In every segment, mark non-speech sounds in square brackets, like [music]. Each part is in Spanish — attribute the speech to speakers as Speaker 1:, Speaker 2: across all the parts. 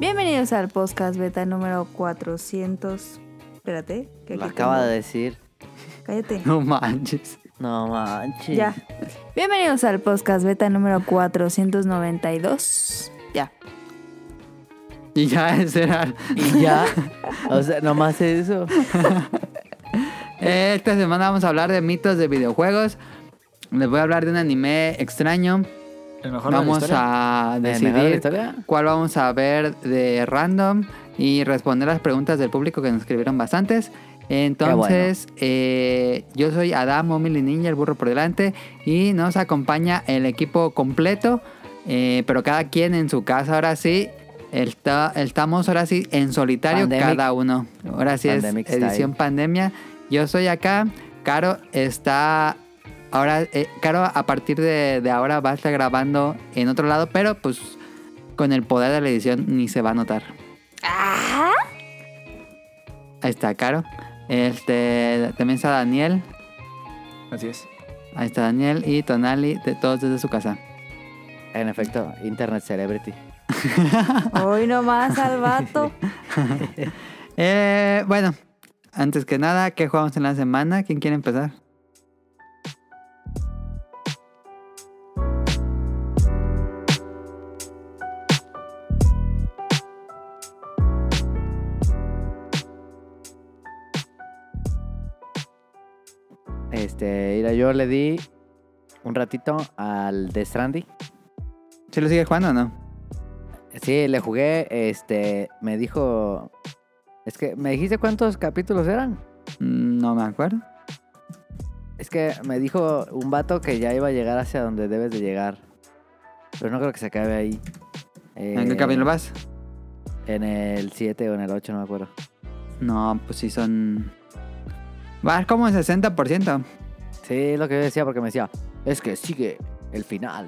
Speaker 1: Bienvenidos al podcast beta número 400. Espérate, que
Speaker 2: Lo
Speaker 1: aquí
Speaker 2: acaba
Speaker 1: tengo-
Speaker 2: de decir.
Speaker 1: Cállate.
Speaker 3: [laughs]
Speaker 2: No manches. No manches.
Speaker 1: Ya. Bienvenidos al podcast beta número 492. [laughs] Ya.
Speaker 3: Y ya, [laughs] ese era.
Speaker 2: Y ya. O sea, nomás eso.
Speaker 3: Esta semana vamos a hablar de mitos de videojuegos. Les voy a hablar de un anime extraño.
Speaker 4: El mejor de la
Speaker 3: Vamos
Speaker 4: historia.
Speaker 3: a
Speaker 2: ¿El mejor de la
Speaker 3: decidir
Speaker 2: historia?
Speaker 3: cuál vamos a ver de random y responder las preguntas del público que nos escribieron bastantes. Entonces, eh, yo soy Adam Omili Ninja, el burro por delante, y nos acompaña el equipo completo, eh, pero cada quien en su casa, ahora sí. Está, estamos ahora sí en solitario
Speaker 2: Pandemic.
Speaker 3: cada uno. Ahora sí
Speaker 2: Pandemic
Speaker 3: es
Speaker 2: style.
Speaker 3: edición pandemia. Yo soy acá, Caro está ahora, eh, Caro a partir de, de ahora va a estar grabando en otro lado, pero pues con el poder de la edición ni se va a notar. Ahí está Caro. Este, también está Daniel.
Speaker 4: Así es.
Speaker 3: Ahí está Daniel y Tonali, de, todos desde su casa.
Speaker 2: En efecto, Internet Celebrity.
Speaker 1: Hoy nomás al vato.
Speaker 3: Eh, bueno, antes que nada, ¿qué jugamos en la semana? ¿Quién quiere empezar?
Speaker 2: Este, mira, yo le di un ratito al de Strandy.
Speaker 3: ¿Sí lo sigue jugando o no?
Speaker 2: Sí, le jugué, este, me dijo... Es que, ¿me dijiste cuántos capítulos eran?
Speaker 3: Mm, No me acuerdo.
Speaker 2: Es que me dijo un vato que ya iba a llegar hacia donde debes de llegar. Pero no creo que se acabe ahí.
Speaker 3: ¿En qué
Speaker 2: Eh,
Speaker 3: camino vas?
Speaker 2: En el 7 o en el 8, no me acuerdo.
Speaker 3: No, pues sí son... Vas como en 60%.
Speaker 2: Sí, es lo que yo decía porque me decía, es que sigue el final.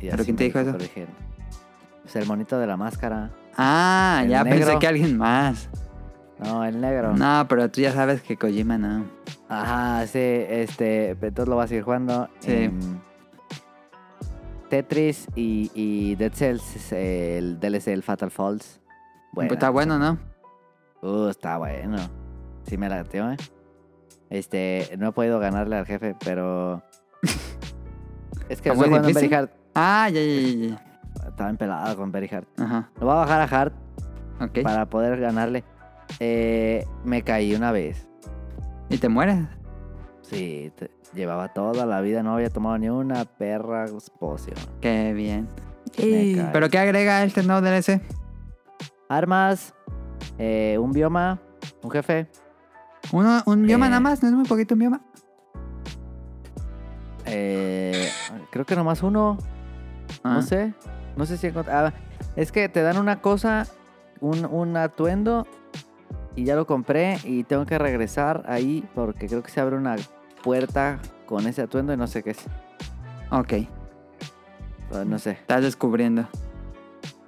Speaker 2: Y
Speaker 3: ¿Pero
Speaker 2: así
Speaker 3: quién
Speaker 2: me
Speaker 3: te dijo eso?
Speaker 2: pero dije, pues el monito de la máscara.
Speaker 3: Ah,
Speaker 2: El
Speaker 3: ya
Speaker 2: negro.
Speaker 3: pensé que alguien más.
Speaker 2: No, el negro.
Speaker 3: No, pero tú ya sabes que Kojima no.
Speaker 2: Ajá, sí, este, entonces lo vas a ir jugando.
Speaker 3: Sí.
Speaker 2: Em, Tetris y, y Dead Cells, es el DLC, el Fatal Falls.
Speaker 3: Pues
Speaker 2: Bueno,
Speaker 3: está bueno, ¿no?
Speaker 2: Uh, está bueno. Sí me latió, ¿eh? Este, no he podido ganarle al jefe,
Speaker 3: [laughs]
Speaker 2: pero... es que
Speaker 3: ¿Está muy
Speaker 2: estoy jugando en
Speaker 3: difícil?
Speaker 2: Very Hard.
Speaker 3: Ah, ya, ya, ya, ya.
Speaker 2: Estaba empelado con Very Hard.
Speaker 3: Ajá,
Speaker 2: Lo voy a bajar a Hard
Speaker 3: ok.
Speaker 2: para poder ganarle. Eh, me caí una vez.
Speaker 3: ¿Y te mueres?
Speaker 2: Sí, te- llevaba toda la vida, no había tomado ni una perra poción.
Speaker 3: Qué bien.
Speaker 1: Y-
Speaker 2: cae.
Speaker 3: ¿Pero qué agrega este nuevo DLC?
Speaker 2: Armas, eh, un bioma, un jefe.
Speaker 3: ¿Uno, ¿Un bioma
Speaker 2: Eh.
Speaker 3: nada más? ¿No es muy poquito un bioma?
Speaker 2: eh, creo que nomás uno.
Speaker 3: Ah.
Speaker 2: No sé. No sé si encont- ah, Es que te dan una cosa, un, un atuendo, y ya lo compré. Y tengo que regresar ahí porque creo que se abre una puerta con ese atuendo y no sé qué es.
Speaker 3: Ok,
Speaker 2: Ah, No sé.
Speaker 3: estás descubriendo.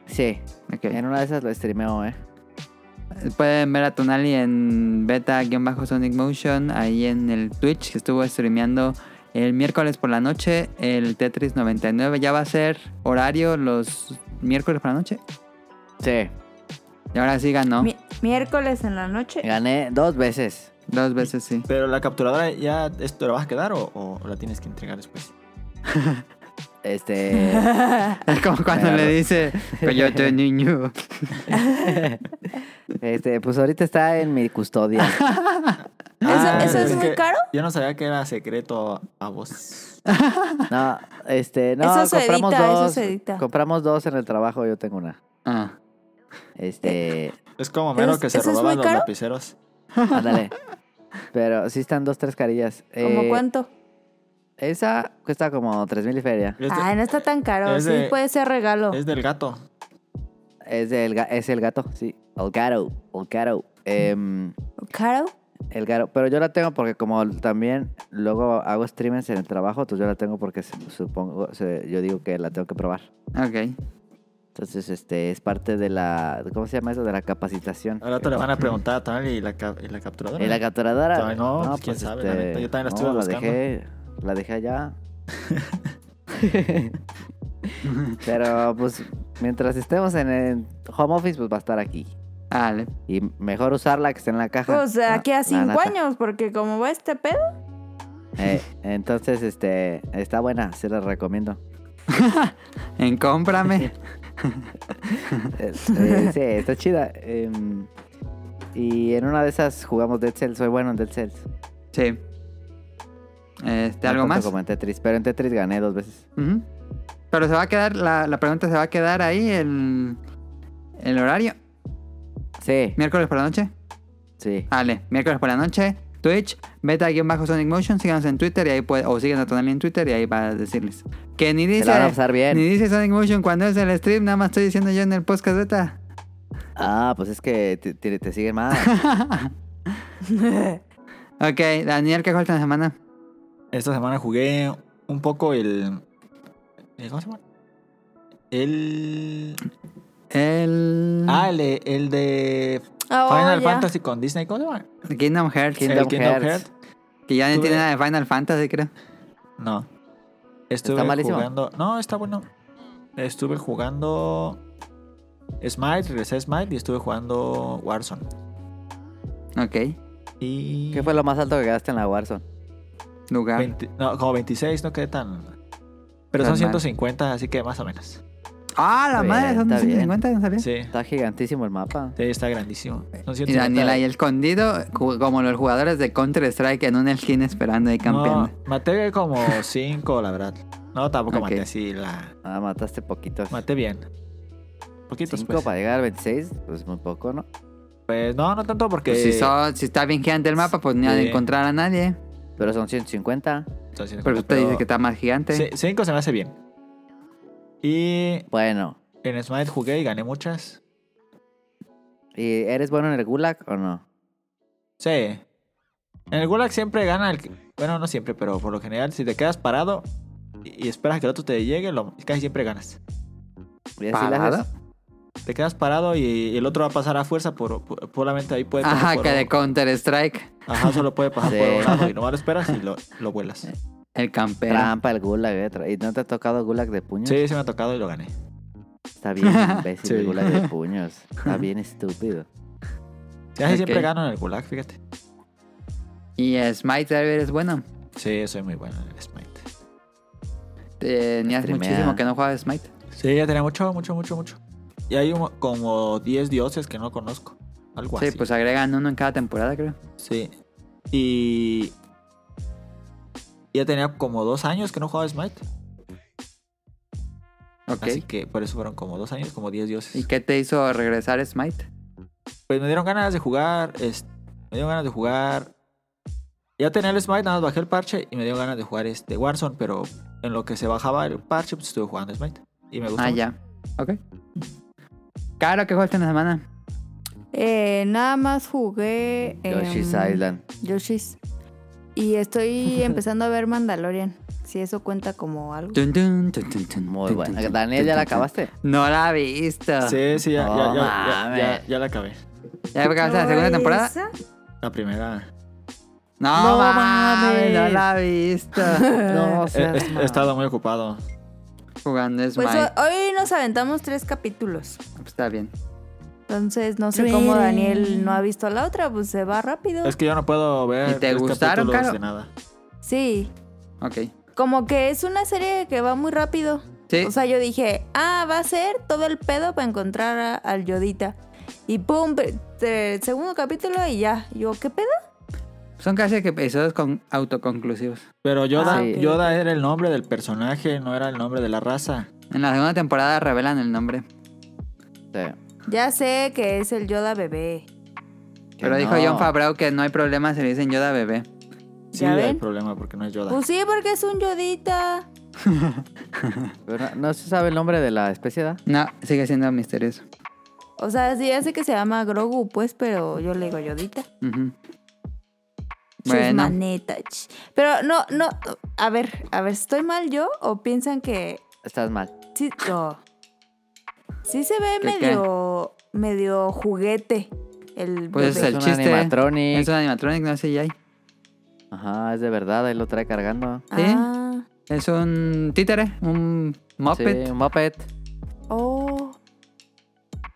Speaker 2: Sí,
Speaker 3: Ok.
Speaker 2: en una de esas lo streameo, ¿eh?
Speaker 3: Pueden ver a Tonali en beta-sonic motion ahí en el Twitch que estuvo streameando el miércoles por la noche el Tetris 99. Ya va a ser horario los miércoles por la noche.
Speaker 2: Sí.
Speaker 3: Y ahora sí ganó.
Speaker 1: Mi- miércoles en la noche.
Speaker 2: Gané dos veces.
Speaker 3: Dos veces
Speaker 4: [laughs]
Speaker 3: sí.
Speaker 4: Pero la capturadora, ¿ya esto te la vas a quedar o, o la tienes que entregar después?
Speaker 2: Este.
Speaker 1: [laughs]
Speaker 3: Es como cuando
Speaker 2: Claro.
Speaker 3: le dice, Coyote niño.
Speaker 2: este, pues ahorita está en mi custodia.
Speaker 1: ¿Eso,
Speaker 4: Ah,
Speaker 1: eso es,
Speaker 4: es
Speaker 1: muy
Speaker 4: que-
Speaker 1: caro?
Speaker 4: Yo no sabía que era secreto a vos.
Speaker 2: No, este, no,
Speaker 1: Eso se
Speaker 2: compramos
Speaker 1: edita, eso
Speaker 2: dos.
Speaker 1: se edita.
Speaker 2: Compramos dos en el trabajo, yo tengo una.
Speaker 3: Ah,
Speaker 2: Este,
Speaker 4: Es como mero
Speaker 1: ¿Es-
Speaker 4: que se
Speaker 1: eso es muy
Speaker 4: robaban los
Speaker 1: caro?
Speaker 4: lapiceros.
Speaker 2: ándale. Pero sí están dos, tres carillas.
Speaker 1: ¿Cómo
Speaker 2: Eh,
Speaker 1: cuánto?
Speaker 2: Esa cuesta como tres mil y feria.
Speaker 4: Es, de-
Speaker 1: Ay, Ah, no está tan caro.
Speaker 4: es
Speaker 1: Sí,
Speaker 4: de-
Speaker 1: puede ser regalo.
Speaker 4: es del gato.
Speaker 2: Es, del, ga- es el gato, sí. El gato, el gato. Em,
Speaker 1: ¿Caro?
Speaker 2: el gato. Pero yo la tengo porque como también luego hago streamings en el trabajo, entonces yo la tengo porque se- supongo, se- yo digo que la tengo que probar.
Speaker 3: ok.
Speaker 2: Entonces, este, es parte de la, ¿cómo se llama eso? De la capacitación.
Speaker 4: Ahora te le van a preguntar a Tonal y la, ca- y la capturadora.
Speaker 2: ¿En la capturadora?
Speaker 4: Ay, no, pues, quién sabe, la neta, yo también la estuve
Speaker 2: este, la
Speaker 4: buscando.
Speaker 2: dejé,
Speaker 4: [laughs]
Speaker 2: la dejé allá. Pero, pues, Mientras estemos en el home office, pues va a estar aquí.
Speaker 3: Dale.
Speaker 2: Y mejor usarla que esté en la caja.
Speaker 1: O sea,
Speaker 2: La-
Speaker 1: que a
Speaker 2: la
Speaker 1: cinco
Speaker 2: neta.
Speaker 1: años, porque como va este pedo,
Speaker 2: Eh, entonces, este, está buena, se la recomiendo.
Speaker 3: En cómprame.
Speaker 2: Eh, eh, sí, está chida. Em, y en una de esas jugamos Dead Cells, soy bueno en Dead Cells.
Speaker 3: sí. Este,
Speaker 2: No
Speaker 3: ¿Algo
Speaker 2: tanto
Speaker 3: más?
Speaker 2: Como en Tetris, pero en Tetris gané dos veces.
Speaker 3: Ujú. Pero se va a quedar, la, la pregunta se va a quedar ahí, el, el horario.
Speaker 2: Sí,
Speaker 3: Miércoles por la noche.
Speaker 2: sí.
Speaker 3: Dale, miércoles por la noche. Twitch, beta-sonic motion, síganos en Twitter y ahí puede, o síganos también en Twitter y ahí va a decirles. Que ni
Speaker 2: Se la van a
Speaker 3: dice,
Speaker 2: pasar bien.
Speaker 3: ni dice Sonic Motion cuando es el stream, nada más estoy diciendo yo en el podcast beta.
Speaker 2: Ah, pues es que te, te- te siguen más.
Speaker 3: Ok, Daniel, ¿qué jugaste en la semana?
Speaker 4: Esta semana jugué un poco el. el- ¿Cómo se llama? El.
Speaker 3: El...
Speaker 4: Ah, el, de- el de
Speaker 1: Ah, Mm. oh,
Speaker 4: Final
Speaker 1: ya.
Speaker 4: Fantasy con Disney. ¿Cómo se llama?
Speaker 3: Kingdom Hearts.
Speaker 2: Kingdom
Speaker 4: el Kingdom
Speaker 2: Hearts.
Speaker 4: Hearts.
Speaker 3: Que ya no
Speaker 4: Tuve-
Speaker 3: tiene nada de Final Fantasy, creo.
Speaker 4: No. Estuve
Speaker 2: Está malísimo.
Speaker 4: jugando. No, está bueno. Estuve jugando. Smite, regresé a Smite y estuve jugando Warzone.
Speaker 3: Ok.
Speaker 4: Y.
Speaker 2: ¿Qué fue lo más alto que gastaste en la Warzone?
Speaker 3: Lugar.
Speaker 4: 20 no, como 26, no quedé tan. Pero
Speaker 3: Tan mal.
Speaker 4: son 150, así que más o menos.
Speaker 3: Ah, la
Speaker 2: Está
Speaker 3: madre,
Speaker 2: bien,
Speaker 3: son
Speaker 2: está bien.
Speaker 3: 250, no sabía.
Speaker 4: Sí,
Speaker 2: Está gigantísimo el mapa.
Speaker 4: sí, está grandísimo. Son
Speaker 3: Y
Speaker 4: 150.
Speaker 3: Daniel ahí escondido, ju- como los jugadores de Counter-Strike en un skin esperando ahí campeando.
Speaker 4: No, maté como 5, la verdad. No, tampoco
Speaker 3: Ok.
Speaker 4: maté así la.
Speaker 2: Ah, mataste poquitos.
Speaker 4: Maté bien. Poquitos,
Speaker 2: Cinco
Speaker 4: pues.
Speaker 2: para llegar al 26, pues muy poco, ¿no?
Speaker 4: Pues no, no tanto porque.
Speaker 3: Pues si, so- si está bien gigante el mapa, pues ni ha de
Speaker 4: Sí.
Speaker 3: encontrar a nadie.
Speaker 2: Pero son 150.
Speaker 4: son 150,
Speaker 3: Pero usted dice que está más gigante.
Speaker 4: Sí, cinco se me hace bien. Y
Speaker 2: Bueno,
Speaker 4: en Smite jugué y gané muchas.
Speaker 2: ¿y eres bueno en el Gulag o no?
Speaker 4: Sí. En el Gulag siempre gana el... que- Bueno, no siempre, pero por lo general, si te quedas parado y y esperas a que el otro te llegue, lo... casi siempre ganas.
Speaker 2: ¿Y así la
Speaker 3: ¿Parado?
Speaker 2: haces?
Speaker 4: Te quedas parado y el otro va a pasar a fuerza por... por- puramente ahí puede pasar
Speaker 3: Ajá,
Speaker 4: por-
Speaker 3: que de Counter-Strike.
Speaker 4: Ajá, solo puede pasar
Speaker 2: Sí.
Speaker 4: por un lado y nomás lo esperas y lo, lo
Speaker 3: [laughs]
Speaker 4: vuelas.
Speaker 3: El campeón.
Speaker 2: Trampa el Gulag, eh, tra- ¿Y no te ha tocado Gulag de puños?
Speaker 4: Sí, se me ha tocado y lo gané.
Speaker 2: Está
Speaker 3: [laughs]
Speaker 2: bien imbécil el
Speaker 4: Sí.
Speaker 2: Gulag de puños. Está bien estúpido.
Speaker 4: Casi
Speaker 3: Ok.
Speaker 4: siempre gano en el Gulag, fíjate.
Speaker 3: Y Smite Driver es bueno.
Speaker 4: Sí, soy muy bueno en el Smite.
Speaker 3: Tenías
Speaker 2: Streamea.
Speaker 3: muchísimo que no jugaba Smite.
Speaker 4: Sí, ya tenía mucho, mucho, mucho, mucho. Y hay un- como 10 dioses que no conozco. Algo
Speaker 3: Sí,
Speaker 4: así.
Speaker 3: pues ah. agregan uno en cada temporada, creo.
Speaker 4: Sí. Y. Ya tenía como dos años que no jugaba Smite.
Speaker 3: Ok.
Speaker 4: Así que por eso fueron como dos años, como 10 dioses.
Speaker 3: ¿Y qué te hizo regresar Smite?
Speaker 4: Pues me dieron ganas de jugar. este, me dieron ganas de jugar. Ya tenía el Smite, nada más bajé el parche y me dio ganas de jugar este Warzone, pero en lo que se bajaba el parche, pues estuve jugando Smite. Y me gustó.
Speaker 3: Ah,
Speaker 4: mucho.
Speaker 3: ya. Ok. Caro, ¿qué jugaste en la semana?
Speaker 1: Eh, nada más jugué.
Speaker 2: Yoshi's
Speaker 1: em,
Speaker 2: Island.
Speaker 1: Yoshi's. Y
Speaker 3: [laughs]
Speaker 1: estoy empezando a ver Mandalorian. Si eso cuenta como algo.
Speaker 3: Tun, tun, tun, tun, tun,
Speaker 2: Muy
Speaker 3: tun,
Speaker 2: bueno.
Speaker 3: tun, tun,
Speaker 2: Daniel,
Speaker 3: tun,
Speaker 2: ¿ya la
Speaker 3: tun, tun.
Speaker 2: acabaste?
Speaker 3: No la he visto.
Speaker 4: Sí, sí, ya, ya,
Speaker 2: No
Speaker 4: ya, ya,
Speaker 2: mames.
Speaker 4: ya- ya la acabé.
Speaker 3: ¿Ya acabaste la segunda
Speaker 1: Ay,
Speaker 3: temporada?
Speaker 1: esa.
Speaker 4: La primera.
Speaker 3: No,
Speaker 2: No
Speaker 3: mames,
Speaker 2: mames.
Speaker 3: no la he
Speaker 2: [laughs]
Speaker 3: visto. [laughs]
Speaker 2: No,
Speaker 4: He, he- he estado muy ocupado.
Speaker 3: Jugando Smite.
Speaker 1: Pues hoy, hoy nos aventamos tres capítulos.
Speaker 3: Pues está bien.
Speaker 1: Entonces, no sé cómo Daniel no ha visto la otra, pues se va rápido.
Speaker 4: Es que yo no puedo ver.
Speaker 3: ¿Y te
Speaker 4: tres
Speaker 3: gustaron,
Speaker 4: capítulos
Speaker 3: Caro?
Speaker 4: de nada.
Speaker 1: Sí,
Speaker 3: Ok.
Speaker 1: como que es una serie que va muy rápido.
Speaker 3: Sí.
Speaker 1: O sea, yo dije, ah, va a ser todo el pedo para encontrar a- al Yodita. Y pum, pe- te- segundo capítulo y ya. Yo, ¿qué pedo?
Speaker 3: Son casi que episodios con autoconclusivos.
Speaker 4: Pero Yoda,
Speaker 1: Ah, ok.
Speaker 4: Yoda era el nombre del personaje, no era el nombre de la raza.
Speaker 3: En la segunda temporada revelan el nombre.
Speaker 2: Sí.
Speaker 1: Ya sé que es el Yoda bebé.
Speaker 2: Que
Speaker 3: Pero dijo
Speaker 2: no.
Speaker 3: John Favreau que no hay problema si le dicen Yoda bebé.
Speaker 4: Sí,
Speaker 1: ¿Ya
Speaker 4: hay
Speaker 1: ven?
Speaker 4: problema porque no es Yoda.
Speaker 1: Pues sí, porque es un Yodita.
Speaker 2: Pero no, no se sabe el nombre de la especie, ¿da?
Speaker 3: No, sigue siendo misterioso.
Speaker 1: O sea, sí, ya sé que se llama Grogu, pues, pero yo le digo Yodita.
Speaker 3: Ujú.
Speaker 1: Bueno.
Speaker 3: Bueno,
Speaker 1: Pero no, no, a ver, a ver, ¿estoy mal yo o piensan que
Speaker 2: Estás mal.
Speaker 1: sí, no? Sí se ve
Speaker 3: ¿Qué, qué?
Speaker 1: medio, medio juguete el
Speaker 3: Pues
Speaker 1: bebé.
Speaker 3: el
Speaker 2: un
Speaker 3: chiste.
Speaker 2: animatronic.
Speaker 3: es un animatronic, no sé ya.
Speaker 2: Ajá, es de verdad, ahí lo trae cargando.
Speaker 3: ¿sí?
Speaker 1: Ah,
Speaker 3: Es un títere, un
Speaker 2: Sí,
Speaker 3: moped.
Speaker 2: un Muppet.
Speaker 1: oh,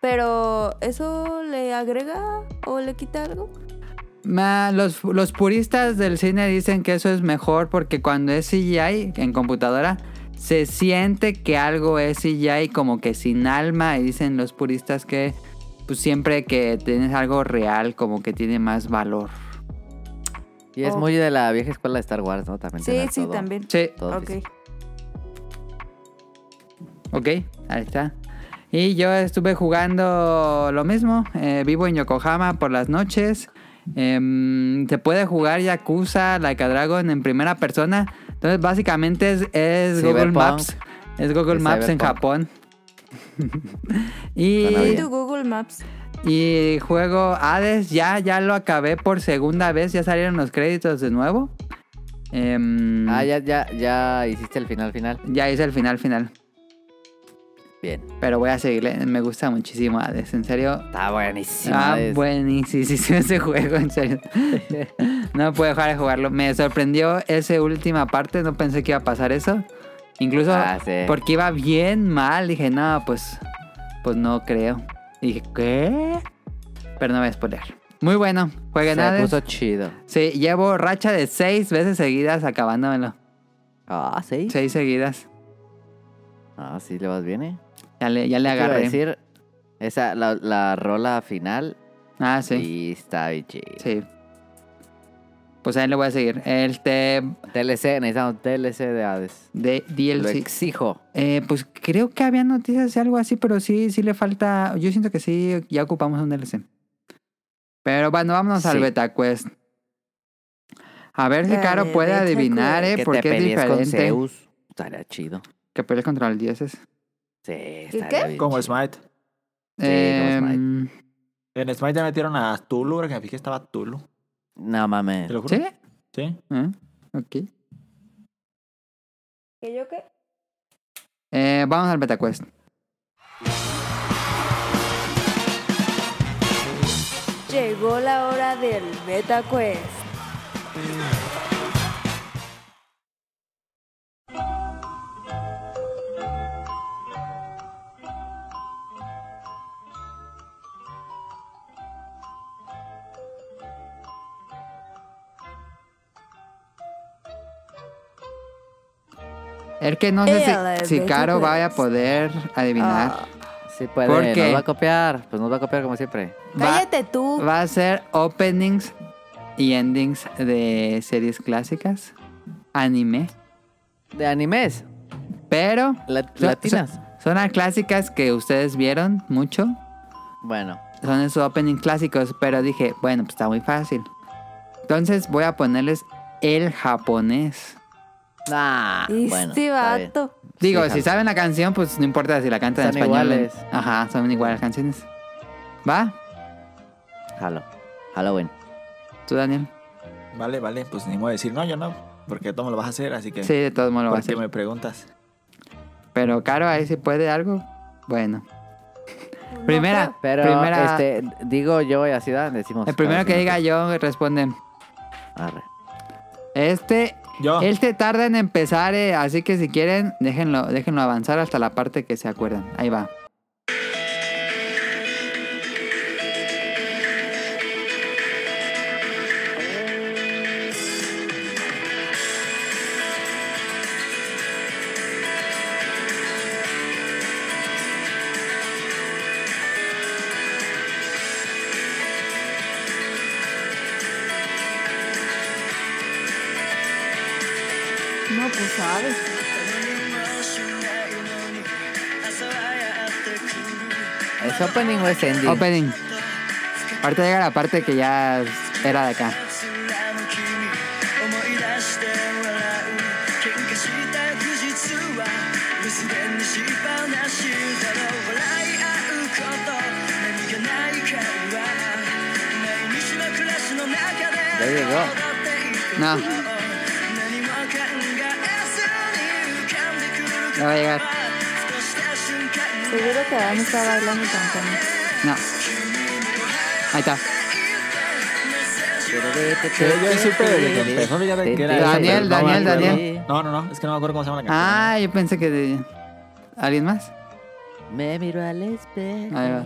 Speaker 1: Pero ¿eso le agrega o le quita algo?
Speaker 3: Ma, los, los puristas del cine dicen que eso es mejor porque cuando es CGI en computadora se siente que algo es CGI como que sin alma y dicen los puristas que pues siempre que tienes algo real como que tiene más valor.
Speaker 2: Y es
Speaker 1: Oh.
Speaker 2: muy de la vieja escuela de Star Wars, ¿no? También
Speaker 1: Sí,
Speaker 2: tener
Speaker 1: sí,
Speaker 2: todo-
Speaker 1: también.
Speaker 3: Sí,
Speaker 2: todo
Speaker 1: ok.
Speaker 2: físico.
Speaker 3: ok, ahí está. Y yo estuve jugando lo mismo, eh, vivo en Yokohama por las noches. Em, se puede jugar Yakuza, Like a Dragon en primera persona. Entonces básicamente es, es Google
Speaker 2: Cyberpunk.
Speaker 3: Maps. Es Google
Speaker 2: Es
Speaker 3: Maps en
Speaker 2: Cyberpunk.
Speaker 3: Japón. [laughs] y
Speaker 2: Suena
Speaker 1: ¿Y
Speaker 2: bien.
Speaker 1: tu Google Maps?
Speaker 3: Y juego Hades, ya, ya lo acabé por segunda vez, ya salieron los créditos de nuevo. Em,
Speaker 2: Ah,
Speaker 3: ya.
Speaker 2: ya, ya, ya hiciste el final, final.
Speaker 3: hice el final final.
Speaker 2: Bien.
Speaker 3: Pero voy a seguirle, me gusta muchísimo Hades, en serio.
Speaker 2: Está buenísimo.
Speaker 3: ah,
Speaker 2: es-
Speaker 3: [laughs] buenísimo ese juego, en serio. [laughs] no puedo dejar de jugarlo. Me sorprendió esa última parte, no pensé que iba a pasar eso. Incluso
Speaker 2: Ah, sí.
Speaker 3: porque iba bien mal, dije, no, pues, pues no creo. Dije, ¿qué? Pero no voy a spoiler. Muy bueno,
Speaker 2: Se
Speaker 3: jueguen Hades.
Speaker 2: puso chido.
Speaker 3: Sí, llevo racha de seis veces seguidas acabándomelo.
Speaker 2: Ah, sí.
Speaker 3: Seis seguidas.
Speaker 2: Ah, sí, le vas bien, ¿eh?
Speaker 3: Ya le, ya le
Speaker 2: Te iba a
Speaker 3: agarré.
Speaker 2: decir, esa, la, la rola final,
Speaker 3: Ah,
Speaker 2: sí,
Speaker 3: sí.
Speaker 2: está bien chida.
Speaker 3: Sí. Pues ahí le voy a seguir. El te
Speaker 2: TLC, necesitamos TLC de Hades.
Speaker 3: de
Speaker 2: Lo
Speaker 3: DLC.
Speaker 2: exijo.
Speaker 3: Eh, pues creo que había noticias de algo así, pero sí, sí le falta. Yo siento que sí, ya ocupamos un DLC. Pero bueno, vámonos al
Speaker 2: Sí.
Speaker 3: Beta Quest. A ver si
Speaker 1: Dale,
Speaker 3: Caro puede
Speaker 1: Beta
Speaker 3: adivinar,
Speaker 1: Quest.
Speaker 3: ¿eh?
Speaker 2: que te
Speaker 3: Porque es
Speaker 2: pelees con
Speaker 3: diferente.
Speaker 2: Zeus. Estaría chido.
Speaker 3: Que pelees contra el dioses.
Speaker 2: Sí, estaría
Speaker 1: qué?
Speaker 2: bien
Speaker 4: Como
Speaker 2: chido.
Speaker 4: Smite.
Speaker 2: Sí,
Speaker 3: Eh,
Speaker 2: como
Speaker 4: En Smite ya metieron a Tulu, porque me fijé que estaba Tulu.
Speaker 2: No mames.
Speaker 4: Te lo juro.
Speaker 3: ¿Sí?
Speaker 4: Sí.
Speaker 3: Ah, ok.
Speaker 1: ¿Que yo qué?
Speaker 3: Eh, vamos al Betacuest.
Speaker 1: Llegó la hora del Beta Quest.
Speaker 3: El que no sé
Speaker 1: Ella
Speaker 3: si,
Speaker 1: es
Speaker 3: si
Speaker 1: Beta
Speaker 3: Caro
Speaker 1: Quest. Ah,
Speaker 3: vaya a poder adivinar.
Speaker 2: Sí puede,
Speaker 3: ¿Por qué?
Speaker 2: nos va a copiar. Pues nos va a copiar como siempre.
Speaker 3: va,
Speaker 1: Cállate tú.
Speaker 3: va a ser openings y endings de series clásicas, anime,
Speaker 2: De animes.
Speaker 3: pero
Speaker 2: la-
Speaker 3: son-
Speaker 2: latinas.
Speaker 3: son- son las clásicas que ustedes vieron mucho.
Speaker 2: Bueno.
Speaker 3: Son esos openings clásicos, pero dije, bueno, pues está muy fácil. Entonces voy a ponerles el japonés.
Speaker 2: Nah,
Speaker 1: este
Speaker 2: bueno, está bien.
Speaker 1: vato.
Speaker 3: Digo,
Speaker 2: Fíjate.
Speaker 3: si saben la canción, pues no importa si la cantan en
Speaker 2: Son
Speaker 3: español.
Speaker 2: iguales.
Speaker 3: Ajá, son iguales las canciones. ¿Va?
Speaker 2: Jalo. Halloween.
Speaker 3: ¿Tú, Daniel?
Speaker 4: Vale, vale. Pues ni modo de decir, no, yo no. Porque tú me lo vas a hacer, así que.
Speaker 3: Sí, de todos modos lo va a
Speaker 4: ¿Por qué
Speaker 3: hacer.
Speaker 4: me preguntas?
Speaker 3: Pero Caro, ahí si puede algo. Bueno.
Speaker 1: No
Speaker 3: primera.
Speaker 2: Pero
Speaker 3: primera
Speaker 2: este, digo yo y así Dan, decimos.
Speaker 3: el primero
Speaker 2: cada
Speaker 3: que
Speaker 2: quien
Speaker 3: diga
Speaker 2: otro.
Speaker 3: yo responde.
Speaker 2: Arre.
Speaker 3: Este,
Speaker 4: Yo.
Speaker 3: este tarda en empezar, eh, así que si quieren, déjenlo, déjenlo avanzar hasta la parte que se acuerdan. Ahí va.
Speaker 1: creo. No, pues sabes.
Speaker 5: 朝はやってくる
Speaker 2: ¿Es opening o es ending?
Speaker 3: Opening. Ahorita llega la parte que ya era de acá.
Speaker 5: つらの君思い出して笑う喧嘩した翌日は留守電にしっぱなしだろう笑い合うこと何気ない会話毎日の暮らしの中で
Speaker 2: There you go.
Speaker 5: 踊
Speaker 3: No.
Speaker 5: っていく何も考えずに浮かんでくる
Speaker 3: No va a llegar.
Speaker 5: 少しした瞬間
Speaker 1: Seguro que Adam está bailando tan
Speaker 3: No. Ahí está.
Speaker 4: Sí, yo "Pues, supe desde que empezó, fíjate que era.
Speaker 3: Daniel,
Speaker 4: pero no me
Speaker 3: Daniel,
Speaker 4: acuerdo.
Speaker 2: Daniel.
Speaker 4: No, no, no, es que no me acuerdo cómo se llama la canción.
Speaker 3: Ah, yo pensé que de... ¿Alguien más?
Speaker 2: Me miro al espejo.
Speaker 3: Ahí va.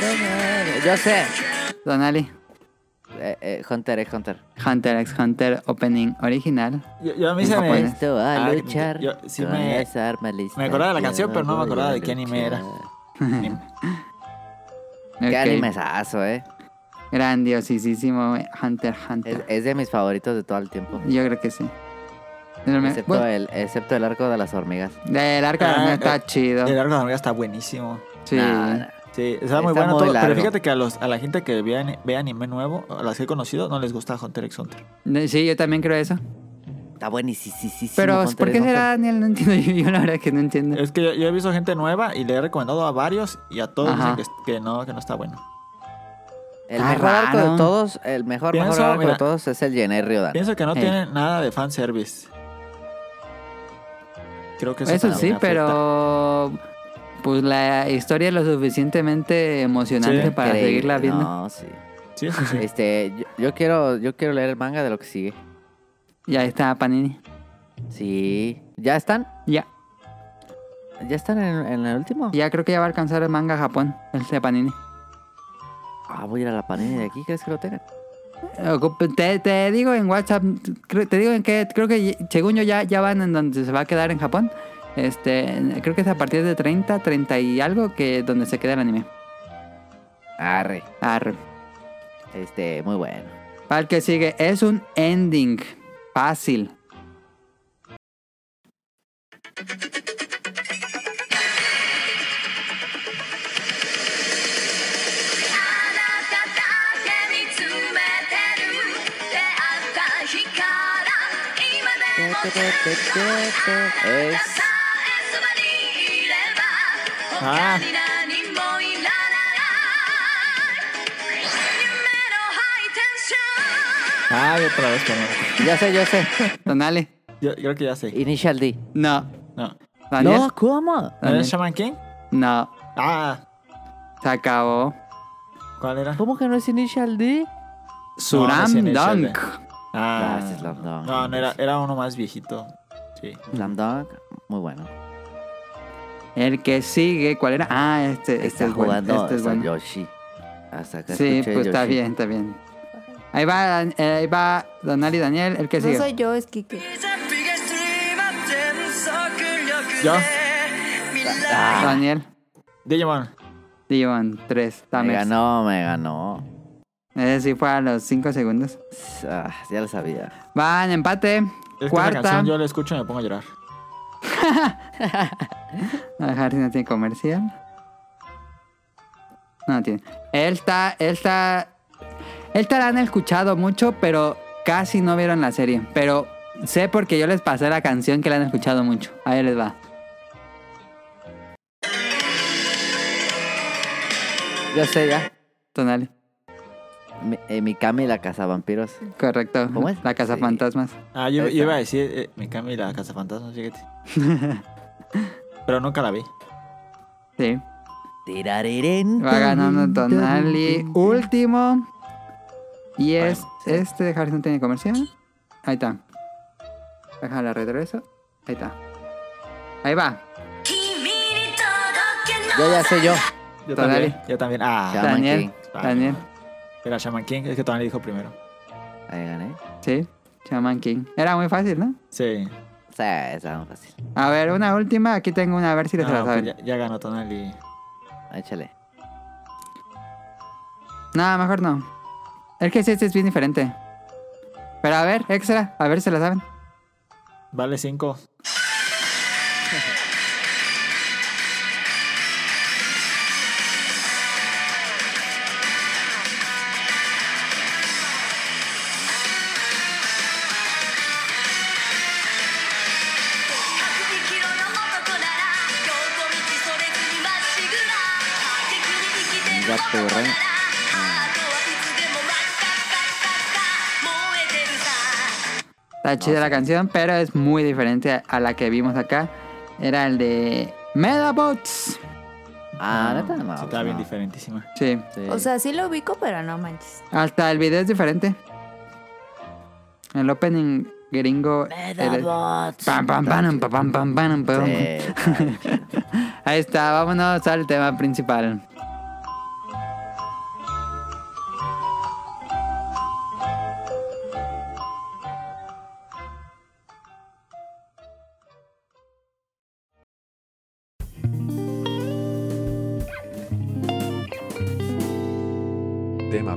Speaker 5: Quiero
Speaker 2: Yo sé.
Speaker 3: Don Ali.
Speaker 2: Eh, eh, Hunter es Hunter.
Speaker 4: Ah,
Speaker 3: Hunter x Hunter Opening original.
Speaker 4: Yo, yo a mí se
Speaker 3: Japón,
Speaker 4: me.
Speaker 3: ¿eh?
Speaker 2: Esto va a
Speaker 4: Ah,
Speaker 2: luchar.
Speaker 4: yo- sí
Speaker 2: con
Speaker 4: me-
Speaker 2: esa arma lista.
Speaker 4: me acordaba de la
Speaker 2: Yo
Speaker 4: canción, pero no me
Speaker 2: voy
Speaker 4: acordaba
Speaker 2: a
Speaker 4: de qué anime era.
Speaker 2: luchar.
Speaker 3: Ok.
Speaker 2: Qué animesazo, eh.
Speaker 3: Grandiosísimo eh. Hunter x
Speaker 2: Es,
Speaker 3: Hunter.
Speaker 2: es de mis favoritos de todo el tiempo.
Speaker 3: Yo creo que sí. Pero me-
Speaker 2: Excepto,
Speaker 3: bueno,
Speaker 2: el, excepto el arco de las hormigas.
Speaker 3: el arco de la
Speaker 4: Ah,
Speaker 3: hormiga está
Speaker 4: eh,
Speaker 3: chido.
Speaker 4: El arco de la hormiga está buenísimo.
Speaker 3: Sí.
Speaker 2: Nah, nah.
Speaker 4: Sí, está muy
Speaker 2: Está
Speaker 4: bueno
Speaker 2: muy
Speaker 4: todo. Pero
Speaker 2: largo.
Speaker 4: fíjate que a, los, a la gente que ve, ani- ve anime nuevo, a las que he conocido, no les gusta Hunter x Hunter.
Speaker 3: Ne- Sí, yo también creo eso.
Speaker 2: Está buenísimo.
Speaker 3: Pero, ¿por qué será, Daniel? No entiendo. [laughs] Yo, yo la verdad que no entiendo.
Speaker 4: Es que yo, yo he visto gente nueva y le he recomendado a varios y a todos
Speaker 3: Ajá.
Speaker 4: dicen que, es- que no, que no está bueno.
Speaker 2: El
Speaker 3: Ah,
Speaker 2: mejor arco
Speaker 3: raro.
Speaker 2: de todos, el mejor,
Speaker 4: Pienso,
Speaker 2: mejor arco
Speaker 4: mira.
Speaker 2: de todos es el Jenny Riodan.
Speaker 4: Pienso que no
Speaker 3: Eh.
Speaker 4: tiene nada de fanservice. Creo que eso,
Speaker 3: Eso
Speaker 4: también
Speaker 3: sí,
Speaker 4: afecta.
Speaker 3: pero. Pues la historia es lo suficientemente emocionante
Speaker 4: Sí.
Speaker 3: para
Speaker 2: Increíble.
Speaker 3: seguirla viendo.
Speaker 2: No, sí.
Speaker 4: Sí, sí, sí.
Speaker 2: Este, yo, yo quiero, yo quiero leer el manga de lo que sigue.
Speaker 3: Ya está, Panini.
Speaker 2: Sí. ¿Ya están?
Speaker 3: Ya,
Speaker 2: ¿Ya están en, en el último?
Speaker 3: ya creo que ya va a alcanzar el manga a Japón, el de Panini.
Speaker 2: Ah, voy a ir a la panini de aquí, ¿crees que lo tengan?
Speaker 3: Ocup- Eh, Te, te digo en WhatsApp, creo- te digo en que creo que ye- según yo ya, ya van en donde se va a quedar en Japón. Este, creo que es a partir de 30, 30 y algo que donde se queda el anime.
Speaker 2: Arre.
Speaker 3: Arre.
Speaker 2: Este, muy bueno.
Speaker 3: Para el que sigue, es un ending fácil.
Speaker 2: Es
Speaker 4: Ah. Ah, yo otra vez con él.
Speaker 3: Ya sé, yo [laughs] sé. Donale.
Speaker 4: Yo creo que ya sé.
Speaker 2: Initial D.
Speaker 3: No.
Speaker 4: No.
Speaker 3: Daniel.
Speaker 2: No, ¿cómo?
Speaker 4: ¿No
Speaker 3: Daniel.
Speaker 4: es Shaman King?
Speaker 3: No.
Speaker 4: Ah,
Speaker 3: Se acabó.
Speaker 4: ¿cuál era?
Speaker 2: ¿Cómo que no es Initial D?
Speaker 3: Suram
Speaker 4: No, no es inicial,
Speaker 3: Dunk.
Speaker 4: Ah,
Speaker 2: Ah, ese es Slam Dunk.
Speaker 4: No, no era, era uno más viejito. Sí.
Speaker 2: Slam Dunk, muy bueno.
Speaker 3: El que sigue, ¿cuál era? Ah, este, este
Speaker 2: Está
Speaker 3: es bueno,
Speaker 2: jugando
Speaker 3: este es
Speaker 2: hasta
Speaker 3: bueno.
Speaker 2: Yoshi. Hasta acá
Speaker 3: Sí,
Speaker 2: escuché
Speaker 3: pues está
Speaker 2: Yoshi.
Speaker 3: bien, está bien. Ahí va, eh, ahí va Donali Daniel, el que
Speaker 1: No
Speaker 3: sigue.
Speaker 1: soy yo, es Kike.
Speaker 4: ¿Yo?
Speaker 3: Daniel,
Speaker 4: Digimon.
Speaker 3: Digimon 3,
Speaker 2: Me
Speaker 3: Tamers.
Speaker 2: ganó, me ganó.
Speaker 3: Ese sí fue a los 5 segundos.
Speaker 2: Ah, ya lo sabía.
Speaker 3: Van, empate.
Speaker 4: Es que esa
Speaker 3: Cuarta.
Speaker 4: canción yo la escucho y me pongo a llorar.
Speaker 3: A dejar si no tiene comercial. No tiene. Él está, él está. Él te la han escuchado mucho, pero casi no vieron la serie. Pero sé porque yo les pasé la canción que la han escuchado mucho. Ahí les va.
Speaker 2: Yo sé ya.
Speaker 3: Donali.
Speaker 2: Mi, eh, Mikami la cazavampiros.
Speaker 3: Correcto.
Speaker 2: ¿Cómo es?
Speaker 3: La Casa
Speaker 2: Sí.
Speaker 3: Fantasmas.
Speaker 4: Ah,
Speaker 2: Ahí
Speaker 4: yo, yo
Speaker 2: está.
Speaker 4: iba a decir eh, mi Cami y la Cazafantasmas, fíjate. Pero nunca la vi.
Speaker 3: Sí.
Speaker 2: Tirareren.
Speaker 3: Va ganando Tonali. Último. Y es
Speaker 2: Vale, sí.
Speaker 3: este. Dejar si no tiene comercial. Ahí está. Déjala regreso. Ahí está. Ahí va.
Speaker 2: Yo ya sé yo.
Speaker 4: Yo
Speaker 3: Tonali.
Speaker 4: también. Yo también. Ah,
Speaker 2: Shaman
Speaker 3: Daniel.
Speaker 2: King.
Speaker 3: Daniel.
Speaker 4: Era Shaman King, es que Tonali dijo primero.
Speaker 2: Ahí gané.
Speaker 3: Sí. Shaman King. Era muy fácil, ¿no?
Speaker 4: Sí.
Speaker 2: Sí, está muy fácil.
Speaker 3: A ver, una última. Aquí tengo una. A ver si les
Speaker 4: No,
Speaker 3: la
Speaker 4: pues
Speaker 3: saben.
Speaker 4: ya, ya ganó Tonali.
Speaker 2: Échale.
Speaker 3: No, mejor no. Es que sí, este es bien diferente. Pero a ver, extra. A ver si la saben.
Speaker 4: Vale 5.
Speaker 2: Gato borracho.
Speaker 3: Está chida la canción, pero es muy diferente a- a la que vimos acá. Era el de Medabots.
Speaker 2: Ah, neta, no.
Speaker 4: Sí, estaba
Speaker 2: pues
Speaker 4: bien
Speaker 2: no.
Speaker 4: diferentísima.
Speaker 3: Sí.
Speaker 2: Sí.
Speaker 1: O sea, sí lo ubico, pero no manches.
Speaker 3: Hasta el video es diferente. El opening gringo. era-
Speaker 2: Medabots.
Speaker 3: Pam, pam, pam, pam, pam, pam, pam, pam.
Speaker 2: Sí.
Speaker 3: Ahí está, vámonos al tema principal.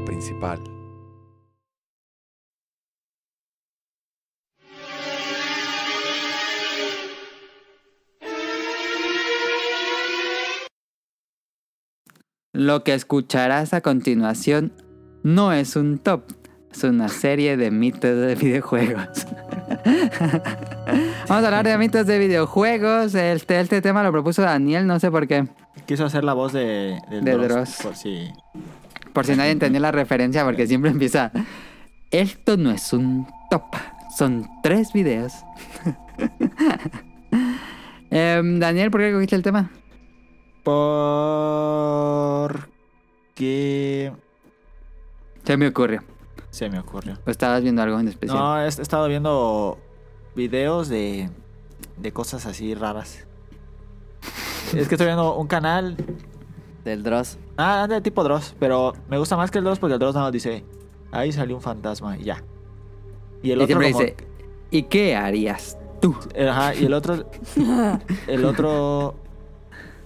Speaker 6: principal.
Speaker 3: Lo que escucharás a continuación no es un top, es una serie de mitos de videojuegos. [laughs] Vamos a hablar de mitos de videojuegos. Este, este tema lo propuso Daniel, no sé por qué.
Speaker 4: Quiso hacer la voz de, del
Speaker 3: De
Speaker 4: Dross,
Speaker 3: Dross.
Speaker 4: Por si.
Speaker 3: Por si nadie entendió la referencia, porque siempre empieza. Esto no es un top, son tres
Speaker 4: [laughs]
Speaker 3: videos. Em, Daniel, ¿por qué cogiste el tema?
Speaker 4: Porque
Speaker 3: Se me ocurrió.
Speaker 4: se me ocurrió.
Speaker 3: ¿O Pues estabas viendo algo en especial?
Speaker 4: No, he he estado viendo videos de, de cosas así raras. Es que estoy viendo un canal.
Speaker 2: Del Dross.
Speaker 4: Ah, de tipo Dross, pero me gusta más que el Dross porque el Dross nada más dice: Ahí salió un fantasma y ya. Y el
Speaker 3: y
Speaker 4: otro
Speaker 3: siempre
Speaker 4: como-
Speaker 3: dice, ¿y qué harías tú?
Speaker 4: Eh, Ajá, y el
Speaker 3: [laughs]
Speaker 4: otro. El otro.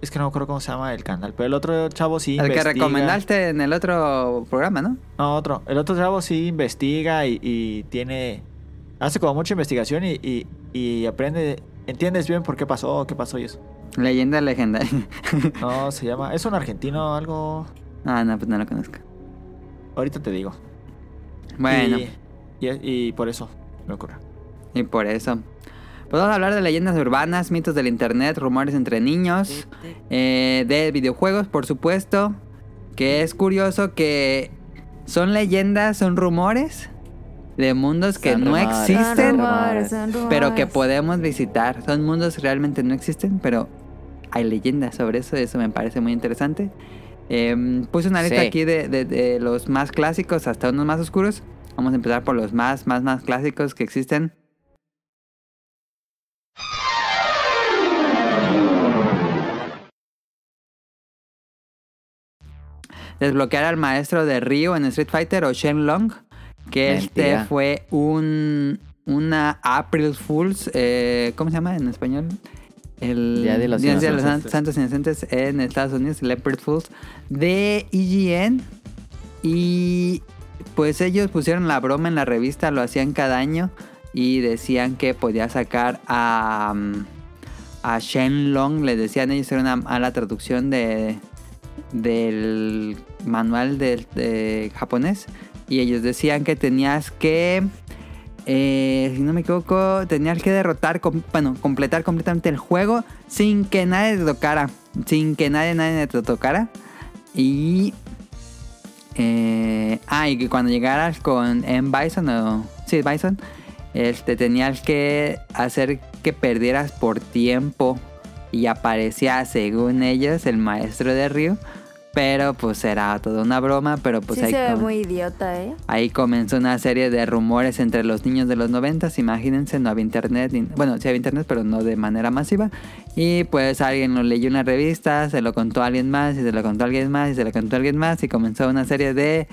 Speaker 4: Es que no me acuerdo cómo se llama el canal, pero el otro chavo sí.
Speaker 3: El que
Speaker 4: investiga.
Speaker 3: recomendaste en el otro programa, ¿no?
Speaker 4: No, otro. El otro chavo sí investiga y, y tiene. Hace como mucha investigación y, y- y aprende. Entiendes bien por qué pasó, qué pasó y eso.
Speaker 3: Leyenda legendaria. [laughs]
Speaker 4: No, se llama. Es un argentino, algo.
Speaker 3: ah, no, pues no lo conozco.
Speaker 4: Ahorita te digo.
Speaker 3: Bueno,
Speaker 4: Y, y- y por eso me ocurre.
Speaker 3: y por eso. Pues vamos a hablar de leyendas urbanas, mitos del internet, rumores entre niños, eh, de videojuegos, por supuesto. Que es curioso que son leyendas, son rumores de mundos que
Speaker 2: Son
Speaker 3: no
Speaker 2: rumores.
Speaker 3: existen.
Speaker 2: Son
Speaker 3: pero que podemos visitar. Son mundos que realmente no existen, pero hay leyendas sobre eso, eso me parece muy interesante. Em, puse una lista
Speaker 2: Sí.
Speaker 3: aquí de, de- de los más clásicos hasta unos más oscuros. Vamos a empezar por los más, más, más clásicos que existen. Desbloquear al maestro de Ryu en Street Fighter o Shenlong, que este
Speaker 2: Mentira.
Speaker 3: fue un una April Fools, eh, ¿cómo se llama en español? El
Speaker 2: Día de los
Speaker 4: Inocentes.
Speaker 3: San- Santos Inocentes en Estados Unidos, el April Fools de EGN y pues ellos pusieron la broma en la revista, lo hacían cada año y decían que podía sacar a mm, a Shenlong, le decían ellos era una mala traducción de del manual del de japonés y ellos decían que tenías que eh, si no me equivoco tenías que derrotar com- bueno completar completamente el juego sin que nadie te tocara sin que nadie nadie te tocara y eh, ah y que cuando llegaras con M Bison o sí Bison este tenías que hacer que perdieras por tiempo y aparecía según ellos el maestro de Ryu pero pues era toda una broma pero pues
Speaker 1: sí
Speaker 3: ahí
Speaker 1: se ve
Speaker 3: como-
Speaker 1: muy idiota, ¿eh?
Speaker 3: Ahí comenzó una serie de rumores entre los niños de los noventas. Imagínense, no había internet. ni- Bueno, sí había internet, pero no de manera masiva. Y pues alguien lo leyó en una revista, se lo contó a alguien más, y se lo contó a alguien más, y se lo contó a alguien más. Y comenzó una serie de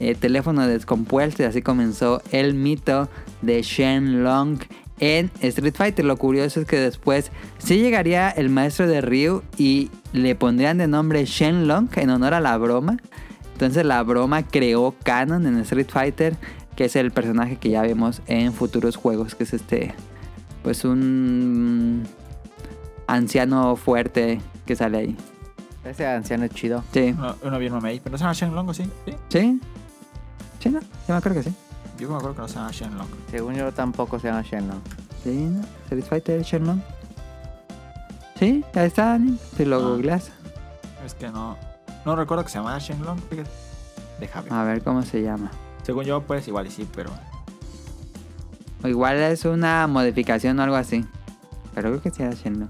Speaker 3: eh, teléfonos descompuestos. Y así comenzó el mito de Shenlong en Street Fighter. Lo curioso es que después sí llegaría el maestro de Ryu y le pondrían de nombre Shenlong en honor a la broma. Entonces la broma creó canon en Street Fighter, que es el personaje que ya vemos en futuros juegos, que es este, pues un anciano fuerte que sale ahí.
Speaker 2: Ese anciano es chido.
Speaker 3: Sí,
Speaker 4: Uno, uno bien mamey. Pero no se llama Shenlong, ¿o ¿sí? Sí.
Speaker 3: sí, sí, no, yo me acuerdo que sí.
Speaker 4: Yo me acuerdo que no se llama Shenlong.
Speaker 2: Según yo tampoco se llama Shenlong.
Speaker 3: Sí, ¿no? Street Fighter, Shenlong. Sí, ahí está, Dani, si lo
Speaker 4: Ah.
Speaker 3: googleas.
Speaker 4: Es que no. No recuerdo que se llamaba Shenlong. Fíjate. Déjame.
Speaker 3: A ver cómo se llama.
Speaker 4: Según yo, pues igual y sí, pero.
Speaker 3: O igual es una modificación o algo así. Pero creo que sí era Shenlong.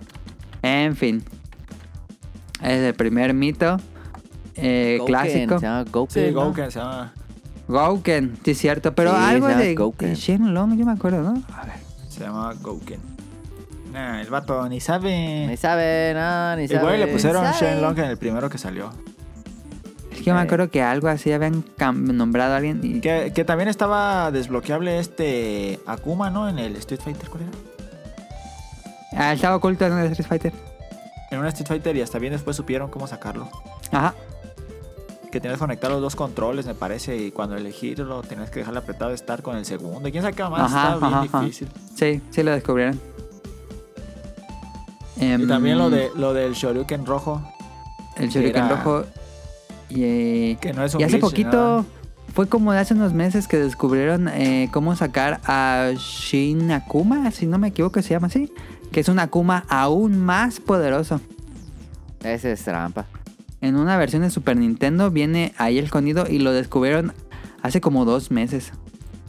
Speaker 3: En fin. Es el primer mito eh,
Speaker 2: Gouken,
Speaker 3: clásico.
Speaker 2: Se llama Gouken.
Speaker 4: Sí,
Speaker 2: ¿no?
Speaker 4: Gouken se llama.
Speaker 3: Gouken, sí es cierto. Pero
Speaker 2: Sí,
Speaker 3: algo
Speaker 2: se llama
Speaker 3: de,
Speaker 2: Gouken.
Speaker 3: de Shenlong, yo me acuerdo, ¿no?
Speaker 4: Se llamaba Gouken. Nah, el vato ni sabe.
Speaker 2: Ni sabe, no, ni sabe.
Speaker 4: Igual le pusieron
Speaker 1: Sabe.
Speaker 4: Shenlong en el primero que salió.
Speaker 3: Es que me
Speaker 2: Eh.
Speaker 3: acuerdo que algo así habían cam- nombrado a alguien. Y...
Speaker 4: Que, que también estaba desbloqueable este Akuma, ¿no? En el Street Fighter, ¿cuál era?
Speaker 3: Ah, estaba oculto en el Street Fighter.
Speaker 4: En un Street Fighter y hasta bien después supieron cómo sacarlo.
Speaker 3: Ajá.
Speaker 4: que tenías que conectar los dos controles, me parece, y cuando elegirlo tenías que dejar apretado estar con el segundo. ¿Quién sabe qué más?
Speaker 3: Ajá,
Speaker 4: Estaba
Speaker 3: ajá,
Speaker 4: bien
Speaker 3: ajá.
Speaker 4: difícil.
Speaker 3: Sí, sí lo descubrieron.
Speaker 4: Y
Speaker 3: Em,
Speaker 4: también lo, de, lo del Shoryuken rojo,
Speaker 3: El shuriken
Speaker 4: era-
Speaker 3: rojo. Y, eh,
Speaker 4: que no es un
Speaker 3: y hace
Speaker 4: glitch ni
Speaker 3: poquito,
Speaker 4: nada.
Speaker 3: fue como de hace unos meses que descubrieron eh, cómo sacar a Shin Akuma, si no me equivoco se llama así, que es un Akuma aún más poderoso.
Speaker 2: Ese es trampa.
Speaker 3: En una versión de Super Nintendo viene ahí el escondido y lo descubrieron hace como dos meses.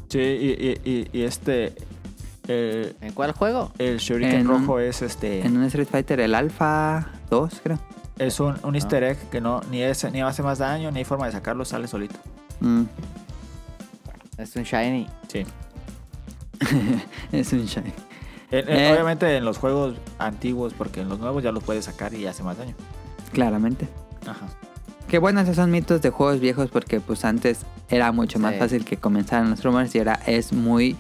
Speaker 4: Sí, y, y- y- y este. eh,
Speaker 2: ¿En cuál juego?
Speaker 4: el Shuriken
Speaker 3: En un-
Speaker 4: rojo es este.
Speaker 3: En un Street Fighter, el Alpha 2, creo.
Speaker 4: Es un,
Speaker 3: Ah.
Speaker 4: un easter egg que no ni, es, ni hace más daño, ni hay forma de sacarlo, sale solito.
Speaker 3: Mm,
Speaker 2: Es un shiny.
Speaker 4: Sí.
Speaker 3: es un shiny.
Speaker 4: En- en-
Speaker 3: Eh.
Speaker 4: Obviamente en los juegos antiguos, porque en los nuevos ya los puedes sacar y hace más daño.
Speaker 3: Claramente.
Speaker 4: Ajá.
Speaker 3: Que bueno, esos son mitos de juegos viejos porque pues antes era mucho más
Speaker 2: Sí.
Speaker 3: fácil que comenzaran los rumors y ahora es muy,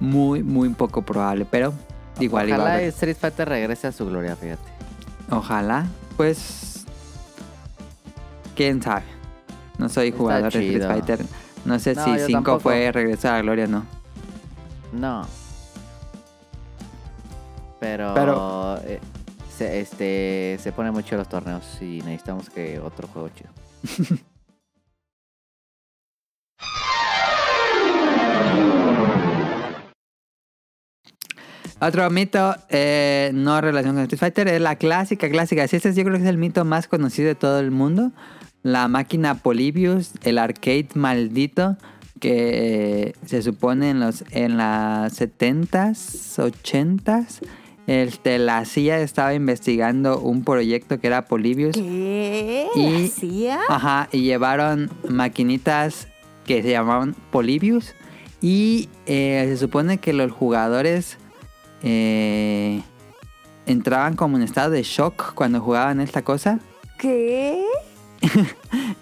Speaker 3: muy, muy poco probable. Pero igual,
Speaker 2: Ojalá
Speaker 3: iba a haber.
Speaker 2: Street Fighter regrese a su gloria, fíjate.
Speaker 3: Ojalá. Pues... ¿Quién sabe? No soy
Speaker 2: Está
Speaker 3: jugador de
Speaker 2: chido.
Speaker 3: Street Fighter. No sé
Speaker 2: No,
Speaker 3: si
Speaker 2: yo
Speaker 3: 5
Speaker 2: tampoco.
Speaker 3: fue regresar a la gloria o no.
Speaker 2: No. Pero,
Speaker 3: Pero-
Speaker 2: eh, se, este, se pone mucho los torneos y necesitamos que otro juego chido.
Speaker 3: Otro mito eh, no relación con Street Fighter es la clásica, clásica. Sí, este yo creo que es el mito más conocido de todo el mundo. La máquina Polybius, el arcade maldito que eh, se supone en los en las 70s, 80s. Este, la CIA estaba investigando un proyecto que era Polybius.
Speaker 1: ¿Qué?
Speaker 3: Y-
Speaker 1: ¿Hacía?
Speaker 3: Ajá, y llevaron maquinitas que se llamaban Polybius. Y eh, se supone que los jugadores eh, entraban como en estado de shock cuando jugaban esta cosa.
Speaker 1: ¿Qué?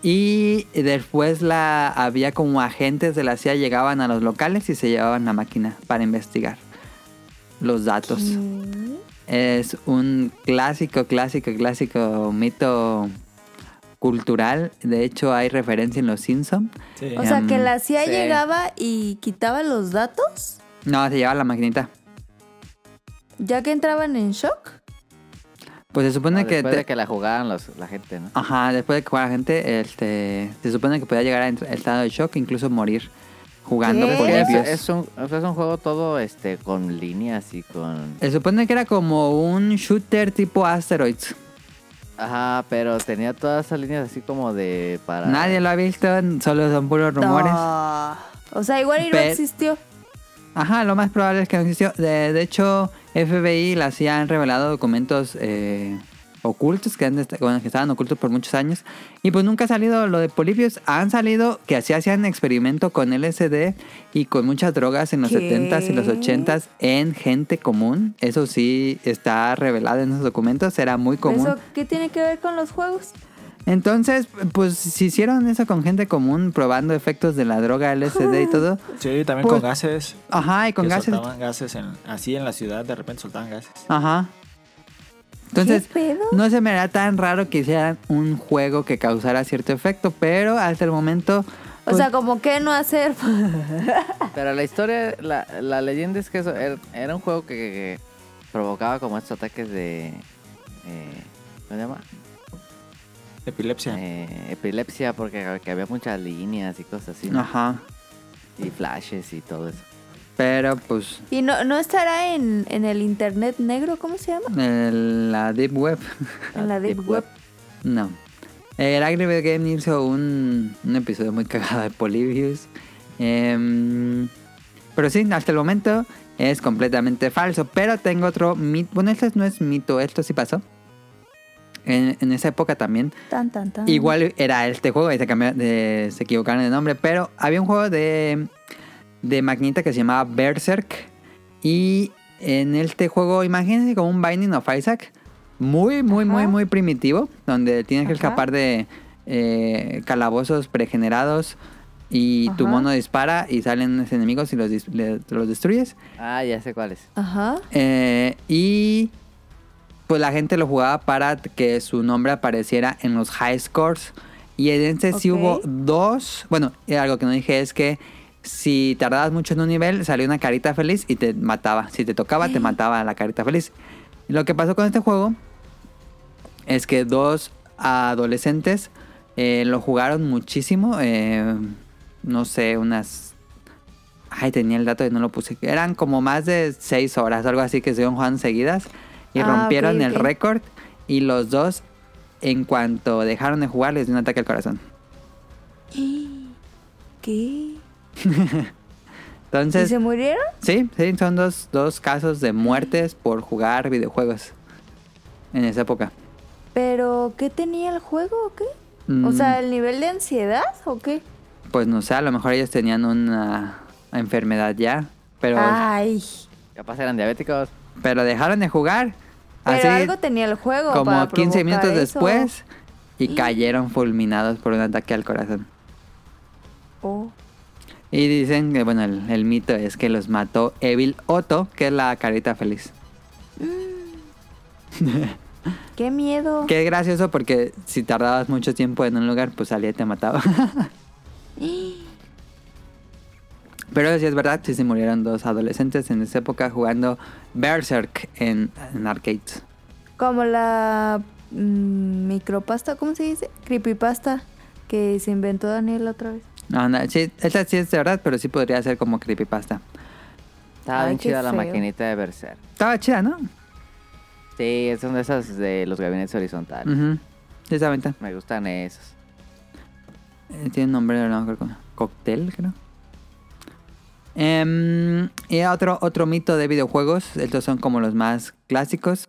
Speaker 3: Y después la había como agentes de la CIA llegaban a los locales y se llevaban la máquina para investigar los datos.
Speaker 1: ¿Qué?
Speaker 3: Es un clásico, clásico, clásico mito cultural. De hecho, hay referencia en Los Simpsons.
Speaker 4: Sí.
Speaker 1: O sea,
Speaker 3: Em,
Speaker 1: que la CIA
Speaker 2: sí.
Speaker 1: llegaba y quitaba los datos
Speaker 3: No, se lleva la maquinita.
Speaker 1: ya que entraban en shock.
Speaker 3: Pues se supone
Speaker 2: No, Ah,
Speaker 3: que...
Speaker 2: después
Speaker 3: te-
Speaker 2: de que la jugaban los, la gente, ¿no?
Speaker 3: Ajá, después de que jugara la gente, este, se supone que podía llegar a entr- estado de shock, e incluso morir jugando
Speaker 1: ¿Qué?
Speaker 3: por
Speaker 2: Porque Es,
Speaker 3: nervios.
Speaker 2: es un, o sea, es un juego todo este con líneas y con...
Speaker 3: Se supone que era como un shooter tipo Asteroids.
Speaker 2: Ajá, pero tenía todas esas líneas así como de para...
Speaker 3: Nadie lo ha visto, solo son puros rumores.
Speaker 1: Ah. O sea, igual y no
Speaker 3: Pe-
Speaker 1: existió.
Speaker 3: Ajá, lo más probable es que no existió. De, de hecho, FBI y la CIA han revelado documentos eh, ocultos que, han est- bueno, que estaban ocultos por muchos años. Y pues nunca ha salido lo de Polibius. Han salido que así hacían experimento con LSD y con muchas drogas en los
Speaker 1: ¿Qué?
Speaker 3: 70s y los 80s en gente común. Eso sí está revelado en esos documentos. Era muy común.
Speaker 1: ¿Eso qué tiene que ver con los juegos?
Speaker 3: Entonces, pues si hicieron eso con gente común, probando efectos de la droga LSD
Speaker 1: [laughs]
Speaker 3: y todo.
Speaker 4: Sí, también
Speaker 3: Pues,
Speaker 4: con gases.
Speaker 3: Ajá, y con
Speaker 4: que
Speaker 3: gases.
Speaker 4: Soltaban gases en, así en la ciudad, de repente soltaban gases.
Speaker 3: Ajá. Entonces,
Speaker 1: ¿Qué pedo?
Speaker 3: no se me hará tan raro que hicieran un juego que causara cierto efecto, pero hasta el momento.
Speaker 1: O
Speaker 3: pues,
Speaker 1: sea, como que no hacer. [laughs]
Speaker 2: Pero la historia, la, la leyenda es que eso era, era un juego que, que- que provocaba como estos ataques de... eh, ¿Cómo se llama?
Speaker 4: Epilepsia.
Speaker 2: Eh, epilepsia porque que había muchas líneas y cosas así. ¿no?
Speaker 3: Ajá.
Speaker 2: Y flashes y todo eso.
Speaker 3: Pero pues,
Speaker 1: ¿Y no, no estará en, en el internet negro? ¿Cómo se llama?
Speaker 3: el- la Deep Web, [laughs]
Speaker 1: En
Speaker 3: Ah,
Speaker 1: la Deep Web.
Speaker 3: no. El Aggregate Game hizo un, un episodio muy cagado de Polybius. Em, pero sí, hasta el momento es completamente falso. Pero tengo otro mito. Bueno, esto no es mito, esto sí pasó. En- en esa época también
Speaker 1: Tan, tan, tan.
Speaker 3: Igual era este juego y se, cambió- de- se equivocaron de nombre, pero había un juego de, de maquinita que se llamaba Berserk. Y en este juego, imagínense como un Binding of Isaac, muy, muy, muy,
Speaker 1: Ajá.
Speaker 3: muy primitivo, donde tienes que
Speaker 1: Ajá.
Speaker 3: escapar de eh, calabozos pregenerados y tu
Speaker 1: Ajá.
Speaker 3: mono dispara y salen los enemigos y los, dis- le- los destruyes.
Speaker 2: Ah, ya sé cuál es.
Speaker 1: Ajá.
Speaker 3: Eh, y pues la gente lo jugaba para que su nombre apareciera en los high scores. Y en este sí
Speaker 1: Ok.
Speaker 3: hubo dos. Bueno, y algo que no dije es que si tardabas mucho en un nivel, salía una carita feliz y te mataba. Si te tocaba, te mataba la carita feliz. Lo que pasó con este juego es que dos adolescentes eh, lo jugaron muchísimo. eh, no sé, unas. Ay, tenía el dato y no lo puse. Eran como más de seis horas, algo así que se iban jugando seguidas. Y
Speaker 1: Ah,
Speaker 3: rompieron
Speaker 1: ok,
Speaker 3: el
Speaker 1: ok.
Speaker 3: récord. Y los dos, en cuanto dejaron de jugar, les dio un ataque al corazón.
Speaker 1: ¿Qué? ¿Y
Speaker 3: Entonces,
Speaker 1: se murieron?
Speaker 3: sí, sí, son dos, dos casos de muertes por jugar videojuegos en esa época.
Speaker 1: ¿Pero qué tenía el juego o qué? O
Speaker 3: Mm.
Speaker 1: sea, ¿el nivel de ansiedad o qué?
Speaker 3: Pues no sé, a lo mejor ellos tenían una enfermedad ya, pero,
Speaker 1: Ay,
Speaker 2: Capaz eran diabéticos.
Speaker 3: pero dejaron de jugar.
Speaker 1: pero
Speaker 3: así
Speaker 1: algo tenía el juego
Speaker 3: como
Speaker 1: para
Speaker 3: 15 minutos
Speaker 1: provocar eso.
Speaker 3: después y cayeron fulminados por un ataque al corazón.
Speaker 1: Oh.
Speaker 3: Y dicen que, bueno, el, el mito es que los mató Evil Otto, que es la carita feliz.
Speaker 1: Qué miedo. [gasps]
Speaker 3: Que es gracioso porque si tardabas mucho tiempo en un lugar, pues salía y te mataba. [laughs] Pero sí es verdad, sí se murieron dos adolescentes en esa época jugando Berserk en, en arcades.
Speaker 1: Como la mm, micropasta, ¿cómo se dice? Creepypasta que se inventó Daniel otra vez.
Speaker 3: No, no, sí, esta sí es de verdad, pero sí podría ser como creepypasta.
Speaker 2: Estaba
Speaker 1: Ay,
Speaker 2: bien
Speaker 1: qué
Speaker 2: chida la
Speaker 1: feo.
Speaker 2: maquinita de Berserk.
Speaker 3: Estaba chida, ¿no?
Speaker 2: Sí, es una de esas de los gabinetes horizontales.
Speaker 3: Ujú. Sí, esa venta.
Speaker 2: Me gustan esas.
Speaker 3: Eh, Tiene un nombre, no creo que- Cóctel, creo. Em, y otro, otro mito de videojuegos. Estos son como los más clásicos.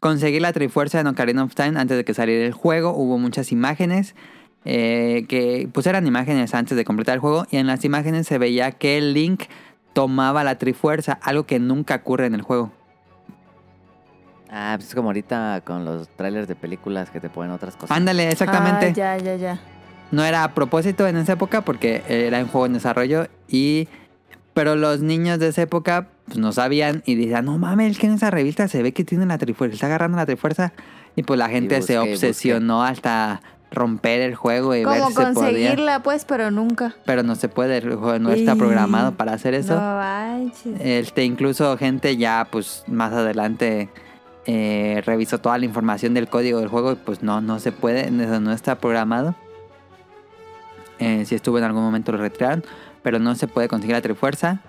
Speaker 3: Conseguir la Trifuerza en Ocarina of Time antes de que saliera el juego. Hubo muchas imágenes. eh, que pues eran imágenes antes de completar el juego. Y en las imágenes se veía que Link tomaba la Trifuerza. Algo que nunca ocurre en el juego.
Speaker 2: Ah, pues es como ahorita con los trailers de películas que te ponen otras cosas.
Speaker 3: Ándale, exactamente.
Speaker 1: Ah, ya, ya, ya.
Speaker 3: no era a propósito en esa época porque era un juego en desarrollo y pero los niños de esa época pues, no sabían y decían, no mames, es que en esa revista se ve que tiene la trifuerza, está agarrando la trifuerza y pues la gente se
Speaker 2: busqué,
Speaker 3: obsesionó hasta romper el juego y Eh, ver
Speaker 1: Como
Speaker 3: si se podía.
Speaker 1: conseguirla, pues, pero nunca.
Speaker 3: Pero no se puede, el juego no está
Speaker 1: Y-
Speaker 3: programado para hacer eso.
Speaker 1: No manches.
Speaker 3: Este, incluso gente ya, pues, más adelante eh, revisó toda la información del código del juego y pues no, no se puede, eso no está programado. Eh, si estuvo en algún momento lo retiraron, pero no se puede conseguir la Trifuerza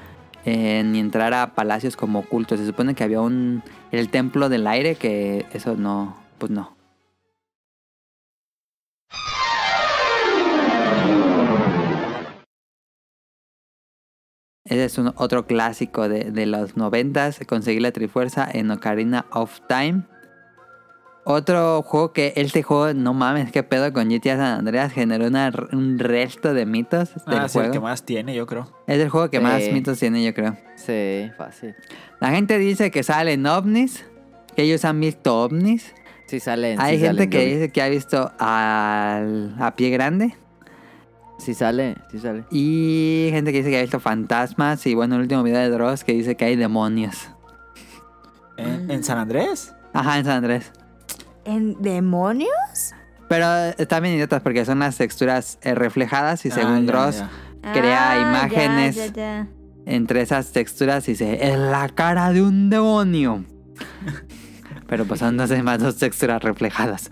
Speaker 3: eh, ni entrar a palacios como ocultos. Se supone que había un el templo del aire que eso no, pues no. Ese es un, otro clásico de, de los noventas, conseguir la Trifuerza en Ocarina of Time. Otro juego que este juego, no mames, qué pedo con GTA San Andreas, generó una- un resto de mitos del
Speaker 4: Ah, sí, el
Speaker 3: juego.
Speaker 4: que más Eh, tiene, yo creo.
Speaker 3: Es el juego que más
Speaker 2: Sí.
Speaker 3: mitos tiene, yo creo.
Speaker 2: Sí, fácil.
Speaker 3: La gente dice que salen ovnis, que ellos han visto ovnis.
Speaker 2: Sí salen.
Speaker 3: Hay
Speaker 2: sí
Speaker 3: gente
Speaker 2: salen, yo
Speaker 3: que
Speaker 2: vi.
Speaker 3: dice que ha visto al, a pie grande.
Speaker 2: Sí sale, sí sale.
Speaker 3: Y gente que dice que ha visto fantasmas. Y bueno, el último video de Dross que dice que hay demonios.
Speaker 4: ¿En, en San Andrés?
Speaker 3: Ajá, en San Andrés.
Speaker 1: ¿En demonios?
Speaker 3: Pero están bien idiotas porque son las texturas eh, reflejadas y según
Speaker 4: Ah, ya,
Speaker 3: Dross,
Speaker 4: ya.
Speaker 3: Crea
Speaker 1: Ah, ya,
Speaker 3: imágenes.
Speaker 1: ya, ya.
Speaker 3: entre esas texturas dice, es la cara de un
Speaker 4: [laughs]
Speaker 3: demonio. Pero pues son dos, más dos texturas reflejadas.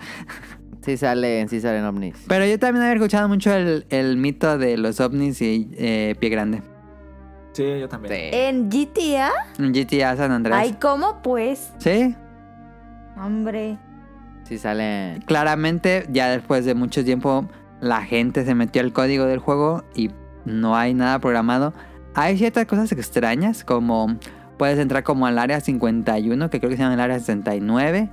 Speaker 2: Sí salen, sí salen ovnis.
Speaker 3: Pero yo también había escuchado mucho el, el mito de los ovnis y eh, pie grande.
Speaker 4: Sí, yo también.
Speaker 3: Eh,
Speaker 1: ¿En GTA?
Speaker 3: En GTA San Andrés.
Speaker 1: Ay, ¿cómo pues?
Speaker 3: Sí,
Speaker 1: Hombre.
Speaker 2: Sí salen.
Speaker 3: claramente ya después de mucho tiempo la gente se metió al código del juego y no hay nada programado. Hay ciertas cosas extrañas como puedes entrar como al área 51, que creo que se llama el área 69,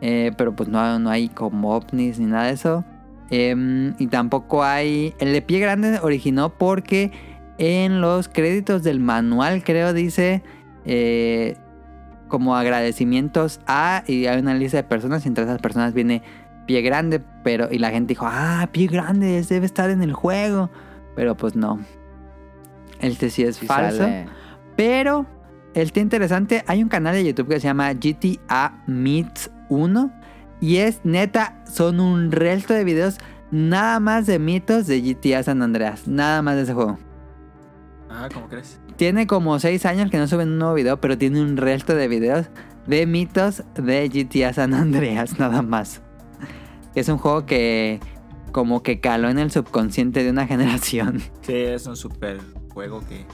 Speaker 3: eh, pero pues no, no hay como ovnis ni nada de eso. Em, y tampoco hay... El de pie grande originó porque en los créditos del manual creo dice... eh, como agradecimientos a y hay una lista de personas y entre esas personas viene pie grande pero y la gente dijo ah pie grande ese debe estar en el juego pero pues no este sí es
Speaker 2: Sí
Speaker 3: falso
Speaker 2: sale.
Speaker 3: pero está interesante. Hay un canal de YouTube que se llama GTA Meets 1. Y es neta, son un resto de videos nada más de mitos de GTA San Andreas. Nada más de ese juego.
Speaker 4: Ah, ¿cómo crees?
Speaker 3: Tiene como 6 años que no suben un nuevo video, pero tiene un resto de videos de mitos de GTA San Andreas, [laughs] nada más. Es un juego que como que caló en el subconsciente de una [laughs] generación.
Speaker 4: Sí, es un super juego
Speaker 3: [laughs]
Speaker 4: que.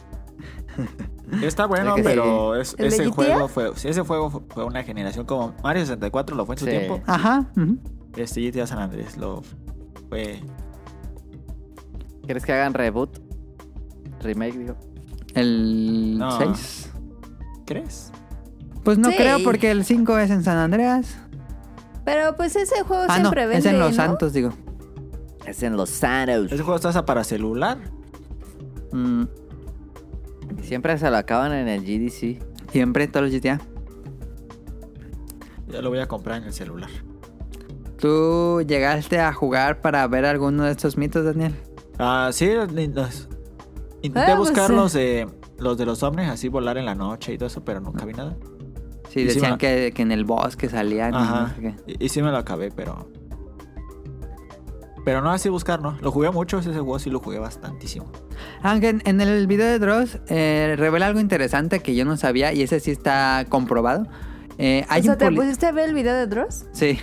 Speaker 4: Está bueno,
Speaker 3: que sí.
Speaker 4: pero es-
Speaker 1: ¿El de
Speaker 4: ese
Speaker 1: GTA?
Speaker 4: juego fue. sí, ese juego fu- fue una generación como Mario 64 lo fue en su
Speaker 2: Sí.
Speaker 4: tiempo.
Speaker 3: Ajá. ujú.
Speaker 4: Este GTA San Andrés lo fue.
Speaker 2: ¿Quieres que hagan reboot? Remake, digo.
Speaker 3: El
Speaker 4: No.
Speaker 3: 6.
Speaker 4: ¿Crees?
Speaker 3: Pues no
Speaker 1: Sí.
Speaker 3: creo porque el 5 es en San Andreas.
Speaker 1: Pero pues ese juego
Speaker 3: Ah, no,
Speaker 1: siempre vende,
Speaker 3: es en Los
Speaker 1: ¿no?
Speaker 3: Santos, digo.
Speaker 2: Es en Los Santos.
Speaker 4: Ese juego está hasta para celular.
Speaker 3: Mm,
Speaker 2: Siempre se lo acaban en el GDC.
Speaker 3: siempre todos los GTA.
Speaker 4: Ya lo voy a comprar en el celular.
Speaker 3: ¿Tú llegaste a jugar para ver alguno de estos mitos, Daniel?
Speaker 4: Ah, sí, ni- los-
Speaker 1: Ah,
Speaker 4: intenté
Speaker 1: pues,
Speaker 4: buscar
Speaker 1: eh.
Speaker 4: los de, los de los ovnis, así volar en la noche y todo eso, pero nunca vi nada.
Speaker 3: Sí,
Speaker 4: Y sí,
Speaker 3: decían
Speaker 4: ma-
Speaker 3: que, que en el bosque salían. y no
Speaker 4: Ajá.
Speaker 3: sé qué.
Speaker 4: Y, y sí me lo acabé, pero. Pero no así buscar, ¿no? Lo jugué mucho, ese juego sí lo jugué bastantísimo.
Speaker 3: Aunque en, en el video de Dross eh, revela algo interesante que yo no sabía y ese sí está comprobado. Eh, hay
Speaker 1: O sea,
Speaker 3: un
Speaker 1: ¿te
Speaker 3: poli-
Speaker 1: pusiste a ver el video de Dross?
Speaker 3: Sí,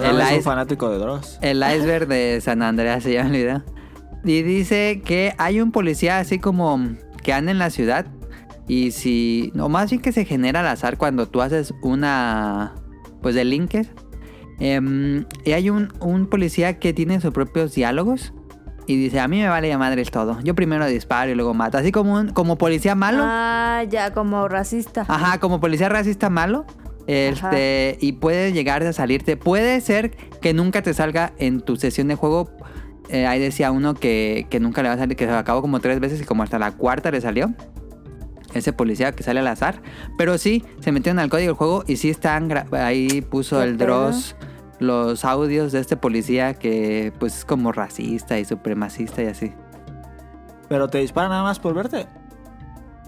Speaker 4: Él
Speaker 3: Ice-
Speaker 4: Ah, es un fanático de Dross.
Speaker 3: el iceberg de San Andreas se llama el video. Y dice que hay un policía así como que anda en la ciudad y si... O más bien que se genera al azar cuando tú haces una... Pues delinques. Em, y hay un, un policía que tiene sus propios diálogos y dice, a mí me vale la madre el todo. Yo primero disparo y luego mato. Así como, un, como policía malo.
Speaker 1: Ah, ya, como racista.
Speaker 3: Ajá, como policía racista malo. Este, y puede llegar a salirte. Puede ser que nunca te salga en tu sesión de juego. Eh, ahí decía uno que, que nunca le va a salir, que se lo acabó como tres veces y como hasta la cuarta le salió. Ese policía que sale al azar. Pero sí, se metieron al código del juego y sí están. gra- Ahí puso
Speaker 1: Qué
Speaker 3: el
Speaker 1: pedo.
Speaker 3: Dross los audios de este policía que, pues, es como racista y supremacista y así.
Speaker 4: Pero te disparan nada más por verte.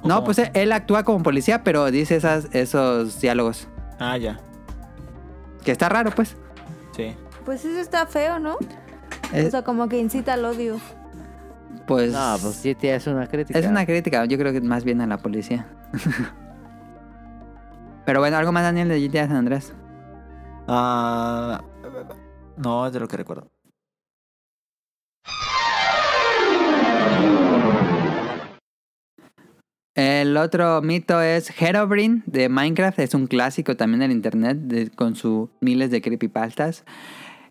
Speaker 4: ¿O
Speaker 3: No,
Speaker 4: cómo?
Speaker 3: pues él- él actúa como policía, pero dice esas, esos diálogos.
Speaker 4: Ah, ya.
Speaker 3: Que está raro, pues.
Speaker 4: Sí.
Speaker 1: Pues eso está feo, ¿no?
Speaker 3: Eh,
Speaker 1: O sea, como que incita al odio.
Speaker 3: pues,
Speaker 2: No, pues GTA es una crítica.
Speaker 3: es una crítica, yo creo que más bien a la policía. [laughs] Pero bueno, algo más Daniel de GTA San Andrés.
Speaker 4: Ah, no, es de lo que recuerdo.
Speaker 3: El otro mito es Herobrine de Minecraft, es un clásico también del internet de- con sus miles de creepypastas.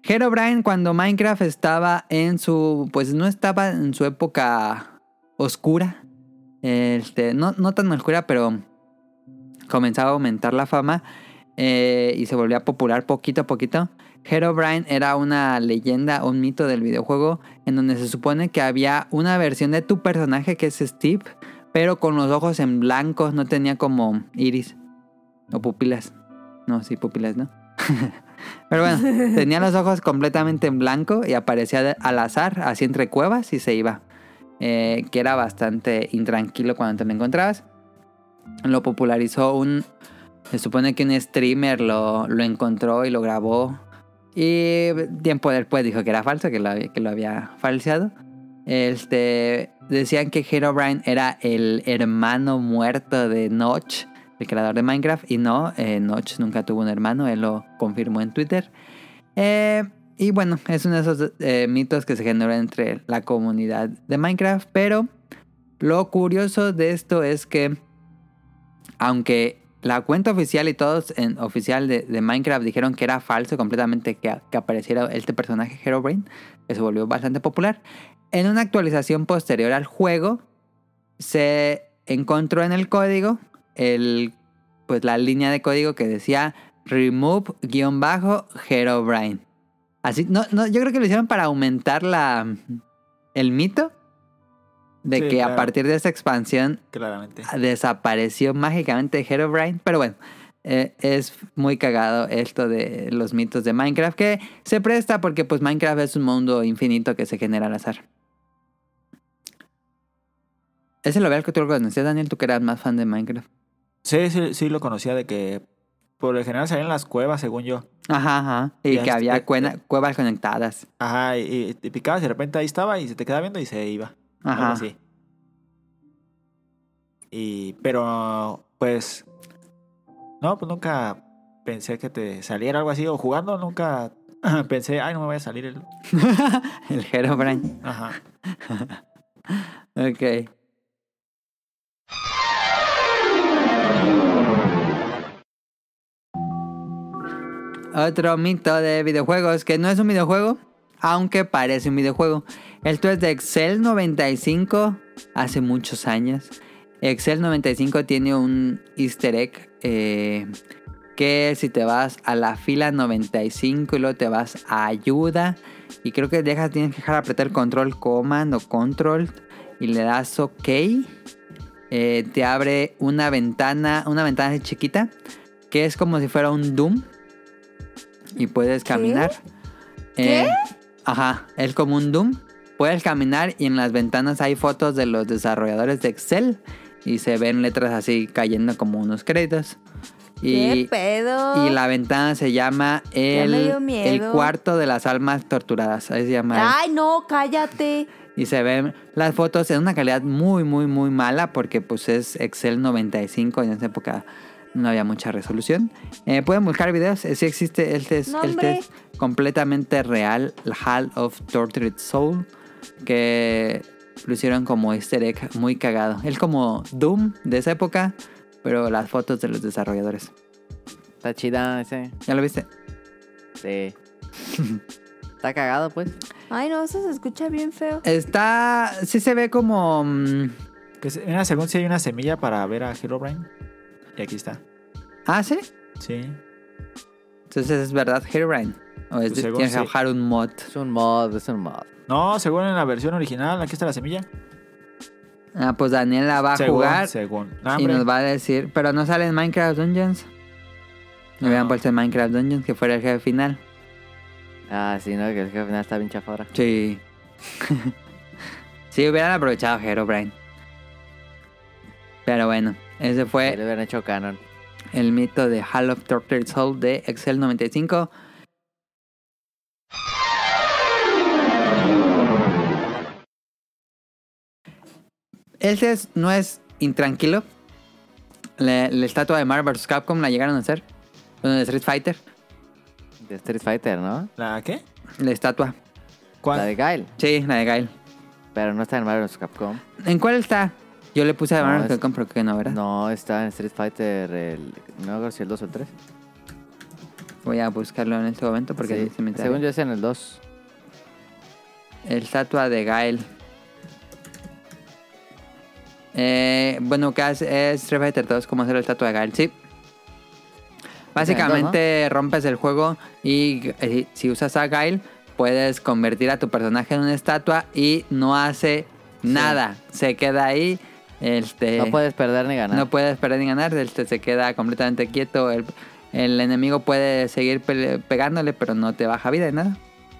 Speaker 3: Herobrine cuando Minecraft estaba en su, pues no estaba en su época oscura, este, no, no tan oscura, pero comenzaba a aumentar la fama eh, y se volvía popular poquito a poquito. Herobrine era una leyenda, un mito del videojuego en donde se supone que había una versión de tu personaje que es Steve, pero con los ojos en blanco, no tenía como iris o pupilas. No, sí, pupilas, ¿no? [laughs] pero bueno, tenía los ojos completamente en blanco y aparecía de- al azar, así entre cuevas y se iba. Eh, que era bastante intranquilo cuando te lo encontrabas. Lo popularizó un, se supone que un streamer lo, lo encontró y lo grabó. Y tiempo después dijo que era falso, que lo, había- que lo había falseado. Este, decían que Herobrine era el hermano muerto de Notch, el creador de Minecraft. Y no, eh, Notch nunca tuvo un hermano, él lo confirmó en Twitter. Eh, y bueno, es uno de esos eh, mitos que se generó entre la comunidad de Minecraft. Pero lo curioso de esto es que aunque la cuenta oficial y todos en oficial de, de Minecraft dijeron que era falso completamente que, que apareciera este personaje Herobrine, que se volvió bastante popular, en una actualización posterior al juego se encontró en el código el, pues la línea de código que decía remove-herobrine. Así, no, no, yo creo que lo hicieron para aumentar la, el mito de
Speaker 4: Sí,
Speaker 3: que a
Speaker 4: claro.
Speaker 3: partir de esa expansión
Speaker 4: Claramente.
Speaker 3: desapareció mágicamente Herobrine. Pero bueno, eh, es muy cagado esto de los mitos de Minecraft que se presta porque pues Minecraft es un mundo infinito que se genera al azar. Ese lo veo que tú lo conocías, Daniel, tú que eras más fan de Minecraft.
Speaker 4: Sí, sí, sí lo conocía de que por lo general salían las cuevas, según yo.
Speaker 3: Ajá, ajá. Y
Speaker 4: Ya
Speaker 3: que
Speaker 4: es-
Speaker 3: había
Speaker 4: eh,
Speaker 3: cuena- cuevas conectadas.
Speaker 4: Ajá, y, y- y picabas y de repente ahí estaba y se te quedaba viendo y se iba. algo
Speaker 3: Ajá.
Speaker 4: así. Y, pero, pues, no, pues nunca pensé que te saliera algo así. O jugando nunca [clears throat] pensé, ay, no me voy a salir el...
Speaker 3: El Herobrine.
Speaker 4: Ajá.
Speaker 3: Ok. Otro mito de videojuegos que no es un videojuego, aunque parece un videojuego. Esto es de Excel 95 hace muchos años. Excel 95 tiene un easter egg eh, que si te vas a la fila 95 y luego te vas a ayuda y creo que dejas, tienes que dejar apretar control command o control y le das ok. eh, te abre una ventana, una ventana así chiquita que es como si fuera un Doom y puedes caminar.
Speaker 1: ¿Qué?
Speaker 3: Eh, ajá, es como un Doom. Puedes caminar y en las ventanas hay fotos de los desarrolladores de Excel y se ven letras así cayendo como unos créditos.
Speaker 1: ¿Qué
Speaker 3: Y,
Speaker 1: pedo?
Speaker 3: y la ventana se llama el,
Speaker 1: me dio
Speaker 3: el
Speaker 1: miedo. Ah,
Speaker 3: cuarto de las almas torturadas. Ahí se llama.
Speaker 1: Ay, no, cállate.
Speaker 3: Y se ven las fotos en una calidad muy, muy, muy mala porque pues es Excel 95 y en esa época no había mucha resolución. Eh, Pueden buscar videos, eh, sí existe, el test,
Speaker 1: No,
Speaker 3: el
Speaker 1: hombre.
Speaker 3: test completamente real, el Hall of Tortured Soul, que lo hicieron como easter egg muy cagado. Es como Doom de esa época, pero las fotos de los desarrolladores.
Speaker 2: Está chida ese.
Speaker 3: ¿Ya lo viste?
Speaker 2: Sí. Está cagado, pues.
Speaker 1: Ay, no, eso se escucha bien feo.
Speaker 3: Está, sí se ve como... mm,
Speaker 4: Que se- mira, según si hay una semilla para ver a Herobrine. Y aquí está.
Speaker 3: ah, sí.
Speaker 4: Sí.
Speaker 3: Entonces es verdad Herobrine. O es,
Speaker 4: Pues según
Speaker 3: tienes que
Speaker 4: sí.
Speaker 3: bajar un mod.
Speaker 2: Es un mod, es un mod.
Speaker 4: No, según en la versión original, aquí está la semilla.
Speaker 3: Ah, pues Daniel la va a
Speaker 4: según,
Speaker 3: jugar
Speaker 4: Según. No,
Speaker 3: y
Speaker 4: hombre.
Speaker 3: nos va a decir, pero no sale en Minecraft Dungeons. No hubieran
Speaker 4: No.
Speaker 3: puesto en Minecraft Dungeons que fuera el jefe final.
Speaker 2: Ah, sí, no, que el jefe final está bien chafora.
Speaker 3: Eh. Sí. [laughs] sí, hubieran aprovechado Herobrine. Pero bueno, ese
Speaker 2: Que le
Speaker 3: fue
Speaker 2: hubieran hecho canon.
Speaker 3: el mito de Hall of Tortured Soul de Excel 95. Este es- no es intranquilo. La, la estatua de Marvel vs. Capcom la llegaron a hacer. Bueno, de Street Fighter.
Speaker 2: De Street Fighter, ¿no?
Speaker 4: ¿La qué?
Speaker 3: La estatua.
Speaker 4: ¿Cuál?
Speaker 2: La de Gail.
Speaker 3: Sí, la de Gail.
Speaker 2: Pero no está en Marvel vs. Capcom.
Speaker 3: ¿En cuál está? Yo le puse a
Speaker 2: No,
Speaker 3: Marvel
Speaker 2: es-
Speaker 3: vs. Capcom, pero creo que no, ¿verdad?
Speaker 2: No, está en Street Fighter el... No creo si el 2 o el 3.
Speaker 3: Voy a buscarlo en este momento porque
Speaker 2: Sí,
Speaker 3: no se me
Speaker 2: Según yo es en el 2.
Speaker 3: El estatua de Gael. Eh, bueno, que hace- es Street Fighter 2, como hacer el estatua de Gael, sí. Básicamente rompes el juego y eh, si usas a Gael, puedes convertir a tu personaje en una estatua y no hace nada. Se queda ahí. Este,
Speaker 2: No puedes perder ni ganar.
Speaker 3: no puedes perder ni ganar, este se queda completamente quieto. El, el enemigo puede seguir pele- pegándole, pero no te baja vida ni nada.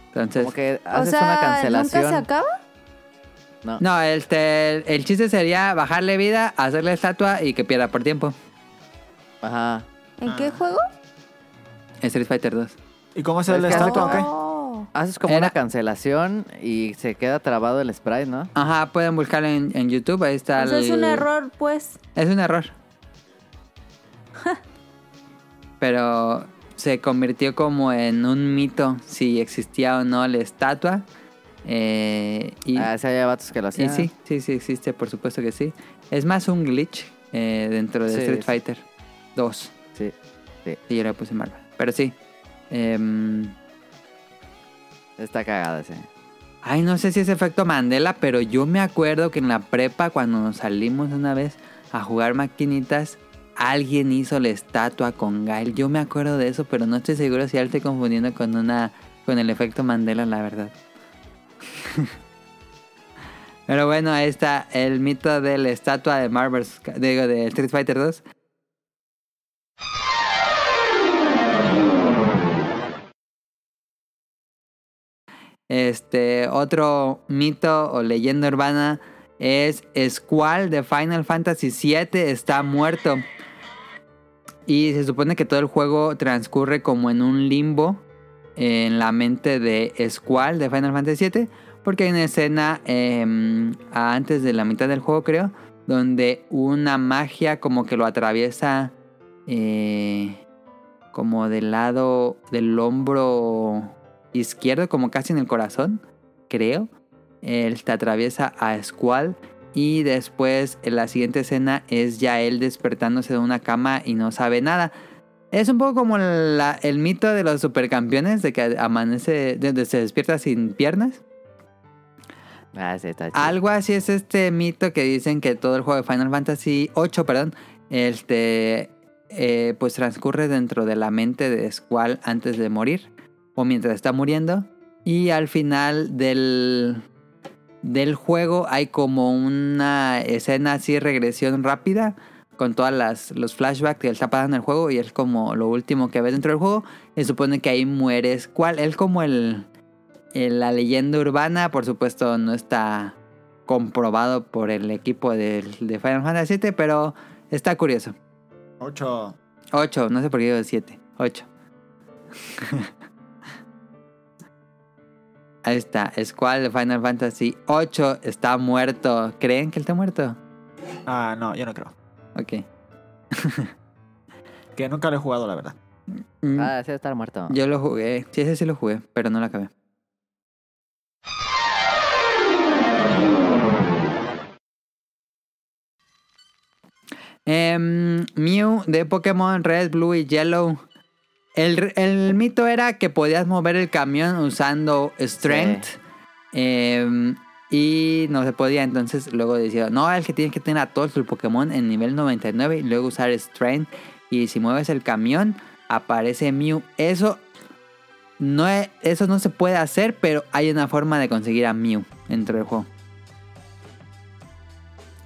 Speaker 3: Entonces,
Speaker 2: Como que
Speaker 1: O
Speaker 2: haces una
Speaker 1: sea,
Speaker 2: cancelación.
Speaker 1: ¿nunca se acaba?
Speaker 2: No.
Speaker 3: No, este, el, el chiste sería bajarle vida, hacerle estatua y que pierda por tiempo.
Speaker 2: Ajá.
Speaker 1: ¿En qué juego?
Speaker 3: Street Fighter 2.
Speaker 4: ¿Y cómo se ve
Speaker 2: Es
Speaker 4: la
Speaker 3: Pues,
Speaker 2: que hace
Speaker 4: estatua o qué?
Speaker 1: Oh.
Speaker 2: Haces como
Speaker 3: Era-
Speaker 2: una cancelación y se queda trabado el sprite, ¿no?
Speaker 3: Ajá, pueden buscarlo en, en YouTube, ahí está.
Speaker 1: O sea, es un
Speaker 3: el-
Speaker 1: error, pues.
Speaker 3: Es un error. Pero se convirtió como en un mito si existía o no la estatua. Eh, y,
Speaker 2: Ah, sí, había vatos que lo
Speaker 3: y
Speaker 2: hacían.
Speaker 3: sí, sí, sí existe, por supuesto que sí. Es más un glitch eh, dentro de
Speaker 2: Sí,
Speaker 3: Street
Speaker 2: sí.
Speaker 3: Fighter 2.
Speaker 2: Sí.
Speaker 3: Y yo le puse Marvel. Pero sí. em,
Speaker 2: Está cagada, sí.
Speaker 3: Ay, no sé si es efecto Mandela, pero yo me acuerdo que en la prepa, cuando nos salimos una vez a jugar maquinitas, alguien hizo la estatua con Gail. Yo me acuerdo de eso, pero no estoy seguro si ya lo estoy confundiendo con una. con el efecto Mandela, la verdad. [laughs] pero bueno, ahí está el mito de la estatua de Marvel's digo, de Street Fighter 2. Este, otro mito o leyenda urbana es Squall de Final Fantasy VII está muerto. Y se supone que todo el juego transcurre como en un limbo en la mente de Squall de Final Fantasy VII, porque hay una escena eh, antes de la mitad del juego, creo, donde una magia como que lo atraviesa eh, como del lado del hombro izquierdo, como casi en el corazón, creo. Él te atraviesa a Squall y después en la siguiente escena es ya él despertándose de una cama y no sabe nada. Es un poco como la- el mito de los supercampeones, de que amanece, de, de- se despierta sin piernas.
Speaker 2: Ah, sí, está chido.
Speaker 3: Algo así es este mito que dicen que todo el juego de Final Fantasy 8, perdón, este, eh, pues transcurre dentro de la mente de Squall antes de morir o mientras está muriendo. Y al final del, del juego hay como una escena así, regresión rápida, con todas las los flashbacks que él está pasando en el juego y es como lo último que ves dentro del juego. Se supone que ahí muere Squall. Él como el, el- la leyenda urbana, por supuesto, no está comprobado por el equipo del- de, Final Fantasy VII, pero está curioso.
Speaker 4: 8.
Speaker 3: 8, no sé por qué digo 7. 8. [laughs] Ahí está, Squall de Final Fantasy 8 está muerto. ¿Creen que él está muerto?
Speaker 4: Ah, no, yo no creo.
Speaker 3: Ok.
Speaker 4: Que nunca lo he jugado, la verdad.
Speaker 3: Mm,
Speaker 2: Ah, sí, estar muerto.
Speaker 3: Yo lo jugué. Sí, ese sí lo jugué, pero no lo acabé. Em, Mew de Pokémon Red, Blue y Yellow. El, el mito era que podías mover el camión usando Strength. em, y no se podía, entonces luego decía, no, es que tienes que tener a todos tus Pokémon en nivel 99 y luego usar Strength. Y si mueves el camión, aparece Mew. Eso no, es- eso no se puede hacer, pero hay una forma de conseguir a Mew dentro del juego.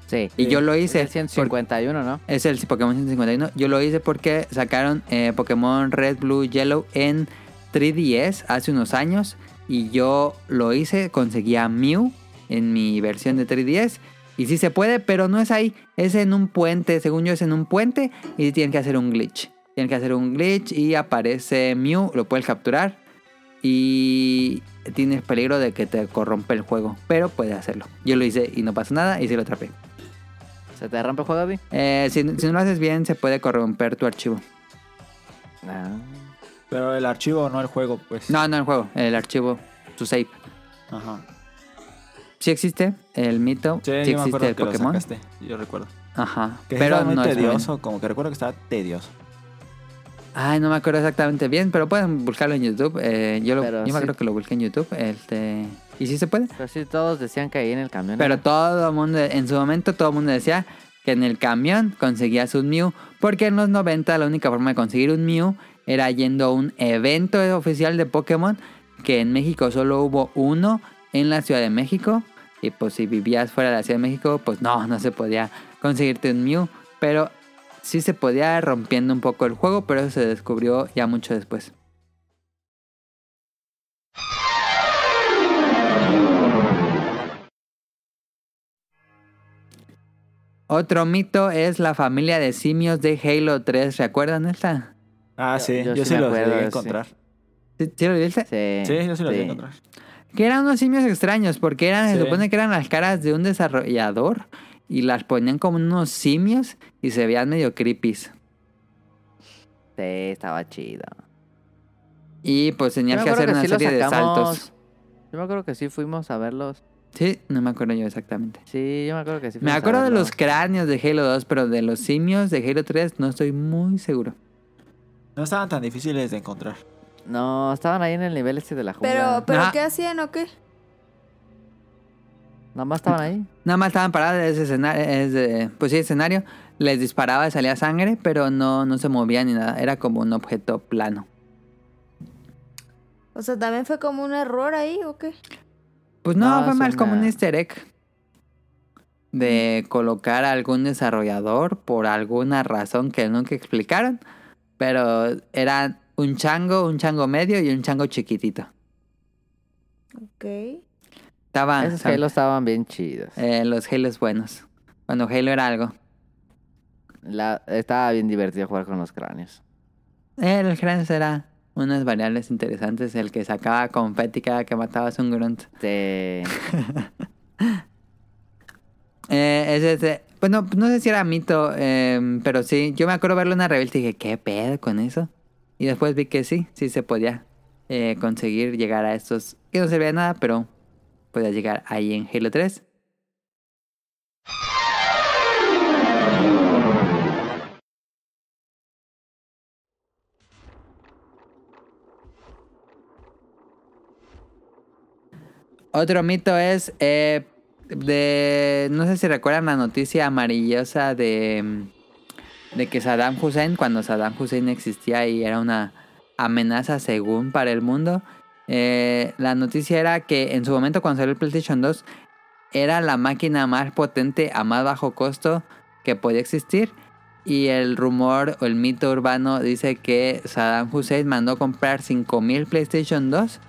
Speaker 2: Sí.
Speaker 3: Y yo lo
Speaker 2: Es el
Speaker 3: hice. porque-
Speaker 2: 151, ¿no?
Speaker 3: es el Pokémon 151. Yo lo hice porque sacaron eh, Pokémon Red, Blue, Yellow en 3DS hace unos años. Y yo lo hice, conseguí a Mew en mi versión de 3DS. Y sí se puede, pero no es ahí. Es en un puente. Según yo, es en un puente. Y tienen que hacer un glitch. Tienen que hacer un glitch y aparece Mew. Lo puedes capturar. Y tienes peligro de que te corrompe el juego. Pero puedes hacerlo. Yo lo hice y no pasó nada. Y sí lo atrapé.
Speaker 2: ¿Se te rompe el juego, Abby?
Speaker 3: Eh, si, si no lo haces bien, se puede corromper tu archivo.
Speaker 2: Ah.
Speaker 4: Pero el archivo, no el juego, pues.
Speaker 3: No, no el juego, el archivo, tu save.
Speaker 4: Ajá.
Speaker 3: Sí existe el mito, sí,
Speaker 4: Sí, yo me
Speaker 3: existe
Speaker 4: acuerdo
Speaker 3: el
Speaker 4: que lo
Speaker 3: Pokémon.
Speaker 4: sacaste. Yo recuerdo.
Speaker 3: Ajá,
Speaker 4: Que
Speaker 3: pero
Speaker 4: estaba muy
Speaker 3: no es bueno.
Speaker 4: tedioso, como que recuerdo que estaba tedioso.
Speaker 3: Ay, no me acuerdo exactamente bien, pero pueden buscarlo en YouTube. eh, yo lo-
Speaker 2: Pero
Speaker 3: yo me
Speaker 2: sí.
Speaker 3: acuerdo que lo busqué en YouTube. Este, y sí se puede.
Speaker 2: Pero sí, todos decían que ahí en el camión.
Speaker 3: Pero
Speaker 2: era.
Speaker 3: todo el mundo, en su momento, todo el mundo decía que en el camión conseguías un Mew. Porque en los 90 la única forma de conseguir un Mew era yendo a un evento oficial de Pokémon. Que en México solo hubo uno en la Ciudad de México. Y pues si vivías fuera de la Ciudad de México, pues no, no se podía conseguirte un Mew. Pero sí se podía rompiendo un poco el juego, pero eso se descubrió ya mucho después. Otro mito es la familia de simios de Halo 3. ¿Recuerdan esta?
Speaker 4: Ah,
Speaker 2: Yo-
Speaker 4: sí.
Speaker 2: yo
Speaker 4: Yo,
Speaker 2: sí
Speaker 4: sí
Speaker 2: me
Speaker 4: los
Speaker 2: acuerdo,
Speaker 4: llegué
Speaker 2: sí.
Speaker 4: a encontrar.
Speaker 3: ¿Sí, sí lo viste?
Speaker 2: Sí,
Speaker 4: Sí, yo sí los
Speaker 2: sí.
Speaker 4: llegué a encontrar.
Speaker 3: Que eran unos simios extraños, porque eran, se
Speaker 4: Sí.
Speaker 3: supone que eran las caras de un desarrollador y las ponían como unos simios y se veían medio creepies.
Speaker 2: Sí, estaba chido.
Speaker 3: Y pues
Speaker 2: Yo
Speaker 3: tenías
Speaker 2: me
Speaker 3: que hacer
Speaker 2: acuerdo
Speaker 3: una
Speaker 2: sí lo
Speaker 3: serie de saltos.
Speaker 2: sacamos. Yo me acuerdo que sí fuimos a verlos.
Speaker 3: Sí, no me acuerdo yo exactamente.
Speaker 2: Sí, yo me acuerdo que sí
Speaker 3: Me
Speaker 2: fuimos a
Speaker 3: acuerdo de los
Speaker 2: verlos.
Speaker 3: cráneos de Halo 2, pero de los simios de Halo 3 no estoy muy seguro.
Speaker 4: No estaban tan difíciles de encontrar.
Speaker 2: No, estaban ahí en el nivel este de la jungla.
Speaker 1: Pero, pero
Speaker 3: Nah.
Speaker 1: ¿qué hacían o qué?
Speaker 2: Nada más estaban
Speaker 3: [laughs]
Speaker 2: ahí.
Speaker 3: Nada más estaban paradas de ese escenario, ese- pues sí, escenario. Les disparaba y salía sangre, pero no, no se movía ni nada. Era como un objeto plano.
Speaker 1: O sea, también fue como un error ahí o qué?
Speaker 3: Pues no,
Speaker 2: No,
Speaker 3: fue
Speaker 2: es
Speaker 3: más como un
Speaker 2: una-
Speaker 3: easter egg. De colocar a algún desarrollador por alguna razón que nunca explicaron. Pero era un chango, un chango medio y un chango chiquitito.
Speaker 1: Ok.
Speaker 3: Estaban
Speaker 2: Esos Halo estaban bien chidos.
Speaker 3: eh, los Halos buenos. Cuando Halo era algo.
Speaker 2: La, estaba bien divertido jugar con los cráneos.
Speaker 3: El Kranz era unas variables interesantes, el que sacaba confeti cada que matabas un grunt.
Speaker 2: Este,
Speaker 3: Eh, ese, ese- pues no, no sé si era mito, eh, pero sí, yo me acuerdo verlo en una revista y dije, ¿qué pedo con eso? Y después vi que sí, sí se podía eh, conseguir llegar a estos, que no servía de nada, pero podía llegar ahí en Halo 3. Otro mito es eh, de no sé si recuerdan la noticia amarillosa de de que Saddam Hussein cuando Saddam Hussein existía y era una amenaza según para el mundo eh, la noticia era que en su momento cuando salió el PlayStation 2 era la máquina más potente a más bajo costo que podía existir y el rumor o el mito urbano dice que Saddam Hussein mandó comprar 5000 PlayStation 2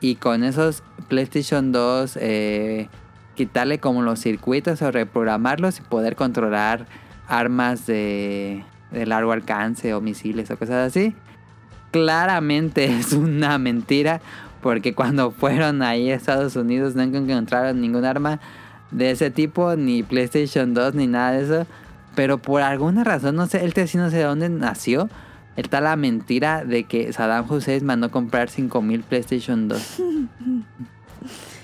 Speaker 3: y con esos PlayStation 2 eh, quitarle como los circuitos o reprogramarlos y poder controlar armas de, de largo alcance o misiles o cosas así. Claramente [laughs] es una mentira porque cuando fueron ahí a Estados Unidos no encontraron ningún arma de ese tipo, ni PlayStation 2, ni nada de eso. Pero por alguna razón, no sé, el sí no sé de dónde nació. Está la mentira de que Saddam Hussein mandó comprar 5.000 PlayStation 2.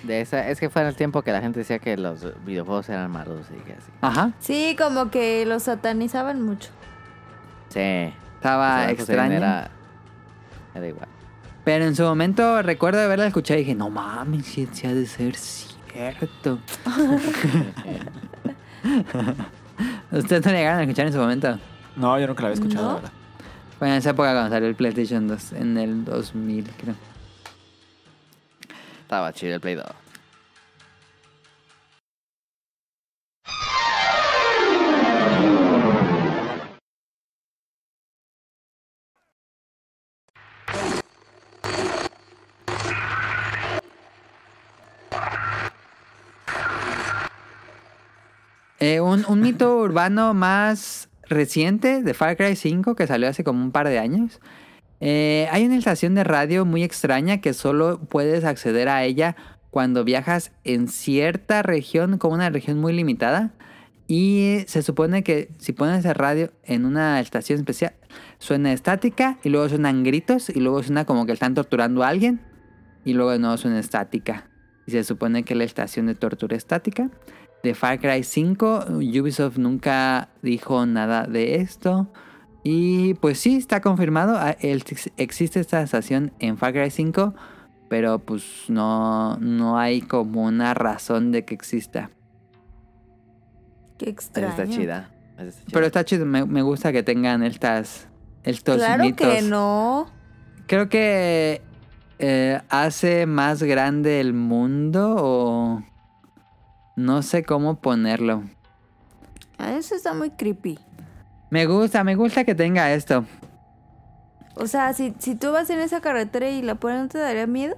Speaker 2: de esa, es que fue en el tiempo que la gente decía que los videojuegos eran malos y que así.
Speaker 3: Ajá.
Speaker 1: Sí, como que los satanizaban mucho.
Speaker 2: Sí.
Speaker 3: Estaba
Speaker 2: Saddam Hussein
Speaker 3: Ah, extraño.
Speaker 2: Era, era igual.
Speaker 3: Pero en su momento recuerdo de verla escuchada y dije, no mames, sí, sí ha de ser cierto. [laughs] Ustedes no llegaron a escuchar en su momento.
Speaker 4: No, yo nunca la había escuchado,
Speaker 1: ¿No?
Speaker 4: la verdad.
Speaker 3: Fue en esa época cuando salió el PlayStation 2, en el 2000 creo.
Speaker 2: Estaba chido el Play 2.
Speaker 3: Eh, un, un mito urbano más reciente de Far Cry 5 que salió hace como un par de años. Eh, hay una estación de radio muy extraña que solo puedes acceder a ella cuando viajas en cierta región, como una región muy limitada. Y se supone que si pones el radio en una estación especial, suena estática y luego suenan gritos y luego suena como que están torturando a alguien y luego de nuevo suena estática. Y se supone que es la estación de tortura estática de Far Cry 5. Ubisoft nunca dijo nada de esto. Y pues sí, está confirmado. ah, el- Existe esta estación en Far Cry 5. Pero pues no, no hay como una razón de que exista.
Speaker 1: Qué
Speaker 2: Esa
Speaker 1: extraño.
Speaker 2: está chida. Esa está chida.
Speaker 3: Pero está chido, me, me gusta que tengan estas, estos
Speaker 1: Claro
Speaker 3: mitos.
Speaker 1: que no.
Speaker 3: Creo que eh, hace más grande el mundo o... No sé cómo ponerlo.
Speaker 1: Ah, Eso está muy creepy.
Speaker 3: Me gusta, me gusta que tenga esto.
Speaker 1: O sea, si, si tú vas en esa carretera y la ponen, ¿no te daría miedo?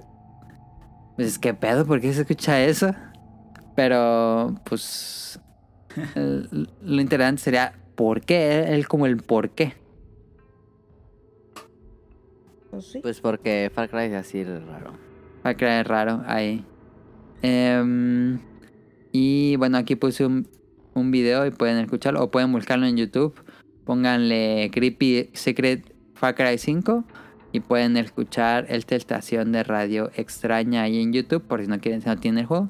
Speaker 3: Pues qué pedo, ¿por qué se escucha eso? Pero, pues. el- lo interesante sería por qué, él como el por qué.
Speaker 2: Pues porque Far Cry es así de raro.
Speaker 3: Va a creer raro ahí. Em, y bueno, aquí puse un, un video y pueden escucharlo o pueden buscarlo en YouTube. Pónganle Creepy Secret Far Cry 5 y pueden escuchar esta estación de radio extraña ahí en YouTube por si no quieren, si no tienen el juego.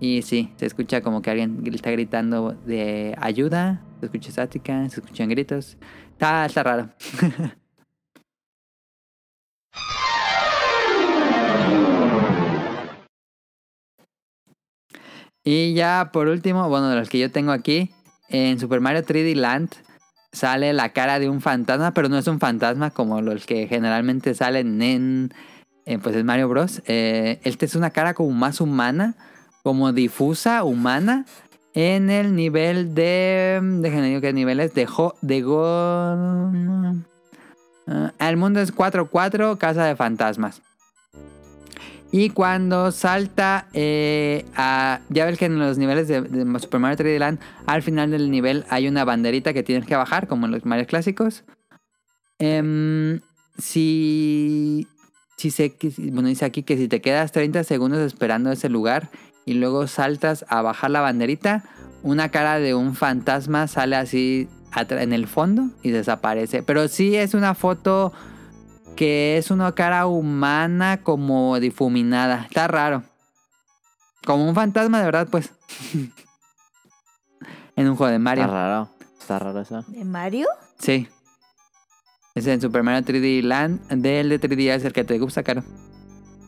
Speaker 3: Y sí, se escucha como que alguien está gritando de ayuda, se escucha estática, se escuchan gritos. Está, está raro. Y ya por último, bueno, de los que yo tengo aquí, en Super Mario 3D Land sale la cara de un fantasma, pero no es un fantasma como los que generalmente salen en, en, pues en Mario Bros. Eh, este es una cara como más humana, como difusa, humana, en el nivel de... mm, Déjenme digo qué niveles, de... Jo- de go, Ah, el mundo es 4-4, casa de fantasmas. Y cuando salta eh, a... Ya ves que en los niveles de, de Super Mario 3D Land, al final del nivel hay una banderita que tienes que bajar, como en los Mario clásicos. Em, si... Si se, que- bueno, dice aquí que si te quedas 30 segundos esperando ese lugar y luego saltas a bajar la banderita, una cara de un fantasma sale así atra- en el fondo y desaparece. Pero sí es una foto que es una cara humana como difuminada. Está raro. Como un fantasma de verdad, pues. [laughs] en un juego de
Speaker 2: Está
Speaker 3: Mario.
Speaker 2: raro. Está raro eso.
Speaker 1: ¿De Mario?
Speaker 3: Sí. Es en Super Mario 3D Land. Del de 3D es el que te gusta, caro.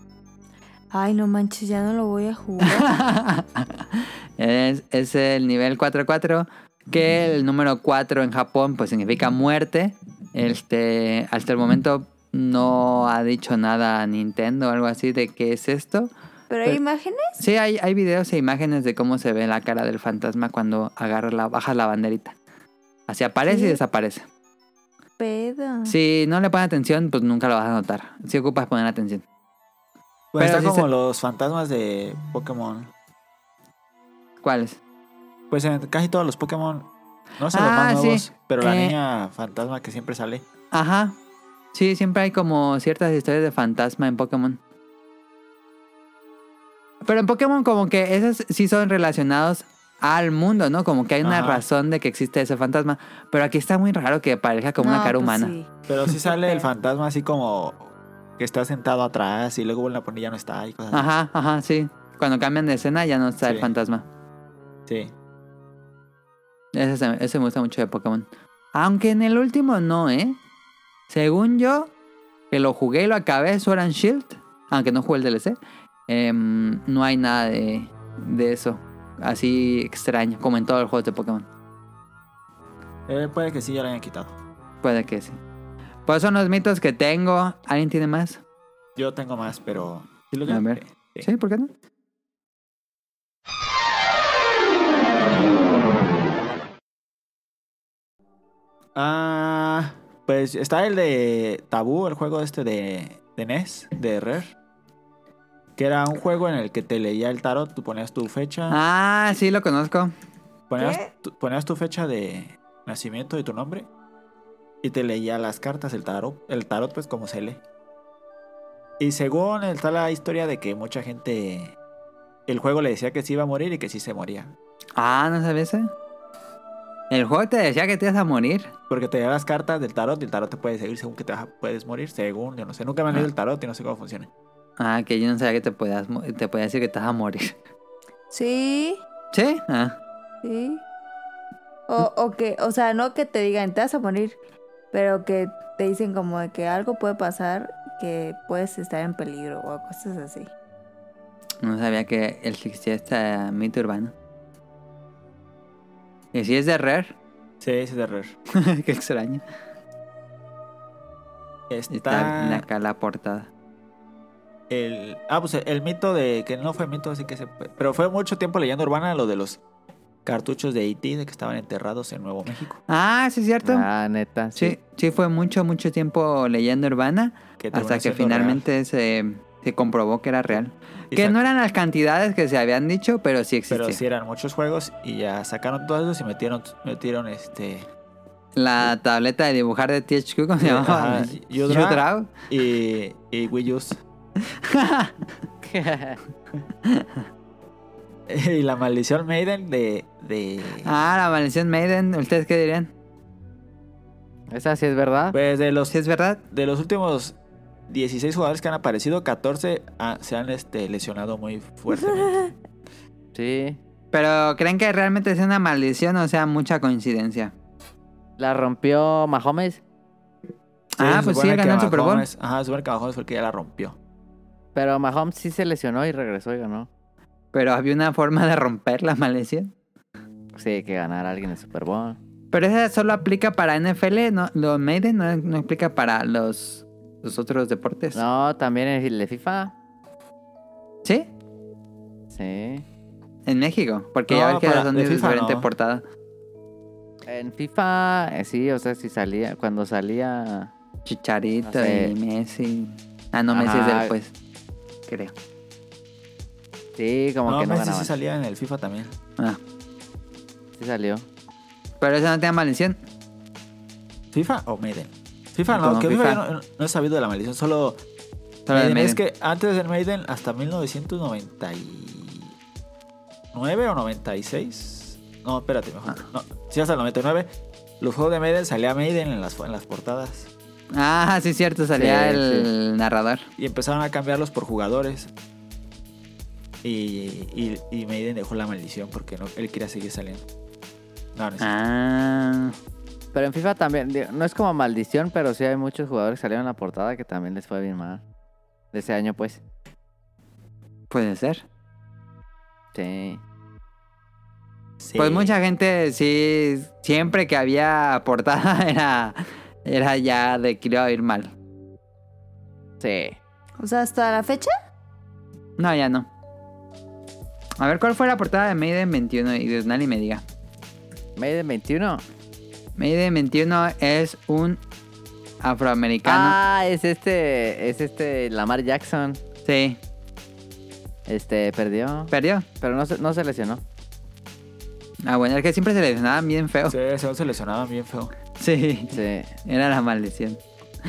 Speaker 3: [laughs]
Speaker 1: Ay, no manches, ya no lo voy a
Speaker 2: [laughs]
Speaker 1: jugar.
Speaker 3: es, es el nivel 4-4, que el número 4 en Japón pues significa muerte. Este, hasta el momento no ha dicho nada a Nintendo o algo así de qué es esto.
Speaker 1: ¿Pero hay
Speaker 3: Pero-
Speaker 1: imágenes?
Speaker 3: Sí, hay, hay videos e imágenes de cómo se ve la cara del fantasma cuando agarra la, bajas la banderita. Así aparece y
Speaker 1: Sí.
Speaker 3: desaparece.
Speaker 1: Pedo.
Speaker 3: Si no le pones atención, pues nunca lo vas a notar. Si ocupas poner atención. Pero
Speaker 4: Bueno, está
Speaker 3: sí
Speaker 4: Pues como
Speaker 3: se-
Speaker 4: los fantasmas de Pokémon.
Speaker 3: ¿Cuál es?
Speaker 4: Pues en casi todos los Pokémon. No sé los
Speaker 3: Ah,
Speaker 4: más
Speaker 3: sí.
Speaker 4: nuevos, pero la
Speaker 3: Eh.
Speaker 4: niña fantasma que siempre sale.
Speaker 3: Ajá. Sí, siempre hay como ciertas historias de fantasma en Pokémon. Pero en Pokémon como que esos sí son relacionados al mundo, ¿no? Como que hay una
Speaker 4: Ajá.
Speaker 3: razón de que existe ese fantasma. Pero aquí está muy raro que aparezca como una
Speaker 1: No,
Speaker 3: cara
Speaker 1: pues
Speaker 3: humana.
Speaker 1: sí.
Speaker 4: Pero sí sale el fantasma así como que está sentado atrás y luego vuelven a poner y ya no está y cosas así.
Speaker 3: Ajá, ajá, sí. Cuando cambian de escena ya no está el
Speaker 4: Sí.
Speaker 3: fantasma.
Speaker 4: Sí.
Speaker 3: Ese, se- ese me gusta mucho de Pokémon. Aunque en el último no, ¿eh? Según yo, que lo jugué y lo acabé, Sword and Shield, aunque no jugué el DLC, em, no hay nada de, de eso. Así extraño, como en todos los juegos de Pokémon.
Speaker 4: Eh, puede que sí ya lo hayan quitado.
Speaker 3: Puede que sí. Pues son los mitos que tengo. ¿Alguien tiene más?
Speaker 4: Yo tengo más, pero. ¿Sí los
Speaker 3: A
Speaker 4: digo?
Speaker 3: ver.
Speaker 4: Sí.
Speaker 3: Sí, ¿por qué no?
Speaker 4: Ah, pues está el de Tabú, el juego este de, de NES, de Rare. Que era un juego en el que te leía el tarot, tú ponías tu fecha,
Speaker 3: Ah, sí, lo conozco.
Speaker 1: ¿Qué?
Speaker 4: ponías, tu, ponías tu fecha de nacimiento y tu nombre. Y te leía las cartas, el tarot, el tarot pues como se lee. Y según está la historia de que mucha gente... El juego le decía que se iba a morir y que sí se moría.
Speaker 3: Ah, ¿no sabes ese? El juego te decía que te ibas a morir.
Speaker 4: Porque te da las cartas del tarot y el tarot te puede seguir según que te vas a- puedes morir, según yo no sé. Nunca me han leído el tarot y no sé cómo funciona.
Speaker 3: Ah, que yo no sabía que te podías, mo- te podía decir que te vas a morir. [laughs]
Speaker 1: Sí,
Speaker 3: ¿Sí? Ah,
Speaker 1: sí. O, o que, o sea, no que te digan, te vas a morir, pero que te dicen como de que algo puede pasar, que puedes estar en peligro o cosas así.
Speaker 3: no sabía que existía este mito urbano. Y si es de Rare, [laughs]
Speaker 4: Sí, ese es de Rare.
Speaker 3: qué extraño.
Speaker 4: Está,
Speaker 3: Está en acá la portada.
Speaker 4: el... Ah, pues el mito de... Que no fue mito, así que se... Pero fue mucho tiempo leyenda urbana lo de los cartuchos de E.T. de que estaban enterrados en Nuevo México.
Speaker 3: Ah, sí, es cierto.
Speaker 2: Ah, neta.
Speaker 3: sí. sí, fue mucho, mucho tiempo leyenda urbana.
Speaker 4: Que
Speaker 3: hasta
Speaker 4: terminó
Speaker 3: que
Speaker 4: siendo real.
Speaker 3: finalmente se, se comprobó que era real.
Speaker 4: Y
Speaker 3: Que
Speaker 4: sac-
Speaker 3: no eran las cantidades que se habían dicho, pero sí existía.
Speaker 4: Pero sí eran muchos juegos y ya sacaron todos esos y metieron, metieron este...
Speaker 3: La tableta de dibujar de THQ, ¿cómo se
Speaker 4: Sí,
Speaker 3: llamaba? [laughs]
Speaker 4: ajá, Yudra.
Speaker 3: Yudrao.
Speaker 4: Y, y Wii U's. [laughs] y la maldición Maiden de... de...
Speaker 3: Ah, la maldición Maiden. ¿Ustedes qué dirían?
Speaker 2: [laughs] Esa sí es verdad.
Speaker 4: Pues de los
Speaker 3: ¿Sí es verdad?
Speaker 4: de los últimos 16 jugadores que han aparecido, 14 ah, se han este, lesionado muy fuertemente.
Speaker 2: Sí.
Speaker 3: Pero ¿creen que realmente es una maldición o sea mucha coincidencia?
Speaker 2: La rompió Mahomes,
Speaker 3: [laughs] Ah, pues
Speaker 4: se
Speaker 3: sí,
Speaker 4: supone que
Speaker 3: ganó el Super Bowl.
Speaker 4: Mahomes- Ajá, se supone que Mahomes fue el que ya la rompió.
Speaker 2: pero Mahomes sí se lesionó y regresó y ganó.
Speaker 3: Pero había una forma de romper la maldición.
Speaker 2: Sí, que ganar alguien el Super Bowl.
Speaker 3: Pero esa solo aplica para NFL, no, lo Maiden no, no aplica para los, los otros deportes.
Speaker 2: No, también el de FIFA.
Speaker 3: ¿Sí?
Speaker 2: Sí.
Speaker 3: En México, porque
Speaker 4: No,
Speaker 3: ya ves que
Speaker 4: para-
Speaker 3: son
Speaker 4: de
Speaker 3: de
Speaker 4: FIFA
Speaker 3: diferente
Speaker 4: no.
Speaker 3: portada.
Speaker 2: En FIFA, eh, sí, o sea, si salía, cuando salía.
Speaker 3: Chicharito
Speaker 2: No sé.
Speaker 3: y Messi. Ah, no, Messi es
Speaker 2: Ajá.
Speaker 3: del pues. Creo.
Speaker 2: Sí, como
Speaker 4: no,
Speaker 2: que no
Speaker 4: Messi
Speaker 2: ganaban.
Speaker 4: sí
Speaker 2: Sí,
Speaker 4: salía en el FIFA también.
Speaker 3: Ah,
Speaker 2: salió.
Speaker 3: pero esa no tenía maldición.
Speaker 4: ¿FIFA o Maiden? FIFA no,
Speaker 3: No,
Speaker 4: que FIFA,
Speaker 3: FIFA.
Speaker 4: yo no, no he sabido de la maldición, solo...
Speaker 3: Solo de
Speaker 4: Maiden.
Speaker 3: Maiden.
Speaker 4: Es que antes del Maiden, hasta 1999 o 96... No, espérate, mejor. No, sí, hasta el 99. Los juegos de Maiden salía Maiden en las, en las portadas.
Speaker 3: Ah, sí, cierto, salía
Speaker 2: Sí,
Speaker 3: el narrador.
Speaker 4: Y empezaron a cambiarlos por jugadores. Y, y, y Maiden dejó la maldición porque no, él quería seguir saliendo. No, no es
Speaker 3: Ah,
Speaker 2: Pero en FIFA también, digo, no es como maldición, pero sí hay muchos jugadores que salieron en la portada que también les fue bien mal. De ese año, pues.
Speaker 3: puede ser.
Speaker 2: Sí.
Speaker 4: Sí.
Speaker 3: Pues mucha gente sí, siempre que había portada [laughs] era, era ya de que le iba a ir mal.
Speaker 2: Sí.
Speaker 1: O sea, hasta la fecha.
Speaker 3: No, ya no. A ver, ¿cuál fue la portada de Maiden 21? Y Dios, nadie me diga.
Speaker 2: Maiden 21.
Speaker 3: Maiden 21 es un afroamericano.
Speaker 2: Ah, es este, es este Lamar Jackson.
Speaker 3: Sí,
Speaker 2: Este, perdió.
Speaker 3: perdió.
Speaker 2: Pero no se, no se lesionó.
Speaker 3: Ah, bueno, es que siempre se lesionaban bien feo.
Speaker 4: Sí, se, se lesionaban bien feo.
Speaker 3: [laughs] Sí,
Speaker 2: Sí.
Speaker 3: era la maldición.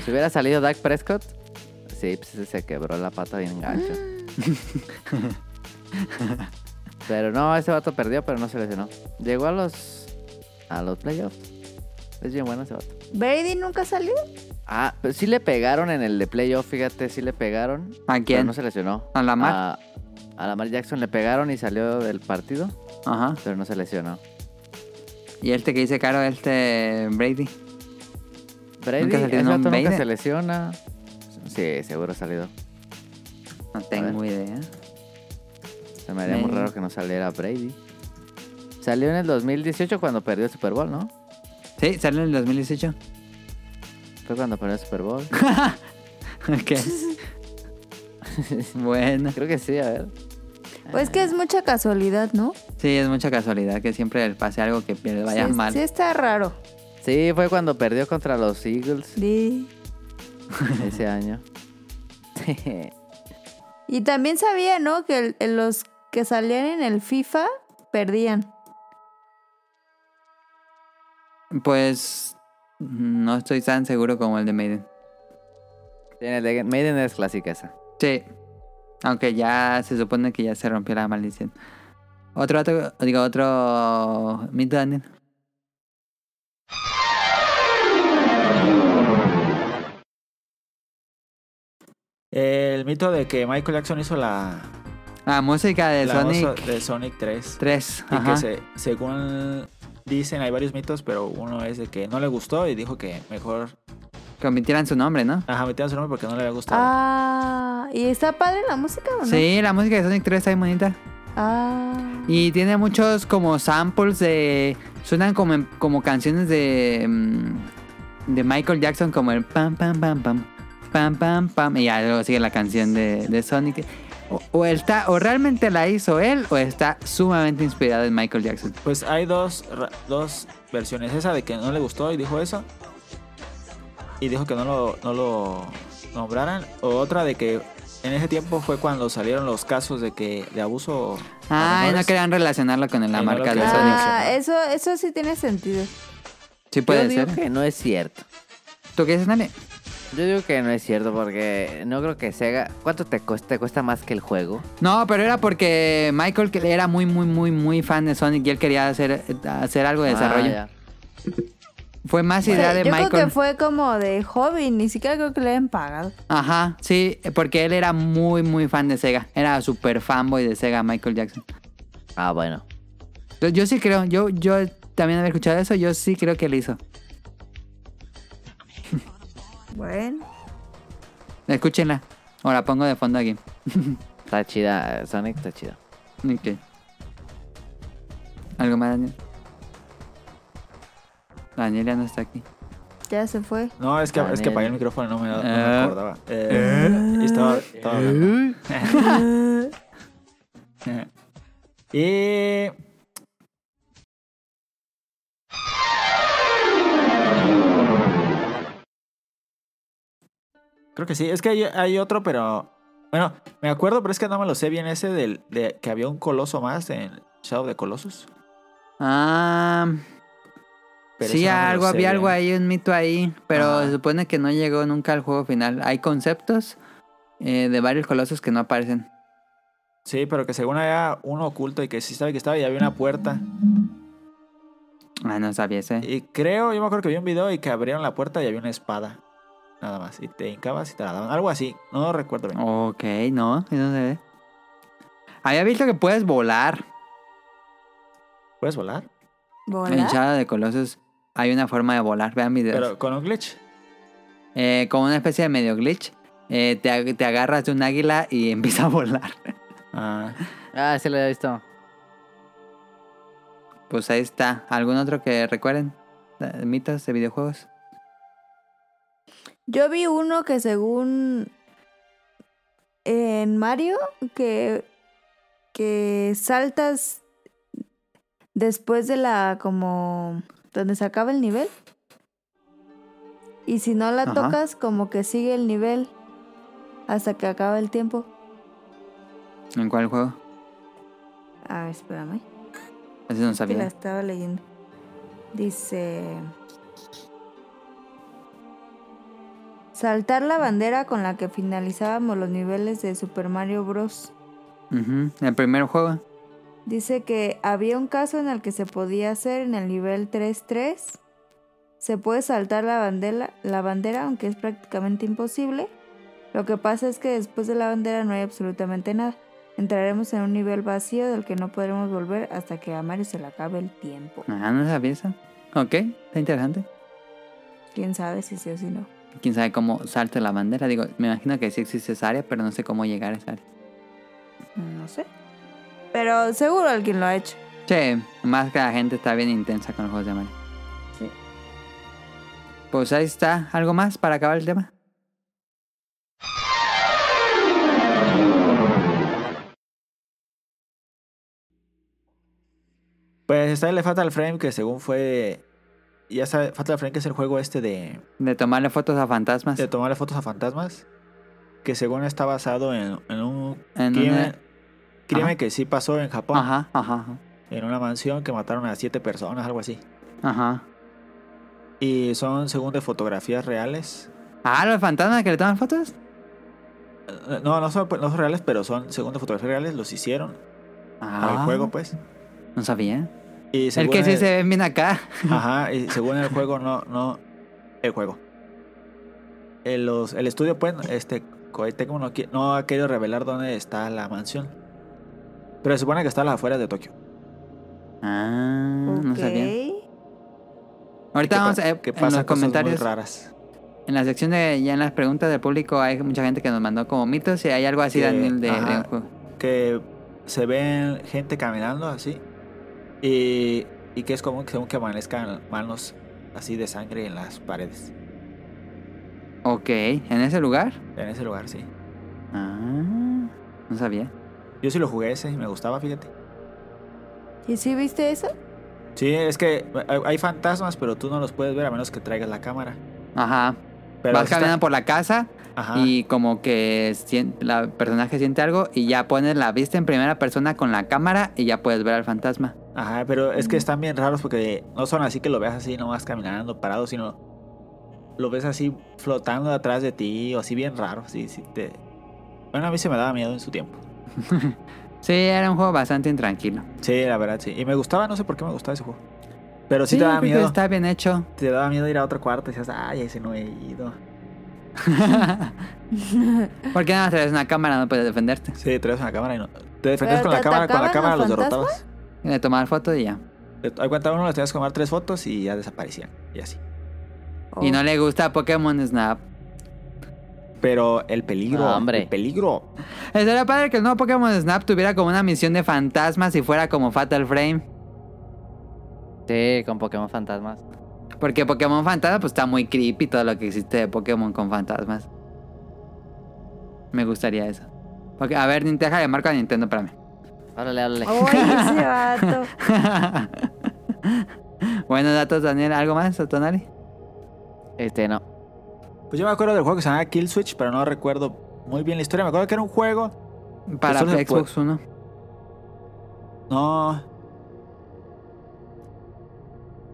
Speaker 2: Si hubiera salido Dak Prescott, sí, pues se quebró la pata bien gacho.
Speaker 1: mm,
Speaker 2: pero no, ese vato perdió, pero no se lesionó. Llegó a los a los playoffs. Es bien bueno ese vato.
Speaker 1: Brady nunca salió.
Speaker 2: Ah, pero sí le pegaron en el de playoff, fíjate, sí le pegaron.
Speaker 3: ¿A
Speaker 2: Pero
Speaker 3: quién?
Speaker 2: no Ah. se lesionó.
Speaker 3: ¿A Lamar?
Speaker 2: A, a Lamar Jackson le pegaron y salió del partido,
Speaker 3: Ajá.
Speaker 2: pero no se lesionó.
Speaker 3: Y este que dice caro, este Brady.
Speaker 2: Brady,
Speaker 3: ¿Nunca salió
Speaker 2: ese
Speaker 3: en un
Speaker 2: vato nunca
Speaker 3: Vader?
Speaker 2: se lesiona. Sí, seguro ha salido.
Speaker 3: No tengo idea.
Speaker 2: Se me haría muy
Speaker 3: Maybe.
Speaker 2: raro que no saliera Brady. Salió en el 2018 cuando perdió el Super Bowl, ¿no?
Speaker 3: Sí, salió en el 2018.
Speaker 2: Fue cuando perdió el Super Bowl.
Speaker 3: [laughs] Ok. bueno.
Speaker 2: Creo que sí, a ver.
Speaker 1: Pues que es mucha casualidad, ¿no?
Speaker 3: Sí, es mucha casualidad que siempre le pase algo que pierde vaya
Speaker 1: sí,
Speaker 3: mal.
Speaker 1: Sí, está raro.
Speaker 2: Sí, fue cuando perdió contra los Eagles
Speaker 1: Sí.
Speaker 2: ese año.
Speaker 1: Y también sabía, ¿no? Que el- el- los que salían en el FIFA perdían.
Speaker 3: Pues no estoy tan seguro como el de Maiden.
Speaker 2: en el de Maiden es clásica esa.
Speaker 3: Sí. Aunque ya se supone que ya se rompió la maldición. Otro dato, digo, otro mito, Daniel.
Speaker 4: El mito de que Michael Jackson hizo la,
Speaker 3: Ah, música de
Speaker 4: la
Speaker 3: Sonic
Speaker 4: osa de Sonic 3.
Speaker 3: 3.
Speaker 4: Y
Speaker 3: Ajá.
Speaker 4: que se- según dicen, hay varios mitos, pero uno es de que no le gustó y dijo que mejor.
Speaker 3: Que omitieran su nombre, ¿no?
Speaker 4: Ajá, metían su nombre porque no le había gustado.
Speaker 1: Ah, ¿y está padre la música o Ah, no?
Speaker 3: Sí, la música de Sonic 3 está bien bonita.
Speaker 1: Ah.
Speaker 3: Y tiene muchos como samples de. Suenan como, en- como canciones de. mm, De Michael Jackson, como el pam, pam, pam, pam. Pam, pam, pam. Y ya luego sigue la canción de, de Sonic. O, o está, o realmente la hizo él, o está sumamente inspirada en Michael Jackson.
Speaker 4: Pues hay dos, ra- dos versiones. Esa de que no le gustó y dijo eso. Y dijo que no lo, no lo nombraran. O otra de que en ese tiempo fue cuando salieron los casos de que de abuso. a
Speaker 3: Ah, no
Speaker 4: menores.
Speaker 3: querían relacionarlo con la
Speaker 4: Sí, no lo
Speaker 3: marca de
Speaker 4: querían.
Speaker 3: Sonic.
Speaker 1: Ah, eso, eso sí tiene sentido.
Speaker 3: Sí,
Speaker 2: Yo
Speaker 3: puede
Speaker 2: digo
Speaker 3: ser.
Speaker 2: que no es cierto.
Speaker 3: ¿Tú qué dices, Nami?
Speaker 2: Yo digo que no es cierto porque no creo que Sega... ¿Cuánto te cuesta, te cuesta más que el juego?
Speaker 3: No, pero era porque Michael que era muy, muy, muy, muy fan de Sonic y él quería hacer, hacer algo de desarrollo.
Speaker 2: Ah, ya.
Speaker 3: Fue más
Speaker 1: O sea,
Speaker 3: idea de
Speaker 1: Pues, yo
Speaker 3: Michael.
Speaker 1: creo que fue como de hobby, ni siquiera creo que le hayan pagado.
Speaker 3: Ajá, sí, porque él era muy, muy fan de Sega. Era súper fanboy de Sega, Michael Jackson.
Speaker 2: Ah, bueno.
Speaker 3: Entonces, yo sí creo, yo, yo también había escuchado eso, yo sí creo que lo hizo.
Speaker 1: Bueno.
Speaker 3: Escúchenla. O la pongo de fondo aquí.
Speaker 2: Está chida. eh, Sonic está chido.
Speaker 3: Ok. ¿Algo más, Daniel? Daniel ya no está aquí.
Speaker 1: Ya se fue.
Speaker 4: No, es que, es que apagué el micrófono, no me, no me
Speaker 3: Eh.
Speaker 4: acordaba. Eh, y estaba, estaba hablando. [laughs] y. Creo que sí. Es que hay, hay otro, pero Bueno, me acuerdo, pero es que no me lo sé bien ese del, de que había un coloso más en Shadow de Colossus.
Speaker 3: Ah,
Speaker 4: Pero
Speaker 3: sí,
Speaker 4: eso no me lo
Speaker 3: algo,
Speaker 4: sé
Speaker 3: había algo
Speaker 4: bien.
Speaker 3: ahí, un mito ahí, pero
Speaker 4: Ajá.
Speaker 3: se supone que no llegó nunca al juego final. Hay conceptos eh, de varios colosos que no aparecen.
Speaker 4: Sí, pero que según había uno oculto y que sí sabe que estaba y había una puerta.
Speaker 3: Ah, no sabía ese.
Speaker 4: Y creo, yo me acuerdo que vi un video y que abrieron la puerta y había una espada. Nada más. Y te hincabas y te la daban. Algo así. No lo recuerdo bien.
Speaker 3: Ok, no, eso no se ve. Había visto que puedes volar.
Speaker 4: ¿Puedes volar?
Speaker 3: En
Speaker 1: ¿Bola?
Speaker 3: Shadow de Colossus hay una forma de volar, vean videos.
Speaker 4: Pero con un glitch.
Speaker 3: Eh, como una especie de medio glitch, eh, te, ag- te agarras de un águila y [laughs] empieza a volar.
Speaker 4: Ah,
Speaker 2: Ah, sí lo había visto.
Speaker 3: Pues ahí está. ¿Algún otro que recuerden? Eh, Mitos de videojuegos.
Speaker 1: Yo vi uno que según en Mario que que saltas después de la como donde se acaba el nivel. Y si no la
Speaker 3: Ajá.
Speaker 1: tocas como que sigue el nivel hasta que acaba el tiempo.
Speaker 3: ¿En cuál juego?
Speaker 1: Ah, espérame.
Speaker 3: Ese
Speaker 1: que
Speaker 3: no
Speaker 1: la
Speaker 3: sabía.
Speaker 1: estaba leyendo. Dice... Saltar la bandera con la que finalizábamos los niveles de Super Mario Bros.
Speaker 3: Ujú, El primer juego.
Speaker 1: Dice que había un caso en el que se podía hacer en el nivel 3-3. Se puede saltar la bandera, la bandera, aunque es prácticamente imposible. Lo que pasa es que después de la bandera no hay absolutamente nada. Entraremos en un nivel vacío del que no podremos volver hasta que a Mario se le acabe el tiempo.
Speaker 3: Ah, no sabía esa. Ok, está interesante.
Speaker 1: Quién sabe si sí o si no.
Speaker 3: Quién sabe cómo salta la bandera. Digo, me imagino que sí existe esa área, pero no sé cómo llegar a esa área.
Speaker 1: No sé. Pero seguro alguien lo ha hecho.
Speaker 3: Che, más que la gente está bien intensa con los juegos de Mario.
Speaker 1: Sí.
Speaker 3: Pues ahí está. ¿Algo más para acabar el tema?
Speaker 4: Pues está el de Fatal Frame que según fue... Ya sabe, Fatal Frame que es el juego este de,
Speaker 3: De tomarle fotos a fantasmas.
Speaker 4: de tomarle fotos a fantasmas. Que según está basado en, en un
Speaker 3: En
Speaker 4: crimen,
Speaker 3: una-
Speaker 4: crimen
Speaker 3: Ajá.
Speaker 4: que sí pasó en Japón.
Speaker 3: Ajá, ajá, ajá.
Speaker 4: En una mansión que mataron a siete personas, algo así.
Speaker 3: Ajá.
Speaker 4: Y son según de fotografías reales.
Speaker 3: Ah, los fantasmas que le toman fotos.
Speaker 4: Eh, No, no son, no son reales, pero son según de fotografías reales. Los hicieron para
Speaker 3: Ah,
Speaker 4: el juego, pues.
Speaker 3: No sabía.
Speaker 4: Y
Speaker 3: El
Speaker 4: según
Speaker 3: que sí
Speaker 4: el-
Speaker 3: se ven bien acá.
Speaker 4: [laughs] Ajá, y según el juego, no, no. El juego. El, los, el estudio, pues, este, Koei Tecmo no, qui- no ha querido revelar dónde está la mansión. Pero se supone que está a las afueras de Tokio.
Speaker 3: Ah, no
Speaker 1: Ok.
Speaker 3: sabía. Ahorita
Speaker 4: Que pa-
Speaker 3: vamos eh,
Speaker 4: que
Speaker 3: en
Speaker 4: pasan
Speaker 3: los
Speaker 4: cosas muy
Speaker 3: comentarios.
Speaker 4: raras.
Speaker 3: En la sección de ya en las preguntas del público hay mucha gente que nos mandó como mitos y hay algo así
Speaker 4: Que-
Speaker 3: Daniel, de, de
Speaker 4: ajá.
Speaker 3: un juego.
Speaker 4: Que se ven gente caminando así. Y, y que es común que según que amanezcan manos así de sangre en las paredes.
Speaker 3: Ok, en ese lugar.
Speaker 4: En ese lugar, sí.
Speaker 3: Ah, no sabía.
Speaker 4: Yo sí lo jugué ese y me gustaba, fíjate.
Speaker 1: ¿Y sí viste eso?
Speaker 4: Sí, es que hay- hay fantasmas, pero tú no los puedes ver a menos que traigas la cámara.
Speaker 3: Ajá.
Speaker 4: Pero
Speaker 3: Vas
Speaker 4: sí está- Ah.
Speaker 3: caminando por la casa
Speaker 4: Ajá.
Speaker 3: y como que sien- la personaje siente algo y ya pones la vista en primera persona con la cámara y ya puedes ver al fantasma.
Speaker 4: Ajá, pero es que están bien raros porque no son así que lo veas así nomás caminando parado, sino lo ves así flotando atrás de ti o así bien raro. Sí, sí, te... Bueno, a mí se me daba miedo en su tiempo.
Speaker 3: Sí, era un juego bastante intranquilo.
Speaker 4: Sí, la verdad, sí. Y me gustaba, no sé por qué me gustaba ese juego. Pero sí, te
Speaker 3: yo
Speaker 4: daba
Speaker 3: creo que
Speaker 4: miedo.
Speaker 3: Está bien hecho.
Speaker 4: Te daba miedo ir a otro cuarto y decías, ay, ese no he ido.
Speaker 3: Porque nada, más traes una cámara, no puedes defenderte.
Speaker 4: Sí, traes una cámara y no. Te defendías
Speaker 1: ¿Pero
Speaker 4: con la
Speaker 1: te
Speaker 4: cámara, con la
Speaker 1: atacaban
Speaker 4: cámara
Speaker 1: los
Speaker 4: los
Speaker 1: fantasmas?
Speaker 4: derrotabas.
Speaker 3: De tomar fotos y ya.
Speaker 4: Te- Al cuenta uno, les tenías que tomar tres fotos y ya desaparecían. Y así.
Speaker 3: Y
Speaker 1: Oh.
Speaker 3: no le gusta Pokémon Snap.
Speaker 4: Pero el peligro,
Speaker 3: Ah,
Speaker 2: No, hombre.
Speaker 4: el peligro.
Speaker 3: Estaría padre que el nuevo Pokémon Snap tuviera como una misión de fantasmas y fuera como Fatal Frame.
Speaker 2: Sí, con Pokémon fantasmas.
Speaker 3: Porque Pokémon Fantasma pues está muy creepy todo lo que existe de Pokémon con fantasmas. Me gustaría eso. Ok, a ver, Nintendo, le marco a Nintendo, espérame. [laughs]
Speaker 2: Órale, órale.
Speaker 1: Oh. Ay, ese vato.
Speaker 3: Buenos datos, Daniel. ¿Algo más, Otonari?
Speaker 2: Este, no.
Speaker 4: Pues yo me acuerdo del juego que se llamaba Kill Switch, pero no recuerdo muy bien la historia. Me acuerdo que era un juego.
Speaker 3: Para
Speaker 4: solo se
Speaker 3: Xbox One.
Speaker 4: No.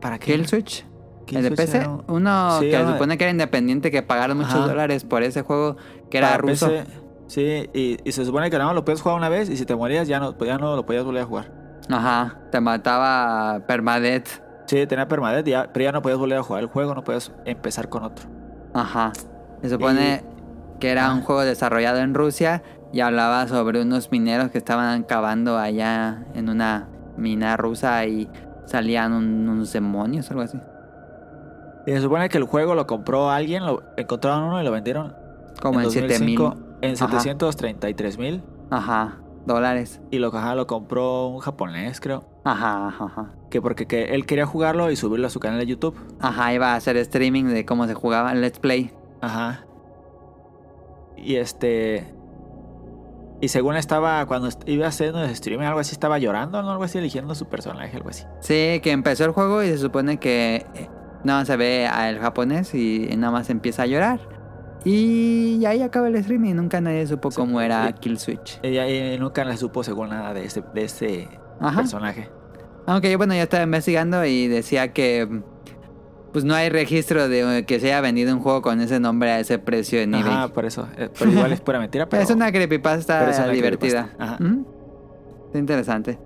Speaker 4: ¿Para
Speaker 3: ¿Qué
Speaker 4: qué?
Speaker 3: el Switch?
Speaker 4: ¿Qué
Speaker 3: ¿El de
Speaker 4: Switch
Speaker 3: PC?
Speaker 4: era un-
Speaker 3: Uno
Speaker 4: Sí,
Speaker 3: que se
Speaker 4: era-
Speaker 3: supone que era independiente, que pagaron muchos
Speaker 4: Ajá.
Speaker 3: dólares por ese juego que era
Speaker 4: para
Speaker 3: ruso.
Speaker 4: PC. Sí, y, y se supone que nada más lo podías jugar una vez y si te morías ya no, pues ya no lo podías volver a jugar.
Speaker 3: Ajá, te mataba Permadeath.
Speaker 4: Sí, tenía permadeath, ya- pero ya no podías volver a jugar el juego, no podías empezar con otro.
Speaker 3: Ajá. Se supone que era un juego desarrollado en Rusia y hablaba sobre unos mineros que estaban cavando allá en una mina rusa y salían un- unos demonios, algo así.
Speaker 4: Y se supone que el juego lo compró alguien, lo encontraron uno y lo vendieron
Speaker 3: Como en, 7000.
Speaker 4: 2005 en
Speaker 3: Ajá.
Speaker 4: 733 mil.
Speaker 3: Ajá, dólares.
Speaker 4: Y lo, ajá, lo compró un japonés, creo.
Speaker 3: Ajá, ajá, ajá.
Speaker 4: Que porque que él quería jugarlo y subirlo a su canal de YouTube.
Speaker 3: Ajá, iba a hacer streaming de cómo se jugaba el Let's Play.
Speaker 4: Ajá. Y este. Y según estaba, cuando est- iba haciendo el stream, algo así, estaba llorando, ¿no? Algo así, eligiendo su personaje, algo así.
Speaker 3: Sí, que empezó el juego y se supone que eh, nada más se ve al japonés y nada más empieza a llorar. Y ahí acaba el streaming y nunca nadie supo
Speaker 4: Sí, eh,
Speaker 3: cómo era
Speaker 4: sí.
Speaker 3: Kill Switch.
Speaker 4: Ella y nunca le supo según nada de este, de este
Speaker 3: Ajá.
Speaker 4: personaje.
Speaker 3: Aunque yo, bueno, yo estaba investigando y decía que pues no hay registro de eh, que se haya vendido un juego con ese nombre a ese precio en eBay.
Speaker 4: Ajá, por eso. eh, Pero igual es
Speaker 3: [laughs]
Speaker 4: pura mentira, pero.
Speaker 3: es una creepypasta
Speaker 4: pero es una
Speaker 3: divertida.
Speaker 4: creepypasta. Ajá.
Speaker 3: Ujú. ¿Mm? Está interesante.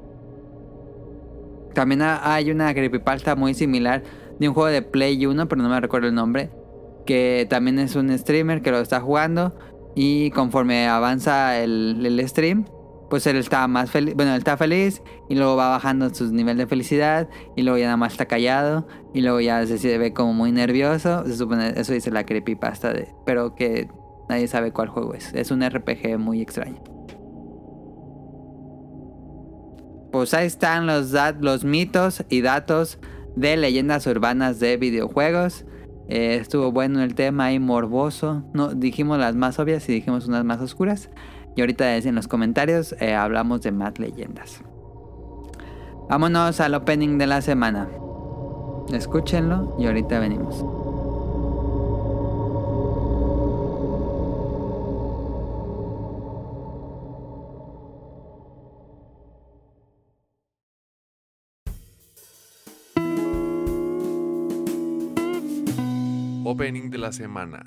Speaker 3: También ha- hay una creepypasta muy similar de un juego de Play 1, pero no me recuerdo el nombre. Que también es un streamer que lo está jugando. Y conforme avanza el, el stream, pues él está más feliz. Bueno, él está feliz y luego va bajando su nivel de felicidad. Y luego ya nada más está callado. Y luego ya se, se ve como muy nervioso. Se supone, eso dice la creepypasta. De, pero que nadie sabe cuál juego es. Es un RPG muy extraño. Pues ahí están los, da- los mitos y datos de leyendas urbanas de videojuegos. Eh, estuvo bueno el tema ahí morboso. No, dijimos las más obvias y dijimos unas más oscuras. Y ahorita es- en los comentarios eh, hablamos de más leyendas. Vámonos al opening de la semana. Escúchenlo y ahorita venimos.
Speaker 6: Opening de la semana.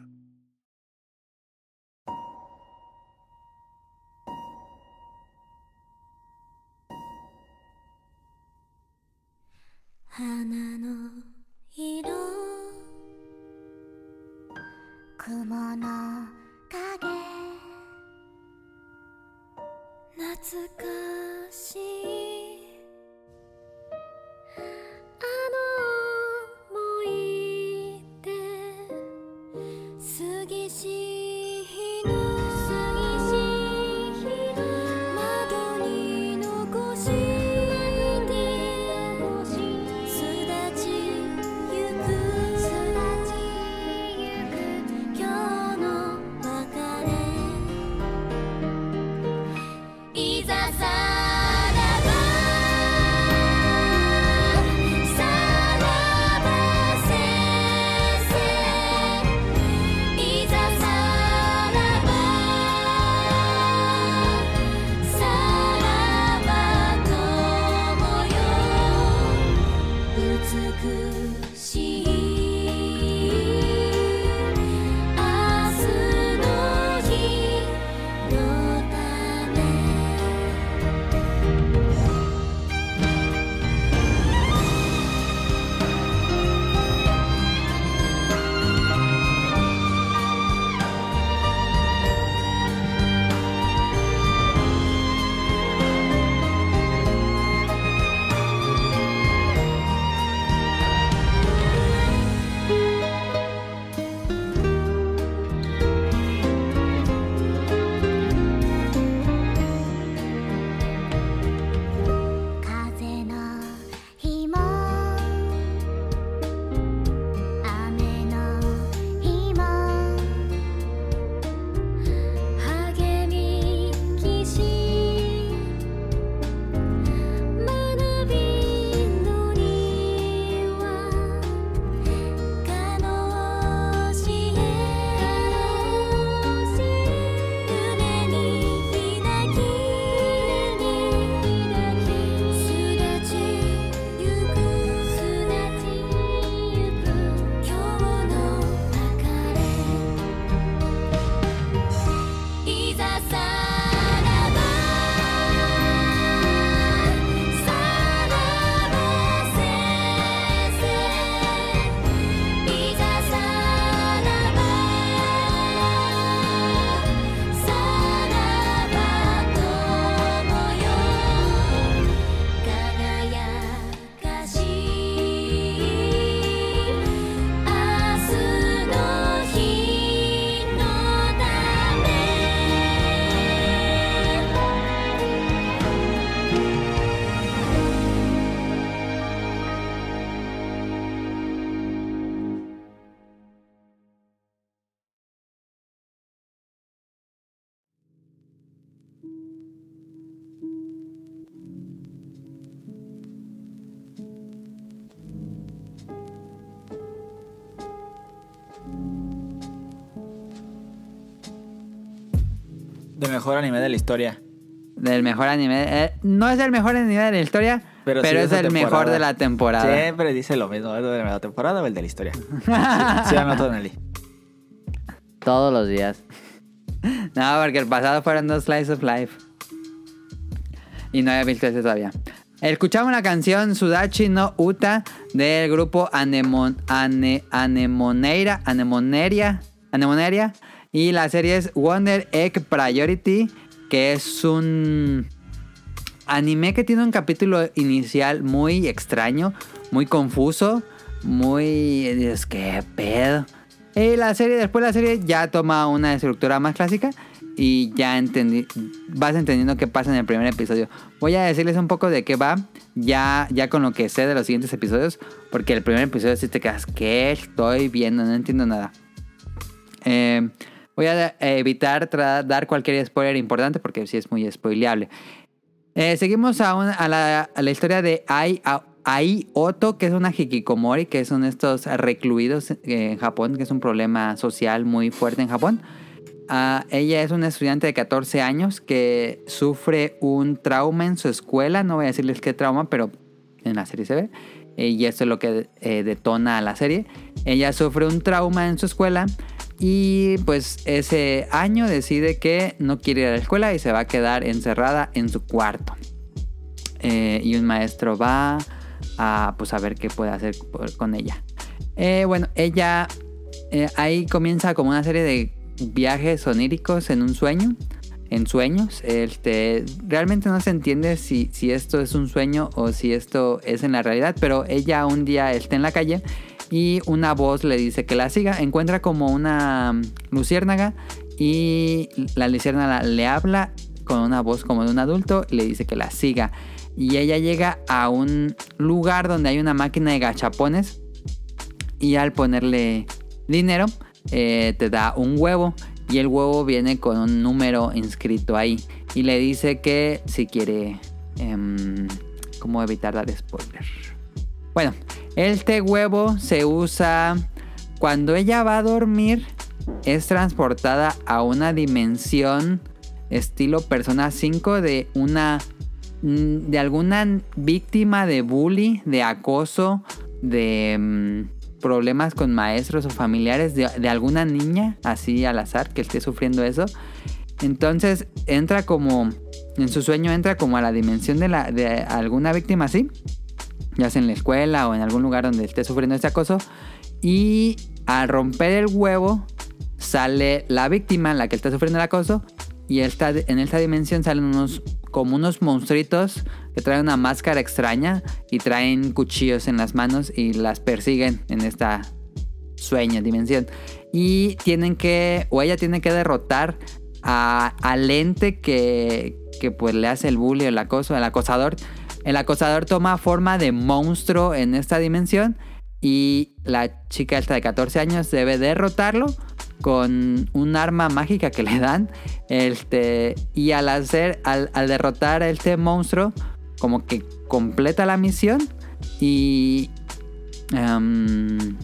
Speaker 7: 「花の色」「雲の影」「懐かしい」「あの思い出」「杉しひる」「杉しひる」「窓に残し」「すだちゆく」「すだちゆく」「今日の別れ」「いざさらば」
Speaker 3: Mm.
Speaker 4: De mejor anime de la historia.
Speaker 3: Del mejor anime. eh, no es el mejor anime de la historia, pero,
Speaker 4: Pero sí de
Speaker 3: es
Speaker 4: esa
Speaker 3: el mejor
Speaker 4: temporada.
Speaker 3: de la temporada.
Speaker 4: Siempre dice lo mismo, ¿es de la temporada o el de
Speaker 3: [laughs]
Speaker 4: la historia? Sí, sí anotó Nelly.
Speaker 2: Todos los días.
Speaker 3: [laughs] No, porque el pasado fueron dos Slice of Life. Y no había visto ese todavía. Escuchamos la canción Sudachi no Uta del grupo Anemon, Ane- Anemoneira, Anemoneria, Anemoneria. Y la serie es Wonder Egg Priority, que es un anime que tiene un capítulo inicial muy extraño, muy confuso, muy... Es que pedo. Y Eh, la serie, después la serie ya toma una estructura más clásica y ya entendí, vas entendiendo qué pasa en el primer episodio. Voy a decirles un poco de qué va, ya, ya con lo que sé de los siguientes episodios, porque el primer episodio sí te quedas, ¿qué estoy viendo? No entiendo nada. Eh, voy a da- evitar tra- dar cualquier spoiler importante porque sí es muy spoileable. Eh, seguimos a, un- a la, a la historia de Ai, a- Ai Oto, que es una hikikomori, que son estos recluidos eh, en Japón, que es un problema social muy fuerte en Japón. Ah, ella es una estudiante de 14 años que sufre un trauma en su escuela, no voy a decirles qué trauma, pero en la serie se ve, eh, y esto es lo que eh, detona a la serie. Ella sufre un trauma en su escuela y pues ese año decide que no quiere ir a la escuela y se va a quedar encerrada en su cuarto. Eh, y un maestro va a pues a ver qué puede hacer por- con ella. Eh, bueno, ella eh, ahí comienza como una serie de viajes oníricos en un sueño. En sueños, este, realmente no se entiende si, si esto es un sueño o si esto es en la realidad, pero ella un día está en la calle y una voz le dice que la siga. Encuentra como una mm, luciérnaga y la luciérnaga le habla con una voz como de un adulto y le dice que la siga. Y ella llega a un lugar donde hay una máquina de gachapones y al ponerle dinero eh, te da un huevo y el huevo viene con un número inscrito ahí y le dice que si quiere em, cómo evitar dar spoiler. Bueno, este huevo se usa cuando ella va a dormir es transportada a una dimensión estilo Persona 5 de una mm, de alguna víctima de bully, de acoso, de mm, problemas con maestros o familiares de, de alguna niña así al azar que esté sufriendo eso. Entonces entra como en su sueño entra como a la dimensión de la de alguna víctima así, ya sea en la escuela o en algún lugar donde esté sufriendo este acoso y al romper el huevo sale la víctima, la que está sufriendo el acoso, y esta, en esta dimensión salen unos como unos monstruitos que traen una máscara extraña y traen cuchillos en las manos y las persiguen en esta sueño, dimensión. Y tienen que, o ella tiene que derrotar a- al ente que, que pues le hace el bully, el acoso, el acosador. El acosador toma forma de monstruo en esta dimensión y la chica esta de 14 años debe derrotarlo con un arma mágica que le dan. Este, y al hacer, al, al derrotar a este monstruo, como que completa la misión y... em,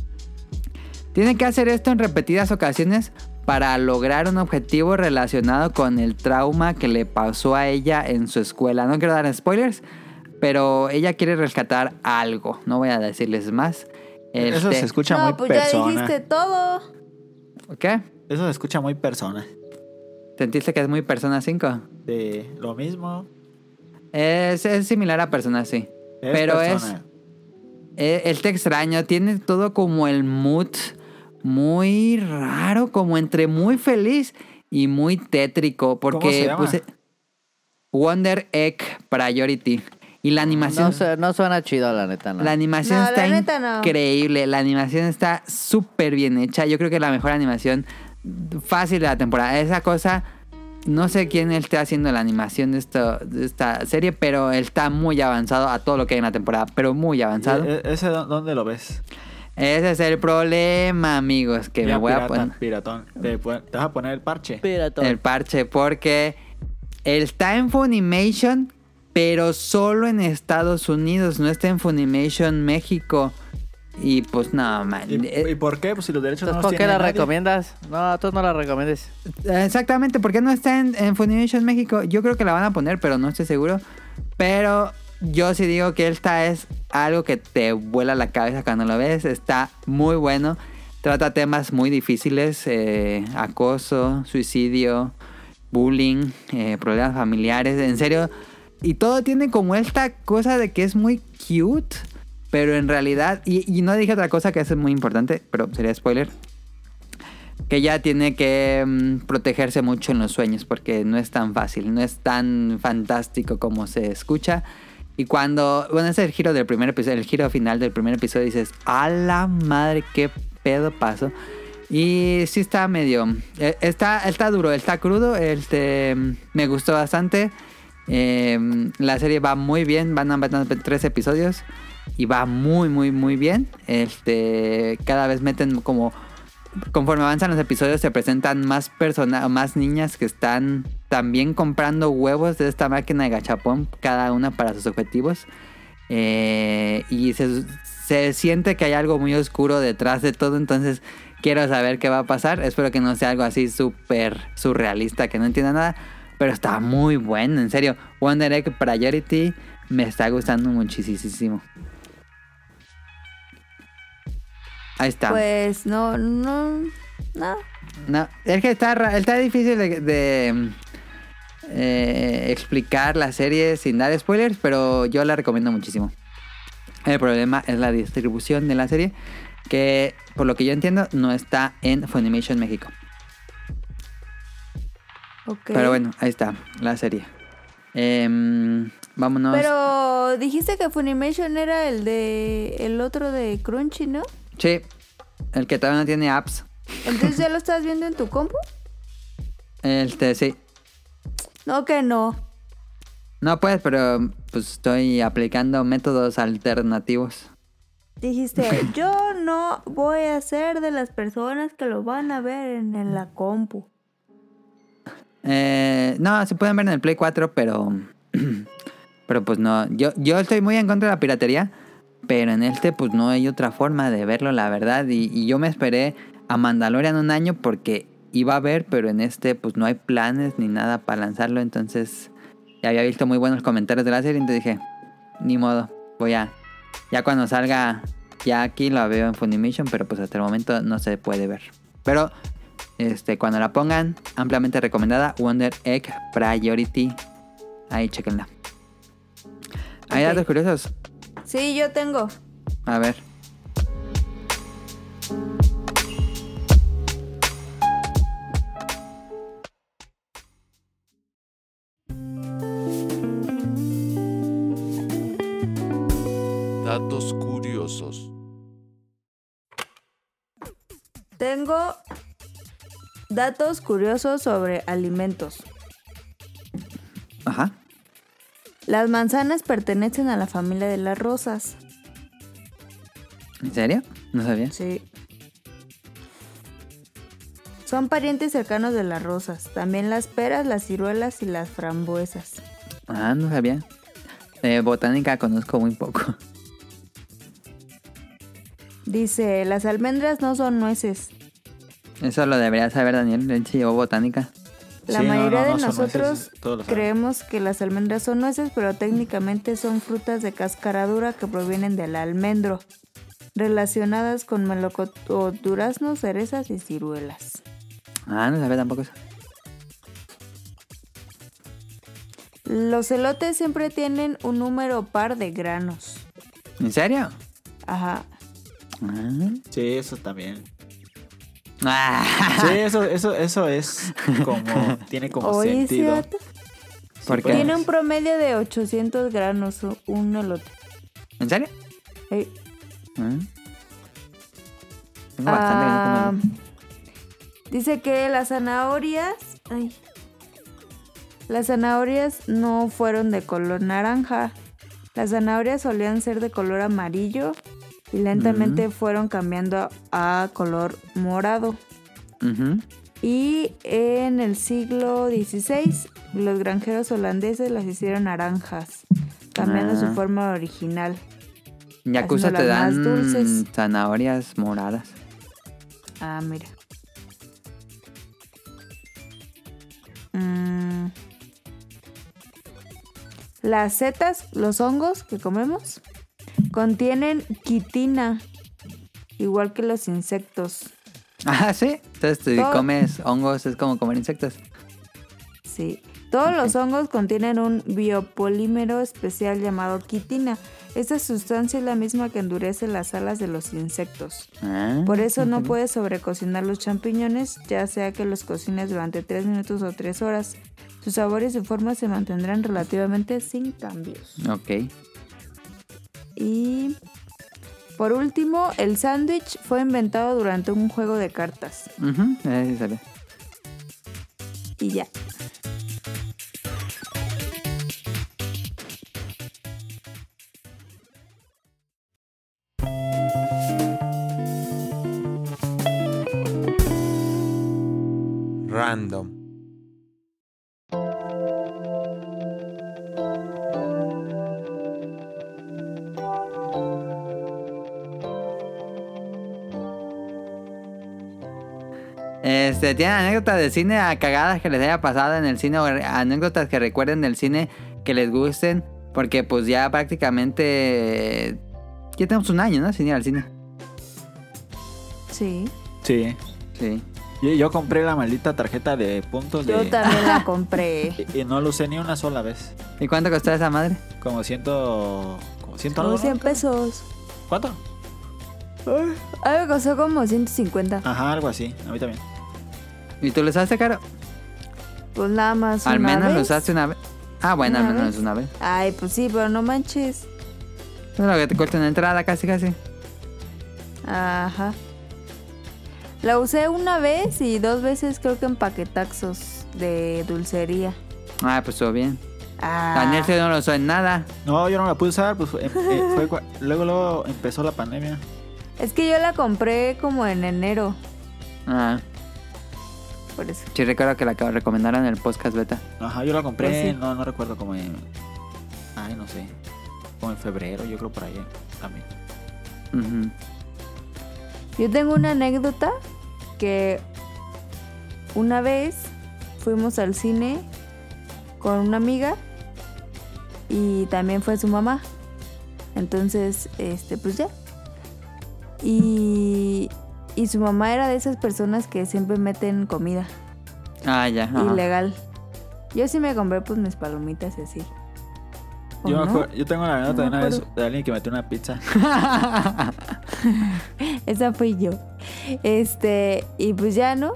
Speaker 3: tienen que hacer esto en repetidas ocasiones para lograr un objetivo relacionado con el trauma que le pasó a ella en su escuela. No quiero dar spoilers, pero ella quiere rescatar algo. No voy a decirles más.
Speaker 4: Eso
Speaker 3: Este,
Speaker 4: se escucha
Speaker 1: no,
Speaker 4: muy
Speaker 1: pues ya
Speaker 4: persona.
Speaker 1: dijiste todo.
Speaker 3: ¿Qué?
Speaker 4: Eso se escucha muy persona.
Speaker 3: ¿Sentiste que es muy Persona 5?
Speaker 4: De lo mismo.
Speaker 3: Es, es similar a Persona, sí.
Speaker 4: Es
Speaker 3: Pero es-
Speaker 4: persona.
Speaker 3: Eh, Él te extraño, tiene todo como el mood muy raro, como entre muy feliz y muy tétrico, porque
Speaker 4: se llama?
Speaker 3: puse Wonder Egg Priority. Y la animación,
Speaker 2: No, su- no suena chido, la neta, no.
Speaker 3: la animación
Speaker 1: No, la
Speaker 3: está
Speaker 1: neta no.
Speaker 3: increíble, la animación está súper bien hecha, yo creo que es la mejor animación fácil de la temporada. Esa cosa, no sé quién está haciendo la animación de, esto, de esta serie, pero él está muy avanzado a todo lo que hay en la temporada, pero muy avanzado.
Speaker 4: E- e- ¿Ese dó- dónde lo ves?
Speaker 3: Ese es el problema, amigos, que me
Speaker 4: Ya,
Speaker 3: voy a
Speaker 4: pirata,
Speaker 3: poner
Speaker 4: Piratón. Te, pon- te vas a poner el parche.
Speaker 2: Piratón.
Speaker 3: el parche porque está en Funimation, pero solo en Estados Unidos, no está en Funimation México. Y pues no, man.
Speaker 4: ¿Y,
Speaker 3: Eh,
Speaker 4: y por qué? Pues si los derechos no
Speaker 2: Entonces,
Speaker 4: los
Speaker 2: ¿por qué
Speaker 4: tiene
Speaker 2: la
Speaker 4: nadie.
Speaker 2: recomiendas? No, tú no la recomiendes.
Speaker 3: Exactamente, ¿por qué no está en, en Funimation México? Yo creo que la van a poner, pero no estoy seguro. Pero yo sí digo que esta es algo que te vuela la cabeza cuando lo ves. Está muy bueno. Trata temas muy difíciles. eh, acoso, suicidio, bullying, eh, problemas familiares. En serio. Y todo tiene como esta cosa de que es muy cute. Pero en realidad... Y, y no dije otra cosa que eso es muy importante, pero sería spoiler que ya tiene que mm, protegerse mucho en los sueños porque no es tan fácil, no es tan fantástico como se escucha. Y cuando, bueno, ese es el giro del primer episodio, el giro final del primer episodio, dices, a la madre, qué pedo pasó. Y sí está medio, eh, está, está duro, está crudo, este, mm, me gustó bastante. Eh, la serie va muy bien, van a van a- tres episodios y va muy, muy, muy bien. Este, cada vez meten como conforme avanzan los episodios se presentan más personas, más niñas que están también comprando huevos de esta máquina de gachapón, cada una para sus objetivos. Eh, y se, se siente que hay algo muy oscuro detrás de todo, entonces quiero saber qué va a pasar. Espero que no sea algo así súper surrealista, que no entienda nada, pero está muy bueno, en serio. Wonder Egg Priority me está gustando muchísimo. Ahí está.
Speaker 1: Pues no, no, no.
Speaker 3: No, es que está, ra- está difícil de, de, eh, explicar la serie sin dar spoilers, pero yo la recomiendo muchísimo. El problema es la distribución de la serie, que por lo que yo entiendo no está en Funimation México.
Speaker 1: ok.
Speaker 3: Pero bueno, ahí está la serie. Em, vámonos.
Speaker 1: Pero dijiste que Funimation era el de el otro de Crunchy, ¿no?
Speaker 3: Sí, el que todavía no tiene apps.
Speaker 1: Entonces ya lo estás viendo en tu compu?
Speaker 3: Este, sí.
Speaker 1: No que no.
Speaker 3: No puedes, pero pues estoy aplicando métodos alternativos.
Speaker 1: Dijiste, yo no voy a ser de las personas que lo van a ver en, en la compu.
Speaker 3: Eh, no, se pueden ver en el Play 4, pero. [clears throat] Pero pues no. Yo, yo estoy muy en contra de la piratería. Pero en este, pues no hay otra forma de verlo, la verdad. Y, y yo me esperé a Mandalorian un año porque iba a ver, pero en este, pues no hay planes ni nada para lanzarlo. Entonces, ya había visto muy buenos comentarios de la serie. Entonces dije, ni modo, voy a. Ya cuando salga, ya aquí la veo en Funimation, pero pues hasta el momento no se puede ver. Pero este, cuando la pongan, ampliamente recomendada, Wonder Egg Priority. Ahí, chequenla. Hay
Speaker 1: Ok.
Speaker 3: datos curiosos.
Speaker 1: Sí, yo tengo.
Speaker 3: A ver.
Speaker 6: Datos curiosos.
Speaker 1: Tengo datos curiosos sobre alimentos.
Speaker 3: Ajá.
Speaker 1: Las manzanas pertenecen a la familia de las rosas.
Speaker 3: ¿En serio? No sabía.
Speaker 1: Sí. Son parientes cercanos de las rosas. También las peras, las ciruelas y las frambuesas.
Speaker 3: Ah, no sabía. De botánica conozco muy poco. [laughs]
Speaker 1: Dice, las almendras no son nueces.
Speaker 3: Eso lo debería saber Daniel. Él sí llevó botánica.
Speaker 1: La
Speaker 4: Sí, no,
Speaker 1: mayoría
Speaker 4: no,
Speaker 1: de
Speaker 4: no, son
Speaker 1: nosotros
Speaker 4: nueces, todos lo saben.
Speaker 1: creemos que las almendras son nueces, pero técnicamente son frutas de cáscara dura que provienen del almendro, relacionadas con melocot o duraznos, cerezas y ciruelas.
Speaker 3: Ah, no sabía tampoco eso.
Speaker 1: Los elotes siempre tienen un número par de granos.
Speaker 3: ¿En serio?
Speaker 1: Ajá.
Speaker 3: Ah.
Speaker 4: Sí, eso también.
Speaker 3: Ah, [laughs]
Speaker 4: Sí, eso, eso, eso es como. Tiene como
Speaker 1: Oye, ese
Speaker 4: sentido.
Speaker 1: vato
Speaker 4: Sí,
Speaker 3: ¿Por qué?
Speaker 4: pues,
Speaker 1: tiene un promedio de 800 granos u- un elote. Eh,
Speaker 3: ¿En serio?
Speaker 1: Ey.
Speaker 3: Ah. Tengo bastante que no
Speaker 1: Ah,
Speaker 3: como-
Speaker 1: Dice que las zanahorias. ay. Las zanahorias no fueron de color naranja. Las zanahorias solían ser de color amarillo y lentamente
Speaker 3: Mm.
Speaker 1: fueron cambiando a, a color morado.
Speaker 3: Ujú.
Speaker 1: Y en el siglo XVI, los granjeros holandeses las hicieron naranjas, cambiando
Speaker 3: Ah.
Speaker 1: su forma original.
Speaker 3: En Yakuza te
Speaker 1: Haciéndolas
Speaker 3: dan
Speaker 1: más dulces.
Speaker 3: zanahorias moradas. [laughs]
Speaker 1: Ah, mira. Mm. Las setas, los hongos que comemos, contienen quitina, igual que los insectos.
Speaker 3: Ah, sí. Entonces, si
Speaker 1: Todo.
Speaker 3: comes hongos, es como comer insectos.
Speaker 1: Sí. Todos
Speaker 3: Ok.
Speaker 1: los hongos contienen un biopolímero especial llamado quitina. Esta sustancia es la misma que endurece las alas de los insectos.
Speaker 3: Ah,
Speaker 1: Por eso no
Speaker 3: ujú.
Speaker 1: puedes sobrecocinar los champiñones, ya sea que los cocines durante 3 minutos o 3 horas. Su sabor y su forma se mantendrán relativamente sin cambios.
Speaker 3: Ok.
Speaker 1: Y por último, el sándwich fue inventado durante un juego de cartas.
Speaker 3: Ujú, eh, sí sabía.
Speaker 1: Y ya.
Speaker 6: Random.
Speaker 3: Este, ¿Tienen anécdotas de cine a cagadas que les haya pasado en el cine o re- anécdotas que recuerden del cine que les gusten? Porque pues ya prácticamente... eh, Ya tenemos un año, ¿no? Sin ir al cine.
Speaker 1: Sí.
Speaker 4: Sí.
Speaker 3: Sí.
Speaker 4: Yo, yo compré la maldita tarjeta de puntos
Speaker 1: Yo
Speaker 4: de...
Speaker 1: también la
Speaker 4: [laughs]
Speaker 1: compré.
Speaker 4: Y, y no lo usé ni una sola vez.
Speaker 3: ¿Y cuánto costó esa madre?
Speaker 4: Como ciento... Como ciento
Speaker 1: Como
Speaker 4: algo,
Speaker 1: 100
Speaker 4: ¿no?
Speaker 1: pesos.
Speaker 4: ¿Cuánto?
Speaker 1: Ah, me costó como 150.
Speaker 4: Ajá, algo así. A mí también.
Speaker 3: ¿Y tú lo usaste, Caro?
Speaker 1: Pues nada más.
Speaker 3: Ah. Al
Speaker 1: una
Speaker 3: menos lo
Speaker 1: vez.
Speaker 3: usaste una vez. Ah, bueno, al
Speaker 1: Una
Speaker 3: menos
Speaker 1: vez.
Speaker 3: una vez.
Speaker 1: Ay, pues sí, pero no manches.
Speaker 3: Es lo que te cuesta una entrada casi, casi.
Speaker 1: Ajá. La usé una vez y dos veces creo que en paquetaxos de dulcería.
Speaker 3: Ah, pues todo bien.
Speaker 1: Ah,
Speaker 3: Daniel se no lo usó en nada.
Speaker 4: No, yo no la pude usar. Pues, fue- em- eh,
Speaker 1: [laughs]
Speaker 4: fue cua- luego, luego empezó la pandemia.
Speaker 1: es que yo la compré como en enero,
Speaker 3: Ah,
Speaker 1: por eso.
Speaker 3: sí recuerdo que la que recomendaron en el podcast beta.
Speaker 4: Ajá, yo la compré.
Speaker 1: Pues sí.
Speaker 4: No, no recuerdo como en... Ay, no sé. Como en febrero, yo creo por ahí también.
Speaker 3: Ujú.
Speaker 1: Yo tengo una anécdota que una vez fuimos al cine con una amiga y también fue su mamá. Entonces, este, pues ya. Y, y su mamá era de esas personas que siempre meten comida
Speaker 3: Ah, ya. ajá.
Speaker 1: ilegal. Yo sí me compré pues mis palomitas y así. ¿O
Speaker 4: Yo, me
Speaker 1: no?
Speaker 4: acuer- yo tengo la anécdota
Speaker 1: No
Speaker 4: de
Speaker 1: me
Speaker 4: una vez
Speaker 1: acuerdo.
Speaker 4: de alguien que metió una pizza. [laughs]
Speaker 1: Esa fui yo. Este, y pues ya no.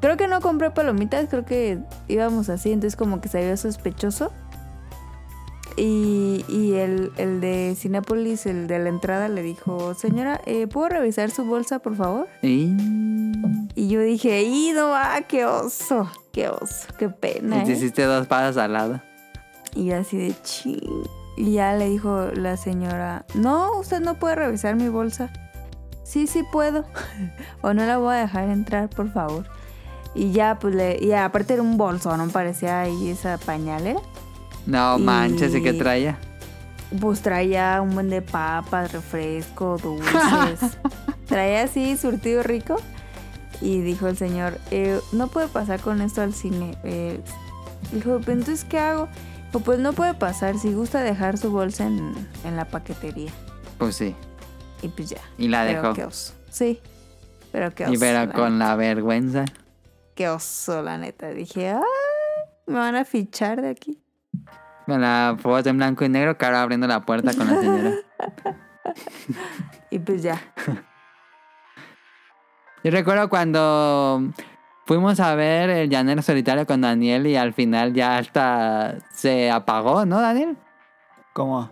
Speaker 1: Creo que no compré palomitas, creo que íbamos así, entonces como que se vio sospechoso. Y, y el, el de Cinépolis, el de la entrada, le dijo, señora, eh, ¿puedo revisar su bolsa, por favor?
Speaker 3: Y-
Speaker 1: Y yo dije, ¡y no va! ¡Qué oso! ¡Qué oso! ¡Qué pena!
Speaker 3: Y te
Speaker 1: ¿eh?".
Speaker 3: hiciste dos pasos al lado.
Speaker 1: Y yo así de ching. Y ya le dijo la señora, no, usted no puede revisar mi bolsa. Sí, sí puedo. [laughs] o no la voy a dejar entrar, por favor. Y ya, pues le, y aparte era un bolso, no parecía ahí esa pañalera.
Speaker 3: No
Speaker 1: Y-
Speaker 3: manches, ¿y qué traía?
Speaker 1: Pues traía un buen de papas, refresco,
Speaker 3: [laughs]
Speaker 1: dulces. traía así, surtido rico. Y dijo el señor, "Eh, no puede pasar con esto al cine. Eh, dijo, "Pero entonces, ¿qué hago? Dijo, pues no puede pasar, si gusta dejar su bolsa en, en la paquetería.
Speaker 3: Pues sí.
Speaker 1: Y pues ya.
Speaker 3: Y la
Speaker 1: Pero
Speaker 3: dejó.
Speaker 1: qué oso. Sí. Pero qué oso.
Speaker 3: Y pero
Speaker 1: la
Speaker 3: con
Speaker 1: neta.
Speaker 3: la vergüenza.
Speaker 1: Qué oso, la neta. Dije, ay, me van a fichar de aquí.
Speaker 3: Con la foto en blanco y negro, Caro abriendo la puerta con
Speaker 1: [laughs]
Speaker 3: la señora.
Speaker 1: Y pues ya.
Speaker 3: Yo recuerdo cuando fuimos a ver el llanero solitario con Daniel y al final ya hasta se apagó, ¿no, Daniel?
Speaker 4: ¿Cómo?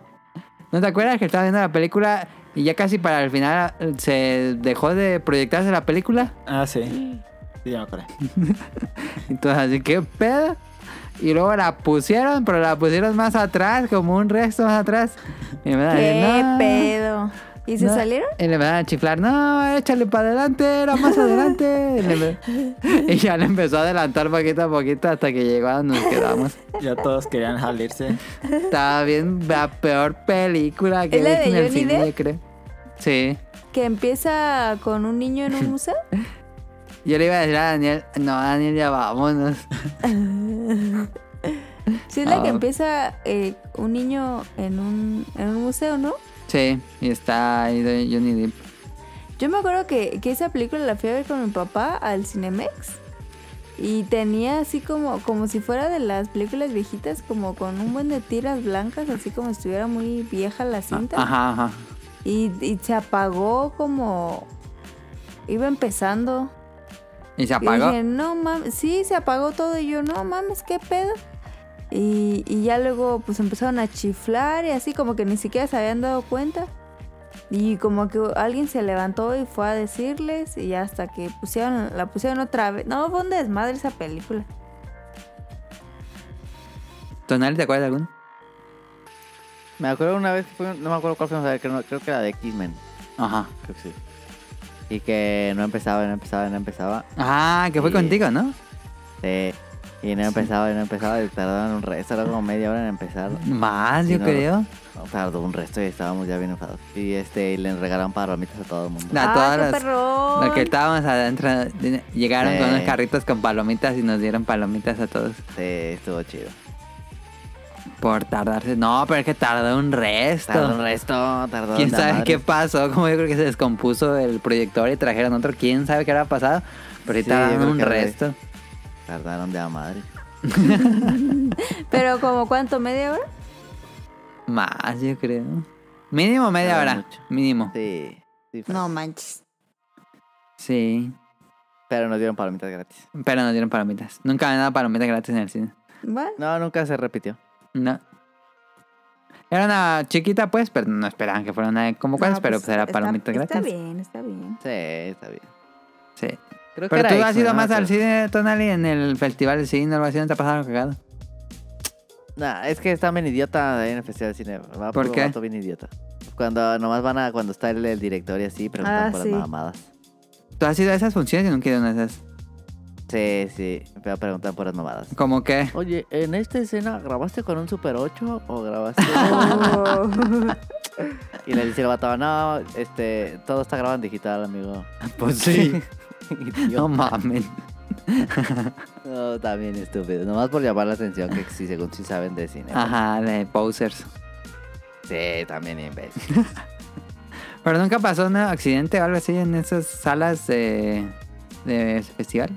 Speaker 3: ¿No te acuerdas que estaba viendo la película y ya casi para el final eh, se dejó de proyectarse la película?
Speaker 4: Ah, sí. Sí, ya me
Speaker 1: [laughs]
Speaker 4: acordé.
Speaker 3: Entonces así, ¿qué pedo? Y luego la pusieron, pero la pusieron más atrás, como un resto más atrás. Y me da-
Speaker 1: ¿Qué
Speaker 3: no.
Speaker 1: pedo? ¿Y se
Speaker 3: No.
Speaker 1: salieron?
Speaker 3: Y le van a chiflar, no, échale para adelante, era más adelante. Y, le- y ya le empezó a adelantar poquito a poquito hasta que llegó a donde nos quedamos.
Speaker 4: Ya todos querían salirse.
Speaker 3: Estaba bien la peor película que
Speaker 1: ¿Es la
Speaker 3: he
Speaker 1: de
Speaker 3: visto en el
Speaker 1: Johnny
Speaker 3: cine,
Speaker 1: Depp?
Speaker 3: yo creo. Sí.
Speaker 1: ¿Que empieza con un niño en
Speaker 3: [laughs]
Speaker 1: un museo?
Speaker 3: Yo le iba a decir a Daniel, no, Daniel, ya vámonos.
Speaker 1: Sí, es la que
Speaker 3: Ah.
Speaker 1: empieza eh, un niño en un, en un museo, ¿no?
Speaker 3: Sí, y está ahí de Johnny Depp.
Speaker 1: Yo me acuerdo que, que esa película la fui a ver con mi papá al Cinemex. Y tenía así como, como si fuera de las películas viejitas, como con un buen de tiras blancas, así como si estuviera muy vieja la cinta.
Speaker 3: Ah, Ajá, ajá.
Speaker 1: Y, y se apagó como iba empezando.
Speaker 3: Y se
Speaker 1: Y
Speaker 3: apagó.
Speaker 1: dije, no mames, sí, se apagó todo. Y yo, no mames, qué pedo. Y, y ya luego pues empezaron a chiflar y así como que ni siquiera se habían dado cuenta. Y como que alguien se levantó y fue a decirles y ya hasta que pusieron, la pusieron otra vez. No, fue un desmadre esa película.
Speaker 3: ¿Tonal, te acuerdas de alguno?
Speaker 2: Me acuerdo una vez, que fue- no me acuerdo cuál fuimos a ver, creo, no- creo que la de X-Men.
Speaker 3: Ajá.
Speaker 2: Creo que sí. Y que no empezaba, no empezaba, no empezaba.
Speaker 3: Ah, que fue
Speaker 2: Sí.
Speaker 3: contigo, ¿no?
Speaker 2: Sí. este, Y no empezaba, y no empezaba. Y tardaban un resto, era como media hora en empezar.
Speaker 3: Más,
Speaker 2: Sí,
Speaker 3: yo
Speaker 2: no.
Speaker 3: creo.
Speaker 2: No, tardó un resto y estábamos ya bien enfadados. Y este, y le regalaron palomitas a todo el mundo.
Speaker 3: La- A todas
Speaker 1: ¡Ah, qué
Speaker 3: las-
Speaker 1: perrón!
Speaker 3: Los que estábamos adentro de- llegaron con
Speaker 2: Sí.
Speaker 3: unos carritos con palomitas y nos dieron palomitas a todos
Speaker 2: Sí, estuvo chido.
Speaker 3: por tardarse. No, pero es que tardó un resto.
Speaker 2: Tardó un resto, tardó
Speaker 3: ¿Quién
Speaker 2: una
Speaker 3: sabe
Speaker 2: madre.
Speaker 3: qué pasó? Como yo creo que se descompuso el proyector y trajeron otro. ¿Quién sabe qué habrá pasado? Pero sí,
Speaker 2: Sí, yo
Speaker 3: tardaron
Speaker 2: creo
Speaker 3: un
Speaker 2: que habrá-
Speaker 3: resto.
Speaker 2: Tardaron de la madre.
Speaker 1: Pero como cuánto, media hora?
Speaker 3: Más, yo creo. Mínimo media
Speaker 2: Tardaron
Speaker 3: hora.
Speaker 2: mucho.
Speaker 3: Mínimo.
Speaker 2: Sí. sí fue.
Speaker 1: No manches.
Speaker 3: Sí.
Speaker 2: Pero nos dieron palomitas gratis.
Speaker 3: Pero nos dieron palomitas. Nunca me han dado palomitas gratis en el cine.
Speaker 1: Bueno,
Speaker 2: No, nunca se repitió.
Speaker 3: No. Era una chiquita, pues, pero no esperaban que fuera una de como cuáles,
Speaker 1: no,
Speaker 3: pero pues era
Speaker 1: está-
Speaker 3: palomitas gratis.
Speaker 1: Está bien, está bien.
Speaker 2: Sí, está bien.
Speaker 3: Sí.
Speaker 2: Creo
Speaker 3: Pero
Speaker 2: era
Speaker 3: tú has
Speaker 2: X-Men,
Speaker 3: ido
Speaker 2: no me
Speaker 3: más al
Speaker 2: acuerdo.
Speaker 3: cine, Tonali, en el festival de cine, algo así, ¿no te ha pasado algo cagado?
Speaker 2: Nah, es que está bien idiota ahí en el Festival de Cine. Va
Speaker 3: ¿Por
Speaker 2: puro
Speaker 3: qué?
Speaker 2: vato bien idiota. Cuando nomás van a cuando está el, el director y así, preguntan
Speaker 1: Ah,
Speaker 2: por
Speaker 1: sí.
Speaker 2: las mamadas.
Speaker 3: ¿Tú has ido a esas funciones y nunca he ido a una de esas?
Speaker 2: Sí, sí, pero preguntan por las mamadas. [laughs]
Speaker 3: ¿Cómo que?
Speaker 2: Oye, en esta escena, ¿grabaste con un Super 8 o
Speaker 3: [laughs]
Speaker 2: grabaste?
Speaker 1: Oh.
Speaker 2: y le dice el vato, no, este, todo está grabado en digital, amigo. [laughs]
Speaker 3: Pues sí.
Speaker 2: Y
Speaker 3: no
Speaker 2: yo,
Speaker 3: mames.
Speaker 2: no, también estúpido. Nomás por llamar la atención que sí, según sí saben de cine.
Speaker 3: Ajá, de posers.
Speaker 2: Sí, también imbécil.
Speaker 3: ¿Pero nunca pasó un accidente o algo así en esas salas de, de festival?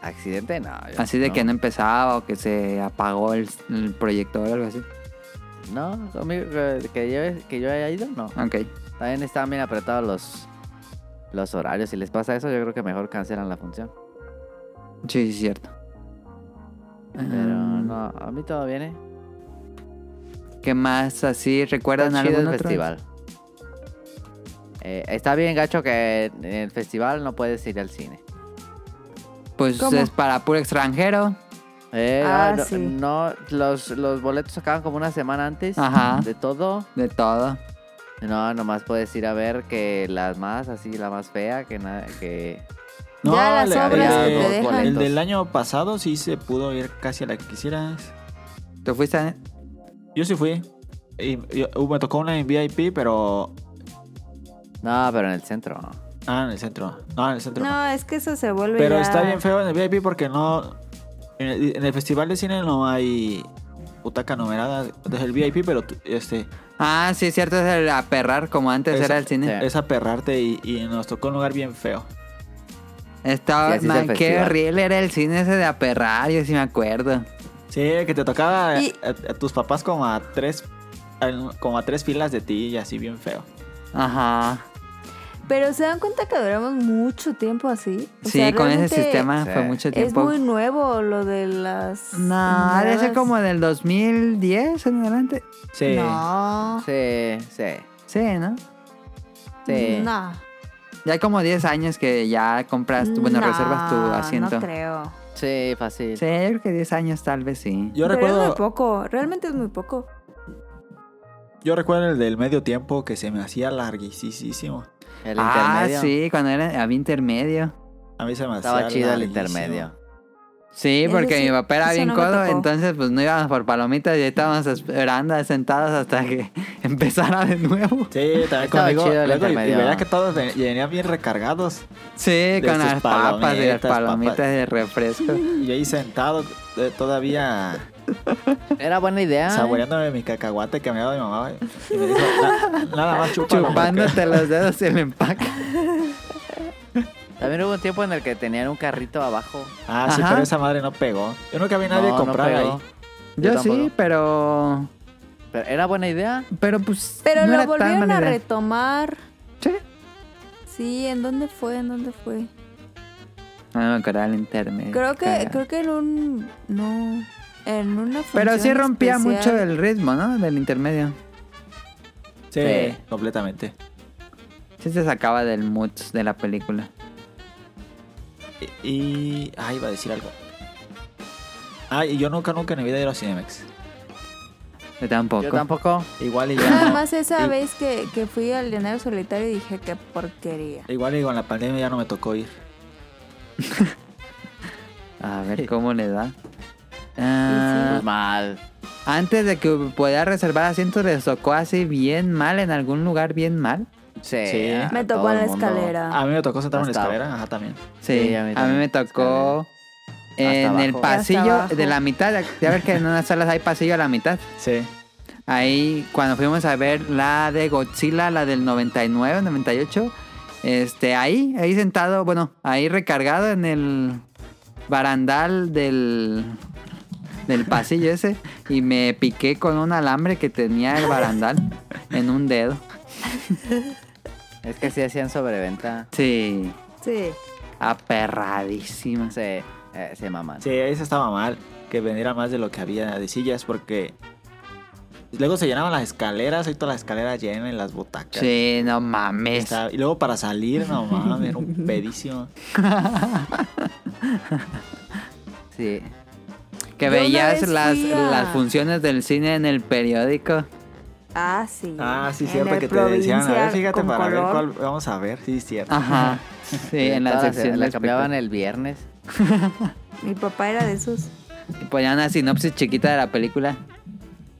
Speaker 2: Accidente, no. yo-
Speaker 3: Así de que no empezaba o que se apagó el, el proyector o algo así.
Speaker 2: No, conmigo, eh, que yo, que yo haya ido, no.
Speaker 3: Ok.
Speaker 2: También estaban bien apretados los, los horarios. Si les pasa eso, yo creo que mejor cancelan la función.
Speaker 3: Sí, sí, es cierto.
Speaker 2: Pero
Speaker 3: Ah,
Speaker 2: no, a mí todo viene.
Speaker 3: ¿Qué más así? ¿Recuerdan
Speaker 2: Está chido
Speaker 3: algún
Speaker 2: el
Speaker 3: otro?
Speaker 2: festival. Eh, está bien, gacho, que en el festival no puedes ir al cine.
Speaker 3: Pues
Speaker 1: ¿Cómo?
Speaker 3: es para puro extranjero.
Speaker 2: Eh,
Speaker 1: Ah,
Speaker 2: no,
Speaker 1: sí.
Speaker 2: no, los, los boletos acaban como una semana antes
Speaker 3: Ajá.
Speaker 2: de todo.
Speaker 3: De todo.
Speaker 2: No, nomás puedes ir a ver que las más, así, la más fea, que nada, que...
Speaker 1: Ya las
Speaker 4: le-
Speaker 1: obras
Speaker 2: que
Speaker 4: el-
Speaker 2: te dejan.
Speaker 4: El del año pasado sí se pudo ir casi a la que quisieras.
Speaker 3: ¿Tú fuiste a...
Speaker 4: Yo sí fui. Y, y- uh, me tocó una en VIP, pero.
Speaker 2: No, pero en el centro.
Speaker 4: Ah, en el centro. No, en el centro. no.
Speaker 1: No, es que eso se vuelve
Speaker 4: Pero
Speaker 1: ya-
Speaker 4: está bien feo en el VIP porque no. En el, en el festival de cine no hay butaca numerada. Es el VIP, pero tú- este.
Speaker 3: Ah, sí, es cierto, es el aperrar como antes
Speaker 4: Esa-
Speaker 3: era el cine.
Speaker 2: Sí.
Speaker 4: Es aperrarte y, y nos tocó un lugar bien feo.
Speaker 2: Sí,
Speaker 3: Estaba,
Speaker 2: así es
Speaker 3: man,
Speaker 2: el
Speaker 3: qué
Speaker 2: festival.
Speaker 3: horrible era el cine ese de aperrar, yo sí me acuerdo.
Speaker 4: Sí, que te tocaba
Speaker 1: Y-
Speaker 4: a, a tus papás como a tres. a- Como a tres filas de ti y así bien feo.
Speaker 3: Ajá.
Speaker 1: Pero se dan cuenta que duramos mucho tiempo así. O
Speaker 3: sí,
Speaker 1: sea,
Speaker 3: con ese
Speaker 1: realmente
Speaker 3: sistema
Speaker 2: Sí.
Speaker 3: fue mucho
Speaker 1: Es
Speaker 3: tiempo.
Speaker 1: muy nuevo lo de las.
Speaker 3: No, debe ser
Speaker 1: nuevas-
Speaker 3: como del 2010 en adelante.
Speaker 4: Sí.
Speaker 1: No.
Speaker 2: Sí, sí,
Speaker 3: Sí, ¿no?
Speaker 2: sí.
Speaker 1: No.
Speaker 3: Ya hay como 10 años que ya compras, tu- bueno,
Speaker 1: No,
Speaker 3: reservas tu asiento.
Speaker 1: No creo.
Speaker 2: Sí, fácil.
Speaker 3: sí, yo creo que 10 años tal vez sí.
Speaker 4: Yo
Speaker 1: Pero es muy
Speaker 4: recuerdo.
Speaker 1: poco. Realmente es muy poco.
Speaker 4: Yo recuerdo el del medio tiempo que se me hacía larguisísimo.
Speaker 2: El
Speaker 3: ah,
Speaker 2: intermedio.
Speaker 3: sí, cuando era, había intermedio.
Speaker 4: A mí se me hacía
Speaker 2: Estaba chido el
Speaker 4: larguísimo.
Speaker 2: intermedio.
Speaker 3: Sí,
Speaker 1: Eso
Speaker 3: porque
Speaker 1: sí,
Speaker 3: mi papá era
Speaker 1: eso
Speaker 3: bien
Speaker 1: no me
Speaker 3: codo,
Speaker 1: tocó.
Speaker 3: entonces pues no íbamos por palomitas y estábamos esperando sentados hasta que [laughs] empezara de nuevo.
Speaker 4: Sí, también
Speaker 2: Estaba
Speaker 4: conmigo.
Speaker 2: chido el
Speaker 4: luego, y, y
Speaker 2: intermedio.
Speaker 4: veía que todos ven- venían bien recargados.
Speaker 3: Sí,
Speaker 4: De
Speaker 3: con
Speaker 4: sus
Speaker 3: las papas y las
Speaker 4: palomitas, papas.
Speaker 3: palomitas de refresco.
Speaker 4: Y yo ahí sentado eh, todavía
Speaker 2: Era buena idea. ¿eh?
Speaker 4: saboreándome mi cacahuate que me daba mi mamá. güey. Y me dijo, "Na- nada más chúpalo.
Speaker 3: Chupándote los dedos y el empaque.
Speaker 2: También hubo un tiempo en el que tenían un carrito abajo.
Speaker 4: Ah, sí,
Speaker 3: Ajá.
Speaker 4: pero esa madre no pegó. Yo nunca vi nadie
Speaker 2: No, no
Speaker 4: comprar
Speaker 2: pegó.
Speaker 4: ahí.
Speaker 3: Yo,
Speaker 2: Yo
Speaker 3: sí,
Speaker 2: tampoco.
Speaker 3: pero.
Speaker 2: Pero era buena idea.
Speaker 3: Pero pues.
Speaker 1: Pero
Speaker 3: no
Speaker 1: lo
Speaker 3: era tan
Speaker 1: volvieron
Speaker 3: mala
Speaker 1: a
Speaker 3: idea.
Speaker 1: retomar.
Speaker 3: Sí.
Speaker 1: Sí, ¿en dónde fue? ¿En dónde fue?
Speaker 3: No me acuerdo el intermedio.
Speaker 1: Creo que,
Speaker 3: Cagado.
Speaker 1: creo que en un. No. En una
Speaker 3: Pero sí
Speaker 1: función
Speaker 3: rompía mucho
Speaker 1: especial.
Speaker 3: el ritmo, ¿no? Del intermedio.
Speaker 4: Sí,
Speaker 2: Sí.
Speaker 4: completamente.
Speaker 3: Sí se sacaba del mood de la película.
Speaker 4: Y, y- Ah, iba a decir algo. Ah, y yo nunca, nunca en mi vida he ido a Cinemex.
Speaker 3: Yo tampoco.
Speaker 2: Yo tampoco.
Speaker 4: Igual y ya
Speaker 1: Nada
Speaker 4: no-
Speaker 1: más esa
Speaker 4: y-
Speaker 1: vez que, que fui al Leonardo Solitario y dije, qué porquería.
Speaker 4: Igual y con la pandemia ya no me tocó ir.
Speaker 3: A ver cómo le da.
Speaker 1: sí,
Speaker 3: Ah,
Speaker 2: Pues mal.
Speaker 3: antes de que pudiera reservar asientos, les tocó así bien mal, en algún lugar bien mal.
Speaker 2: Sí.
Speaker 4: Sí.
Speaker 2: a
Speaker 1: Me
Speaker 2: todo
Speaker 1: tocó en
Speaker 2: el
Speaker 1: la
Speaker 2: mundo.
Speaker 1: escalera.
Speaker 4: A mí me tocó sentarme en la
Speaker 2: Hasta-
Speaker 4: escalera, ajá, también.
Speaker 3: Sí,
Speaker 2: Sí,
Speaker 3: a
Speaker 2: a
Speaker 3: mí,
Speaker 2: mí
Speaker 3: me
Speaker 2: también.
Speaker 3: tocó en
Speaker 2: Hasta
Speaker 3: el
Speaker 2: abajo.
Speaker 3: pasillo
Speaker 1: Hasta
Speaker 3: de la mitad. Ya ves que en unas salas hay pasillo a la mitad.
Speaker 4: Sí.
Speaker 3: Ahí, cuando fuimos a ver la de Godzilla, la del 99, 98, este, ahí, ahí sentado, bueno, ahí recargado en el barandal del, del pasillo ese, y me piqué con un alambre que tenía el barandal
Speaker 1: [laughs]
Speaker 3: en un dedo.
Speaker 2: Es que sí hacían sobreventa.
Speaker 3: Sí,
Speaker 1: Sí.
Speaker 3: aperradísima.
Speaker 2: Sí. eh, se maman.
Speaker 4: Sí, eso estaba mal, que vendiera más de lo que había de sillas, porque luego se llenaban las escaleras, ahí toda la escalera llena en las butacas.
Speaker 3: Sí, no mames.
Speaker 4: Estaba- y luego para salir,
Speaker 1: [laughs]
Speaker 4: no mames, era un pedísimo.
Speaker 2: Sí.
Speaker 3: Que
Speaker 1: Yo una
Speaker 3: veías
Speaker 1: vez
Speaker 3: las,
Speaker 1: fui a-
Speaker 3: las funciones del cine en el periódico.
Speaker 1: Ah, sí.
Speaker 4: Ah, sí,
Speaker 1: En
Speaker 4: cierto
Speaker 1: el
Speaker 4: que te decían, a ver,
Speaker 1: provincial
Speaker 4: fíjate
Speaker 1: con
Speaker 4: para ver
Speaker 1: color. Ah.
Speaker 4: cuál, vamos a ver, sí, es cierto.
Speaker 3: Ajá. Sí, en la
Speaker 2: Todas las-
Speaker 3: sección.
Speaker 2: La
Speaker 3: de
Speaker 2: cambiaban el viernes.
Speaker 1: Mi papá era de esos.
Speaker 3: Y ponían una sinopsis chiquita de la película.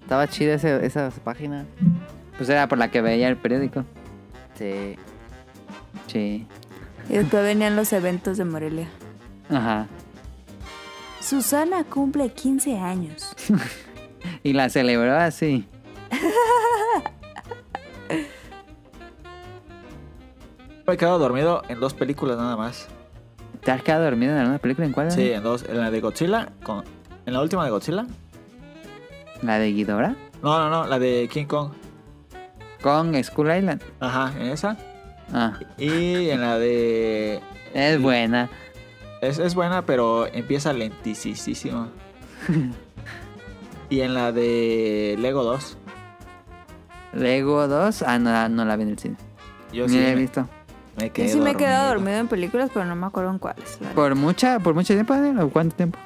Speaker 2: Estaba chida ese- esa página.
Speaker 3: Pues era por la que veía el periódico.
Speaker 2: Sí.
Speaker 3: Sí.
Speaker 1: Y después venían los eventos de Morelia.
Speaker 3: Ajá.
Speaker 1: Susana cumple 15 años.
Speaker 3: Y la celebró así.
Speaker 4: Me he quedado dormido en dos películas nada más.
Speaker 3: ¿Te has quedado dormido en alguna película? ¿En
Speaker 1: Ah.
Speaker 3: cuál? era?
Speaker 4: Sí, en dos, en la de Godzilla, con- en la última de Godzilla.
Speaker 3: ¿La de Ghidorah?
Speaker 4: No, no, no, la de King Kong.
Speaker 3: Con School Island.
Speaker 4: Ajá, en esa.
Speaker 3: Ah,
Speaker 4: Y en la de...
Speaker 3: es buena.
Speaker 4: Es, es buena, pero empieza lentísima. y en la de Lego 2.
Speaker 3: Lego 2. Ah, no, no la vi en el cine.
Speaker 4: Yo
Speaker 3: Ni
Speaker 4: sí
Speaker 3: la he
Speaker 4: me,
Speaker 3: visto.
Speaker 4: me
Speaker 1: Yo
Speaker 4: quedé
Speaker 1: sí me he quedado
Speaker 4: dormido.
Speaker 1: dormido en películas, pero no me acuerdo en cuáles. la
Speaker 3: ¿Por, mucha, ¿Por mucho tiempo, Daniel? ¿O cuánto tiempo?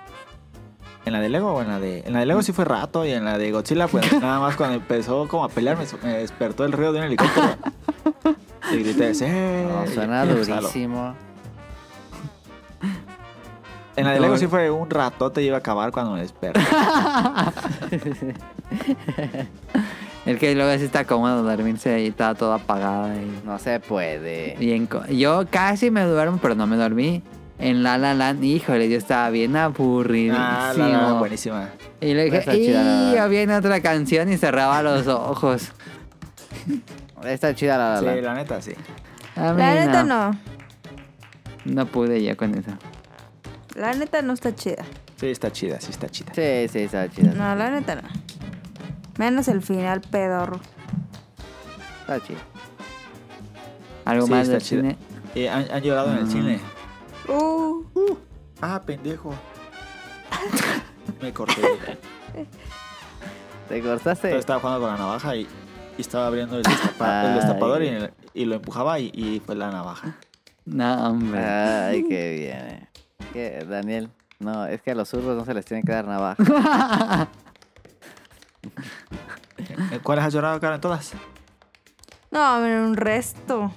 Speaker 4: ¿En la de Lego o en la de.? En la de Lego sí fue rato y en la de Godzilla, pues nada más cuando empezó como a pelear, me, me despertó el ruido de un helicóptero. y grité, ¡sí!
Speaker 2: No, suena
Speaker 4: Y pues, jalo.
Speaker 2: durísimo.
Speaker 4: En la de Lego sí fue un ratote y iba a acabar cuando me desperté. Ah,
Speaker 3: El que luego sí está cómodo dormirse ahí, está todo apagado. Y...
Speaker 2: No se puede.
Speaker 3: Bien co- yo casi me duermo, pero no me dormí. En La La Land, híjole, yo estaba bien aburridísimo.
Speaker 4: ah, la, la, buenísima.
Speaker 3: y le dije,
Speaker 2: Esa chida, la
Speaker 3: y
Speaker 2: La Land".
Speaker 3: viene otra canción y cerraba los ojos.
Speaker 2: Está chida la
Speaker 4: Sí,
Speaker 2: la. la.
Speaker 4: la neta, sí.
Speaker 3: A mí
Speaker 1: La neta
Speaker 3: no.
Speaker 1: no.
Speaker 3: No pude ya con eso.
Speaker 1: La neta no está chida.
Speaker 4: Sí, está chida, sí, está chida.
Speaker 2: Sí, sí, está chida.
Speaker 1: No, la neta no. Menos el final pedorro.
Speaker 2: Está chida.
Speaker 3: Algo
Speaker 4: Sí,
Speaker 3: más
Speaker 4: está
Speaker 3: del
Speaker 4: chida.
Speaker 3: cine.
Speaker 4: Eh, han, han llorado en el cine.
Speaker 1: Uh,
Speaker 4: Ah,
Speaker 3: [laughs]
Speaker 4: pendejo. me corté.
Speaker 2: ¿Te
Speaker 4: Entonces
Speaker 2: cortaste?
Speaker 4: estaba jugando con la navaja y, y estaba abriendo el, destapa- el
Speaker 2: Ay.
Speaker 4: destapador y, y lo empujaba y, y pues la navaja.
Speaker 3: No, hombre.
Speaker 4: Ah.
Speaker 2: Ay, qué bien. eh. ¿Qué, Daniel, no, es que a los zurdos no se les tiene que dar navaja.
Speaker 4: ¿En ¿Cuáles has llorado, Karen? Todas.
Speaker 1: No, hombre, un resto.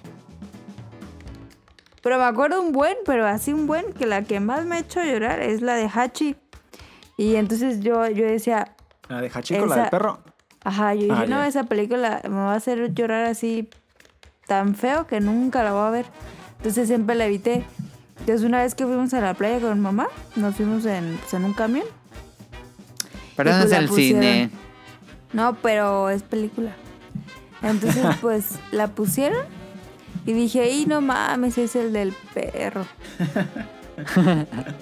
Speaker 1: Pero me acuerdo un buen, pero así un buen, que la que más me ha hecho llorar es la de Hachi. Y entonces yo, yo decía,
Speaker 4: La de Hachiko, la del
Speaker 1: Esa-
Speaker 4: perro.
Speaker 1: ajá, yo dije,
Speaker 4: Ah,
Speaker 1: no,
Speaker 4: ya.
Speaker 1: esa película me va a hacer llorar así tan feo que nunca la voy a ver. Entonces siempre la evité. Entonces una vez que fuimos a la playa con mamá, nos fuimos en, pues, en un camión.
Speaker 3: Pero no
Speaker 1: pues
Speaker 3: es
Speaker 1: la
Speaker 3: el
Speaker 1: pusieron.
Speaker 3: cine.
Speaker 1: No, pero es película. Entonces, pues la pusieron y dije, y no mames, es el del perro.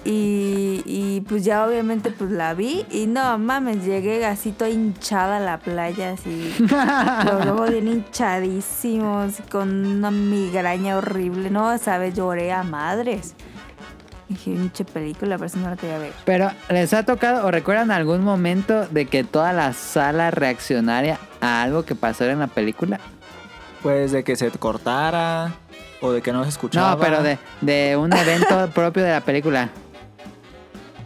Speaker 1: y, y, pues ya obviamente pues la vi y no mames, llegué así toda hinchada a la playa, así. Los ojos bien hinchadísimos, con una migraña horrible. No, sabes, lloré a madres. Dije, pinche película, pero eso no la quería ver.
Speaker 3: Pero les ha tocado o recuerdan algún momento de que toda la sala reaccionara a algo que pasó en la película.
Speaker 4: Pues de que se cortara o de que no se escuchaba.
Speaker 3: No, pero de, de un
Speaker 4: [laughs]
Speaker 3: evento propio de la película.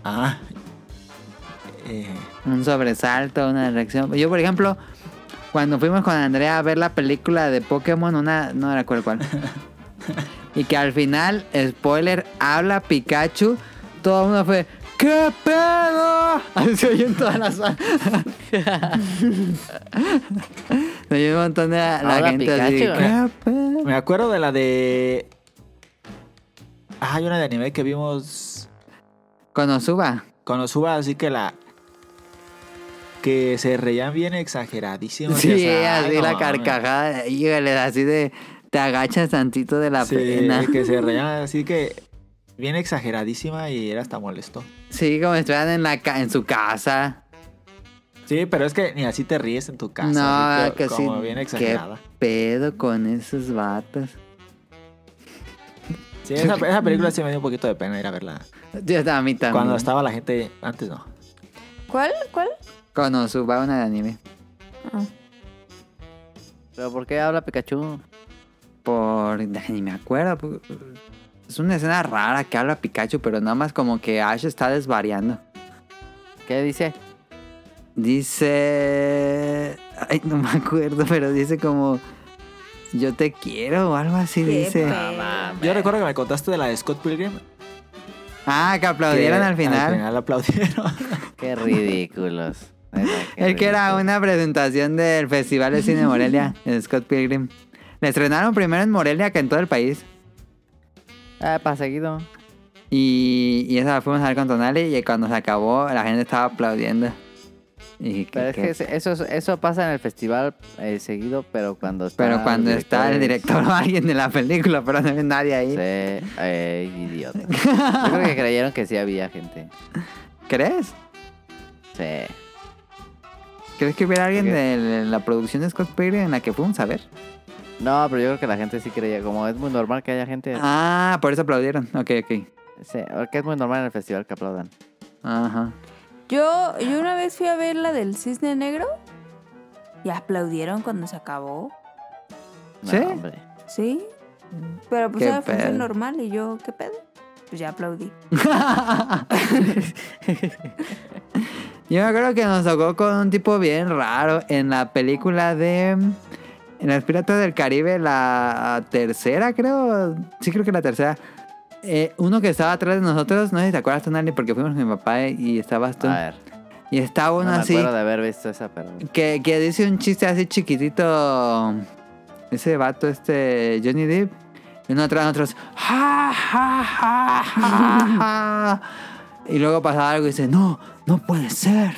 Speaker 4: Ah. Eh,
Speaker 3: Un sobresalto, una reacción. Yo, por ejemplo, cuando fuimos con Andrea a ver la película de Pokémon, una. No recuerdo
Speaker 4: [laughs]
Speaker 3: cuál. Y que al final, spoiler, habla Pikachu. Todo el mundo fue. ¡Qué pedo! Así se oyó en toda [laughs] la sala. Se oyó un montón de la, la
Speaker 2: Habla
Speaker 3: gente así.
Speaker 2: Pikachu.
Speaker 4: ¿eh?
Speaker 3: "¿Qué pedo?".
Speaker 4: me acuerdo de la de. Ah, hay una de anime que vimos
Speaker 3: Con Osuba.
Speaker 4: con Osuba, así que la. Que se reían bien exageradísimo.
Speaker 3: Sí,
Speaker 4: Decías, "Ay,
Speaker 3: así
Speaker 4: no
Speaker 3: la
Speaker 4: mames".
Speaker 3: carcajada. Híjole, así de. Te agachas tantito de la
Speaker 4: Sí,
Speaker 3: pena.
Speaker 4: que se reían así que. Bien exageradísima y era hasta molesto.
Speaker 3: Sí, como estuvieran en, la ca- en su casa.
Speaker 4: Sí, pero es que ni así te ríes en tu casa.
Speaker 3: no,
Speaker 4: así que,
Speaker 3: que sí.
Speaker 4: como bien exagerada.
Speaker 3: ¿Qué pedo con esos vatos? [laughs]
Speaker 4: Sí, esa, esa película sí me dio un poquito de pena ir a verla.
Speaker 3: Yo a mí Mm. también.
Speaker 4: Cuando estaba la gente, antes no.
Speaker 1: ¿Cuál? ¿Cuál?
Speaker 3: Con Osuba, una de anime.
Speaker 2: Ah. ¿Pero por qué habla Pikachu?
Speaker 3: Por. ay, Ni me acuerdo. pu- Es una escena rara que habla Pikachu, pero nada más como que Ash está desvariando.
Speaker 2: ¿Qué dice?
Speaker 3: Dice. Ay, no me acuerdo, [laughs] pero dice como. Yo te quiero o algo así
Speaker 1: Qué pues?
Speaker 3: dice.
Speaker 1: pedo.
Speaker 4: Yo recuerdo que me contaste de la de Scott Pilgrim.
Speaker 3: Ah, que aplaudieron
Speaker 4: que
Speaker 3: al final.
Speaker 4: Al final aplaudieron. [laughs]
Speaker 2: Qué ridículos. Neta, qué
Speaker 3: El que era
Speaker 2: ridículo.
Speaker 3: una presentación del Festival de
Speaker 2: [laughs]
Speaker 3: Cine Morelia, el Scott Pilgrim. La estrenaron primero en Morelia que en todo el país.
Speaker 2: Ah, para seguido.
Speaker 3: Y, y esa la fuimos a ver con Tonali y cuando se acabó la gente estaba aplaudiendo. Y que-
Speaker 2: Pero es que
Speaker 3: que-
Speaker 2: ese- eso, eso pasa en el festival eh, seguido, pero cuando está.
Speaker 3: pero cuando
Speaker 2: los
Speaker 3: está el
Speaker 2: directores-
Speaker 3: director o alguien de la película, pero no hay nadie ahí.
Speaker 2: Sí, eh,
Speaker 3: [laughs]
Speaker 2: idiota. Yo creo que creyeron que sí había gente.
Speaker 3: ¿Crees?
Speaker 2: Sí.
Speaker 3: ¿Crees que hubiera alguien
Speaker 2: Ok.
Speaker 3: de la producción de Scott Pilgrim en la que fuimos a ver?
Speaker 2: No, pero yo creo que la gente sí creía. Como es muy normal que haya gente.
Speaker 3: Ah, por eso aplaudieron. Ok, ok.
Speaker 2: Sí, porque es muy normal en el festival que aplaudan.
Speaker 3: Ajá.
Speaker 1: Yo, yo una vez fui a ver la del cisne negro y aplaudieron cuando se acabó.
Speaker 2: No,
Speaker 3: ¿Sí?
Speaker 2: hombre.
Speaker 1: Sí. Pero pues
Speaker 3: Qué
Speaker 1: era función
Speaker 3: pedo.
Speaker 1: normal y yo, ¿qué pedo? Pues ya aplaudí.
Speaker 3: [laughs] Yo me acuerdo que nos tocó con un tipo bien raro en la película de. En Los Piratas del Caribe, la tercera, creo. Sí, creo que la tercera. Eh, uno que estaba atrás de nosotros, no sé si te acuerdas, Tonali, porque fuimos con mi papá y estabas tú.
Speaker 2: A ver.
Speaker 3: Y estaba
Speaker 2: Ah, No
Speaker 3: uno
Speaker 2: me
Speaker 3: así
Speaker 2: acuerdo de haber visto esa, pero.
Speaker 3: que, que dice un chiste así chiquitito. Ese vato, este Johnny Depp. Y uno atrás de otros. "Ja, ja, ja, ja, ja". Y luego pasa algo y dice: No, no puede ser.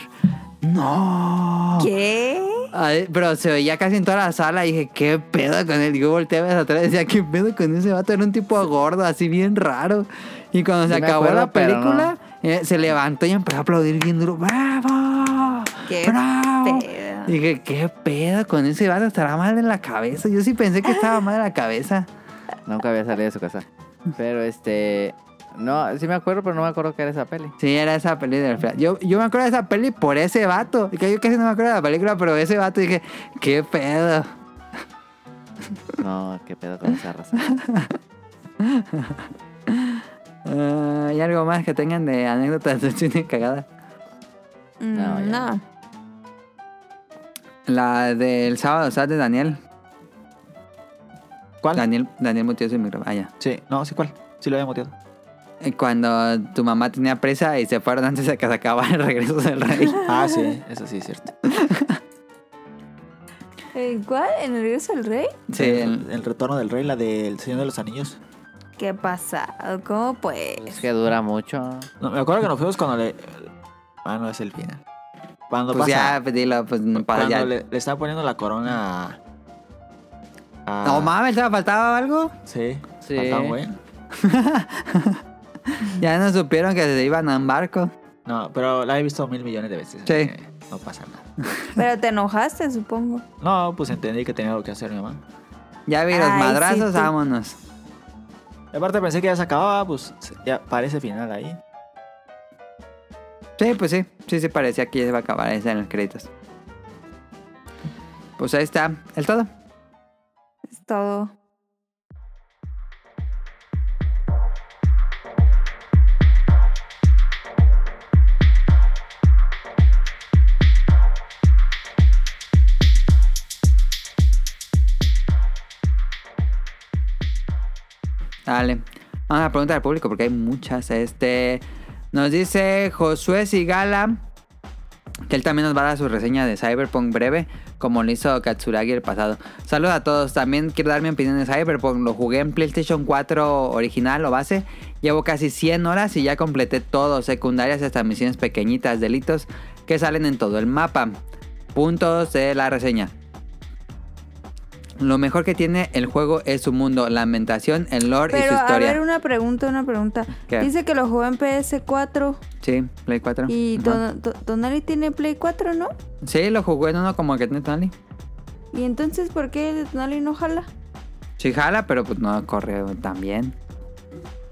Speaker 3: No.
Speaker 1: ¿Qué?
Speaker 3: Ay, pero se veía casi en toda la sala y dije, ¿qué pedo con él? Yo volteaba hacia atrás y decía, ¿qué pedo con ese vato? Era un tipo gordo, así bien raro. Y cuando se
Speaker 2: Sí me
Speaker 3: acabó
Speaker 2: acuerdo,
Speaker 3: la
Speaker 2: pero
Speaker 3: película, eh, se levantó y empezó a aplaudir bien duro. ¡Bravo!
Speaker 1: ¿Qué
Speaker 3: ¡Bravo!
Speaker 1: pedo?
Speaker 3: Y dije, ¿qué pedo con ese vato? Estará mal en la cabeza. Yo sí pensé que estaba mal en la cabeza.
Speaker 2: Nunca había salido de su casa. Pero este. No, sí me acuerdo, pero no me acuerdo que era esa peli.
Speaker 3: Sí, era esa peli del Flash. Yo, yo me acuerdo de esa peli por ese vato. Que yo casi no me acuerdo de la película, pero ese vato dije, ¿qué pedo?
Speaker 2: No, qué pedo con esa raza.
Speaker 3: Ah, ¿Hay algo más que tengan de anécdotas de cine cagada?
Speaker 1: Mm,
Speaker 2: No,
Speaker 1: No,
Speaker 2: ya no.
Speaker 3: La del sábado, ¿sabes? De Daniel.
Speaker 4: ¿Cuál?
Speaker 3: Daniel, Daniel mutió su micrófono. Ah, ya.
Speaker 4: Sí, no, sí, ¿cuál? Sí lo
Speaker 3: [laughs]
Speaker 4: había moteado.
Speaker 3: Eh, Cuando tu mamá tenía presa y se fueron antes de que se acabara el regreso del
Speaker 4: [laughs]
Speaker 3: rey.
Speaker 4: Ah, sí, eso sí es cierto.
Speaker 1: ¿En cuál? ¿En el regreso del rey?
Speaker 3: Sí, el-
Speaker 4: el, el retorno del rey, la del Señor de los Anillos.
Speaker 1: ¿Qué pasado? ¿Cómo pues?
Speaker 2: Es que dura mucho.
Speaker 4: No, me acuerdo que nos fuimos cuando le. Ah, no es el final. Cuando
Speaker 3: pues
Speaker 4: pasa.
Speaker 3: ya, pues dilo, pues no para
Speaker 4: cuando
Speaker 3: ya.
Speaker 4: le, le está poniendo la corona a. a-
Speaker 3: No mames, ¿te faltaba algo?
Speaker 4: Sí.
Speaker 2: Sí.
Speaker 4: faltaba un güey.
Speaker 3: Ya no supieron que se iban a un barco.
Speaker 4: No, pero la he visto mil millones de veces.
Speaker 3: Sí.
Speaker 4: así que No pasa nada.
Speaker 1: Pero te enojaste, supongo.
Speaker 4: No, pues entendí que tenía algo que hacer mi mamá.
Speaker 3: Ya vi los
Speaker 1: Ay, sí,
Speaker 3: madrazos,
Speaker 1: tú.
Speaker 3: vámonos.
Speaker 4: Y aparte pensé que ya se acababa, pues ya parece final ahí.
Speaker 3: Sí, pues sí. Sí, sí, parecía que ya se va a acabar ahí está en los créditos. Pues ahí está el todo.
Speaker 1: Es todo.
Speaker 3: Dale. Vamos a preguntar al público porque hay muchas. Este. Nos dice Josué Sigala. Que él también nos va a dar su reseña de Cyberpunk breve, como lo hizo Katsuragi el pasado. Saludos a todos. También quiero dar mi opinión de Cyberpunk. Lo jugué en PlayStation 4 original o base. Llevo casi 100 horas y ya completé todo, secundarias y hasta misiones pequeñitas, delitos que salen en todo el mapa. Puntos de la reseña. Lo mejor que tiene el juego es su mundo, la ambientación, el lore y su
Speaker 1: Pero a
Speaker 3: historia.
Speaker 1: ver, una pregunta, una pregunta.
Speaker 3: ¿Qué?
Speaker 1: Dice que lo jugó en PS4
Speaker 3: Sí, Play 4.
Speaker 1: y
Speaker 3: Ajá.
Speaker 1: Don- Do- Donali tiene Play 4, ¿no?
Speaker 3: Sí, lo jugué en uno como que tiene Tonali.
Speaker 1: ¿Y entonces por qué el de Donali no jala?
Speaker 3: Sí jala, pero pues no corre tan bien.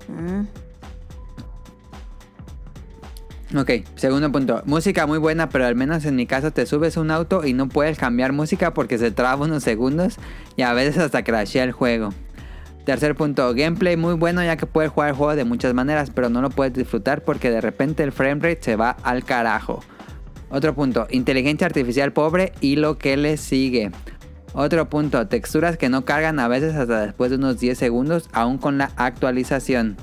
Speaker 1: Mm.
Speaker 3: Ok, segundo punto. Música muy buena, pero al menos en mi caso te subes a un auto y no puedes cambiar música porque se traba unos segundos y a veces hasta crashea el juego. Tercer punto, gameplay muy bueno ya que puedes jugar el juego de muchas maneras, pero no lo puedes disfrutar porque de repente el framerate se va al carajo. Otro punto, inteligencia artificial pobre y lo que le sigue. Otro punto, texturas que no cargan a veces hasta después de unos 10 segundos, aún con la actualización.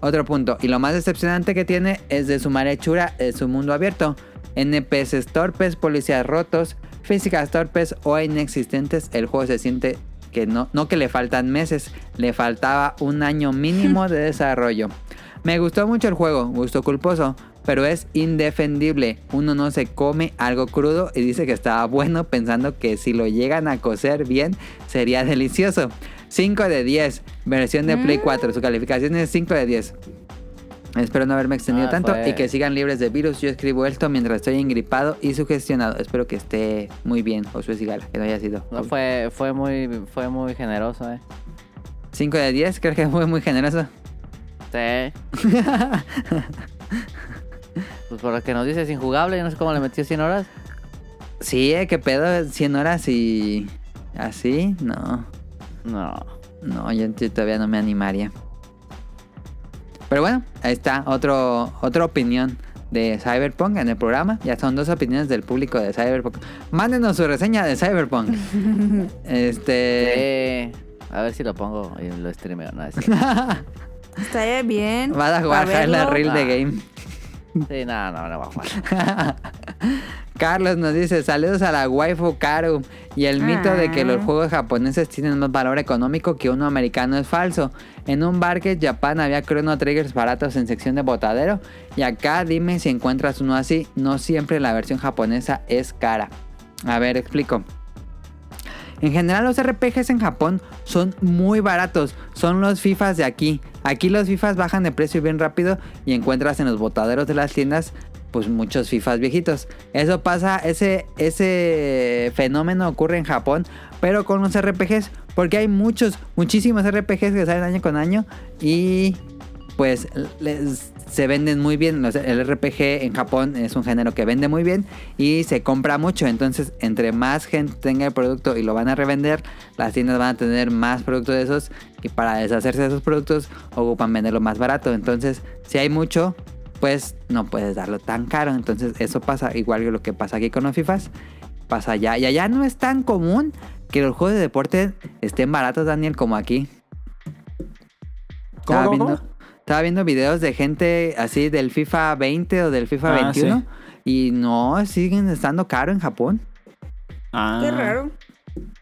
Speaker 3: Otro punto, y lo más decepcionante que tiene es de su mala hechura, es su mundo abierto. NPCs torpes, policías rotos, físicas torpes o inexistentes, el juego se siente que no, no que le faltan meses, le faltaba un año
Speaker 2: [laughs]
Speaker 3: mínimo de desarrollo. Me gustó mucho el juego, gusto culposo, pero es indefendible. Uno no se come algo crudo y dice que estaba bueno pensando que si lo llegan a cocer bien sería delicioso. 5 de 10, versión de Play
Speaker 1: Mm.
Speaker 3: 4, su calificación es 5 de 10. Espero no haberme extendido
Speaker 2: Ah,
Speaker 3: tanto
Speaker 2: fue-
Speaker 3: y que sigan libres de virus. Yo escribo esto mientras estoy engripado y sugestionado. Espero que esté muy bien, Josué Sigala, que no haya sido.
Speaker 2: No, fue, fue, muy, fue muy generoso, eh.
Speaker 3: 5 de 10, creo que fue muy generoso.
Speaker 2: Sí. [laughs] pues por lo que nos dice es injugable, yo no sé cómo le metió 100 horas.
Speaker 3: Sí, eh, qué pedo, 100 horas y así, no.
Speaker 2: No.
Speaker 3: No, yo t- todavía no me animaría. Pero bueno, ahí está otro, otra opinión de Cyberpunk en el programa. Ya son dos opiniones del público de Cyberpunk. Mándenos su reseña de Cyberpunk. este...
Speaker 2: Eh, a ver si lo pongo y lo streameo. No, es cierto.
Speaker 1: Estaría bien.
Speaker 3: Vas a jugar
Speaker 1: pa'
Speaker 3: es la
Speaker 1: Eh, verlo.
Speaker 3: reel de
Speaker 2: Ah.
Speaker 3: game.
Speaker 2: sí, no, no, no voy a jugar.
Speaker 3: Carlos nos dice, saludos a la waifu Karu. Y el mito de que los
Speaker 1: Ah.
Speaker 3: juegos japoneses tienen más valor económico que uno americano es falso. En un Barket Japan había Chrono Triggers baratos en sección de botadero. Y acá dime si encuentras uno así. No siempre la versión japonesa es cara. A ver, explico. En general los RPGs en Japón son muy baratos, son los FIFAs de aquí. Aquí los FIFAs bajan de precio bien rápido y encuentras en los botaderos de las tiendas pues muchos FIFAs viejitos. Eso pasa, ese, ese fenómeno ocurre en Japón, pero con los RPGs, porque hay muchos, muchísimos RPGs que salen año con año y pues les- se venden muy bien. Los- el RPG en Japón es un género que vende muy bien y se compra mucho. Entonces, entre más gente tenga el producto y lo van a revender, las tiendas van a tener más productos de esos y para deshacerse de esos productos ocupan venderlo más barato. Entonces, si hay mucho, pues no puedes darlo tan caro. Entonces, eso pasa igual que lo que pasa aquí con los FIFAs. pasa allá. Y allá no es tan común que los juegos de deporte estén baratos, Daniel, como aquí.
Speaker 4: ¿Cómo,
Speaker 3: estaba,
Speaker 4: cómo,
Speaker 3: viendo,
Speaker 4: cómo?
Speaker 3: estaba viendo videos de gente así del FIFA 20 o del FIFA
Speaker 4: Ah,
Speaker 3: 21 y no, siguen estando caro en Japón.
Speaker 4: Ah.
Speaker 1: Qué raro.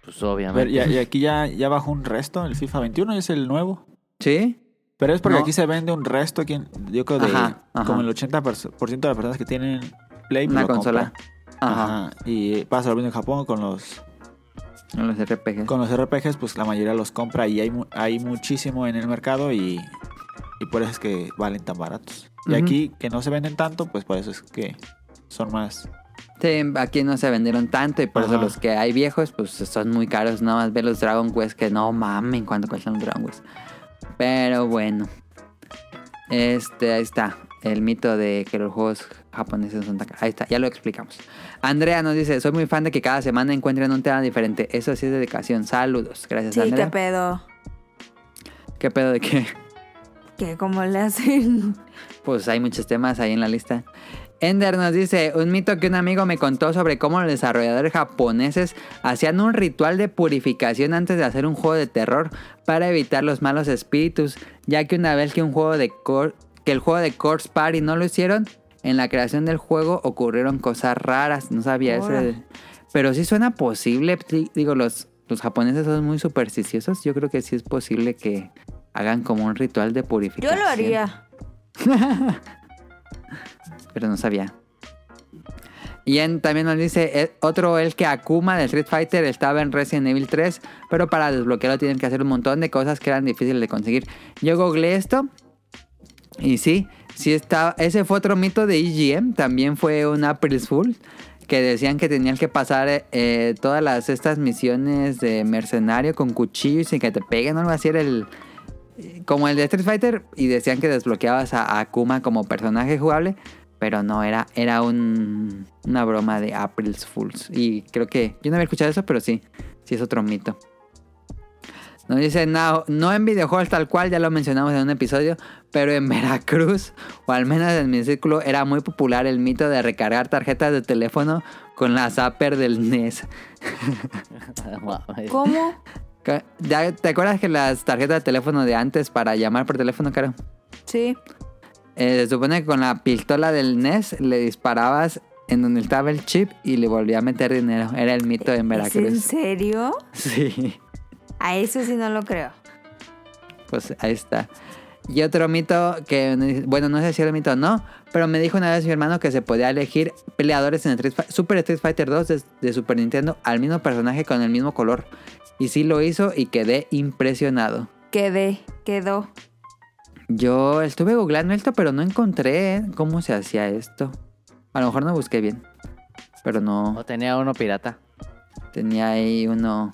Speaker 2: Pues
Speaker 4: A ver,
Speaker 2: obviamente.
Speaker 4: y,
Speaker 2: [laughs]
Speaker 4: y aquí ya, ya bajó un resto, el FIFA 21 es el nuevo.
Speaker 3: ¿Sí?
Speaker 4: Pero es porque
Speaker 3: No.
Speaker 4: aquí se vende un resto, aquí en- yo creo de
Speaker 3: Ajá, ajá.
Speaker 4: como el 80% por ciento de las personas que tienen Play. pues,
Speaker 3: Una
Speaker 4: lo
Speaker 3: consola.
Speaker 4: compran.
Speaker 3: Ajá.
Speaker 4: Ajá. Y pasa lo mismo en Japón con los,
Speaker 3: En los RPGs.
Speaker 4: con los RPGs, pues la mayoría los compra y hay, mu- hay muchísimo en el mercado y, y por eso es que valen tan baratos. Y
Speaker 3: Ujú.
Speaker 4: aquí que no se venden tanto, pues por eso es que son más.
Speaker 3: Sí, aquí no se vendieron tanto y por eso
Speaker 4: Ajá.
Speaker 3: los que hay viejos, pues son muy caros. Nada más ve los Dragon Quest que no mamen cuánto cuestan los Dragon Quest. Pero bueno. Este, ahí está. El mito de que los juegos japoneses son tan caros. Ahí está, ya lo explicamos. Andrea nos dice, soy muy fan de que cada semana encuentren un tema diferente. Eso sí es dedicación. Saludos. Gracias,
Speaker 1: Sí, qué
Speaker 3: Andrea.
Speaker 1: pedo.
Speaker 3: ¿Qué pedo de qué?
Speaker 1: Que como le
Speaker 3: [laughs]
Speaker 1: hacen.
Speaker 3: Pues hay muchos temas ahí en la lista. Ender nos dice, un mito que un amigo me contó sobre cómo los desarrolladores japoneses hacían un ritual de purificación antes de hacer un juego de terror para evitar los malos espíritus, ya que una vez que, un juego de cor- que el juego de Corpse Party no lo hicieron, en la creación del juego ocurrieron cosas raras, no sabía eso.
Speaker 1: Ora.
Speaker 3: Pero sí suena posible, Di- digo, los, los japoneses son muy supersticiosos, yo creo que sí es posible que hagan como un ritual de
Speaker 1: Yo
Speaker 3: purificación.
Speaker 1: lo haría.
Speaker 3: pero no sabía. Y en- también nos dice eh, otro el que Akuma de Street Fighter estaba en Resident Evil 3, pero para desbloquearlo tienen que hacer un montón de cosas que eran difíciles de conseguir. Yo googleé esto y sí, sí estaba. Ese fue otro mito de EGM, también fue un April Fool que decían que tenían que pasar eh, eh, todas las estas misiones de mercenario con cuchillo y sin que te peguen, algo así era el como el de Street Fighter y decían que desbloqueabas a Akuma como personaje jugable, pero no, era, era un- una broma de April's Fools. Y creo que yo no había escuchado eso, pero sí, sí es otro mito. Nos dice Nao, no en videojuegos tal cual, ya lo mencionamos en un episodio, pero en Veracruz, o al menos en mi círculo, era muy popular el mito de recargar tarjetas de teléfono con la zapper del E NES.
Speaker 2: Mames.
Speaker 1: ¿Cómo?
Speaker 3: Ca- ¿ya ¿Te acuerdas que las tarjetas de teléfono de antes para llamar por teléfono, Caro?
Speaker 1: Sí.
Speaker 3: Eh, se supone que con la pistola del NES le disparabas en donde estaba el chip y le volvía a meter dinero. Era el mito en
Speaker 1: ¿Es en
Speaker 3: Veracruz.
Speaker 1: serio?
Speaker 3: [laughs] Sí,
Speaker 1: A eso sí no lo creo.
Speaker 3: pues ahí está. Y otro mito que, bueno, no sé si era mito o no, pero me dijo una vez mi hermano que se podía elegir peleadores en Street Fi- Super Street Fighter 2 de, de Super Nintendo al mismo personaje con el mismo color. Y sí lo hizo y quedé impresionado.
Speaker 1: Quedé, quedó.
Speaker 3: Yo estuve googleando esto, pero no encontré cómo se hacía esto. A lo mejor no busqué bien, pero no.
Speaker 2: No tenía uno pirata.
Speaker 3: Tenía ahí uno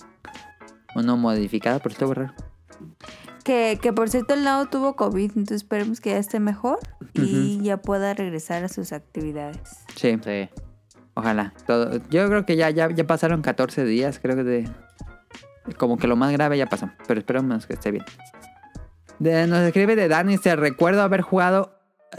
Speaker 3: uno modificado, pero estuvo raro.
Speaker 1: Que, que por cierto el Nao tuvo COVID, entonces esperemos que ya esté mejor y ya pueda regresar a sus actividades.
Speaker 3: Sí,
Speaker 2: Sí.
Speaker 3: ojalá. Todo. Yo creo que ya, ya, ya pasaron 14 días, creo que de... Como que lo más grave ya pasó, pero esperamos que esté bien. De- nos escribe de Dani, se recuerdo haber jugado...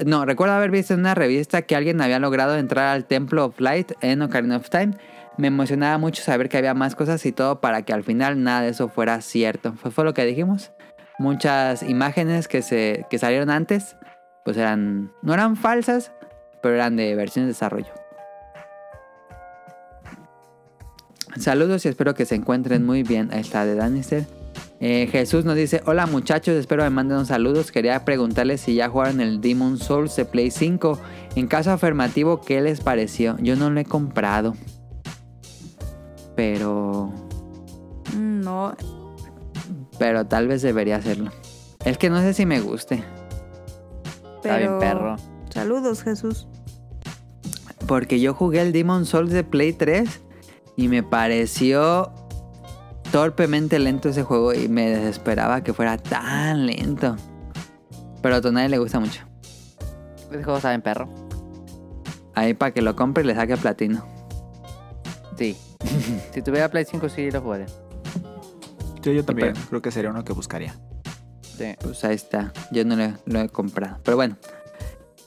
Speaker 3: No, recuerdo haber visto en una revista que alguien había logrado entrar al Templo of Light en Ocarina of Time. Me emocionaba mucho saber que había más cosas y todo para que al final nada de eso fuera cierto. Fue, fue lo que dijimos. Muchas imágenes que, se, que salieron antes, pues eran... No eran falsas, pero eran de versiones de desarrollo. Saludos y espero que se encuentren muy bien. Ahí está de Danister. Eh, Jesús nos dice, hola muchachos, espero me manden unos saludos. Quería preguntarles si ya jugaron el Demon Souls de Play 5. En caso afirmativo, ¿qué les pareció? Yo no lo he comprado. Pero...
Speaker 1: Mm, No,
Speaker 3: Pero tal vez debería hacerlo. Es que no sé si me guste.
Speaker 2: Está
Speaker 1: pero...
Speaker 2: bien, perro.
Speaker 1: Saludos, Jesús.
Speaker 3: Porque yo jugué el Demon Souls de Play 3 y me pareció torpemente lento ese juego y me desesperaba que fuera tan lento. Pero a Tonali le gusta mucho.
Speaker 2: Ese juego sabe en perro.
Speaker 3: Ahí para que lo compre y le saque platino.
Speaker 2: Sí. si tuviera Play 5, sí lo jugaría.
Speaker 4: Yo, yo también
Speaker 3: pero-
Speaker 4: creo que sería uno que buscaría.
Speaker 3: este,
Speaker 2: Sí.
Speaker 3: Pues ahí está. Yo no lo, lo he comprado. Pero bueno.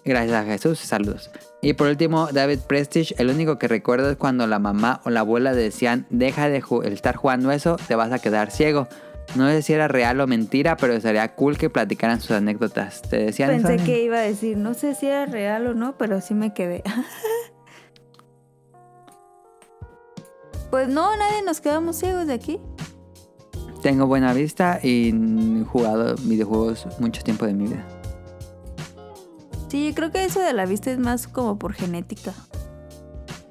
Speaker 3: Gracias a Jesús. Saludos. Y por último, David Prestige, el único que recuerdo es cuando la mamá o la abuela decían, deja de ju- estar jugando eso, te vas a quedar ciego. No sé si era real o mentira, pero sería cool que platicaran sus anécdotas. ¿Te decían eso,
Speaker 1: Pensé
Speaker 3: Ana?
Speaker 1: que iba a decir, no sé si era real o no, pero sí me quedé. [laughs] pues no, nadie nos quedamos ciegos de aquí.
Speaker 3: Tengo buena vista y he jugado videojuegos mucho tiempo de mi vida.
Speaker 1: Sí, creo que eso de la vista es más como por genética.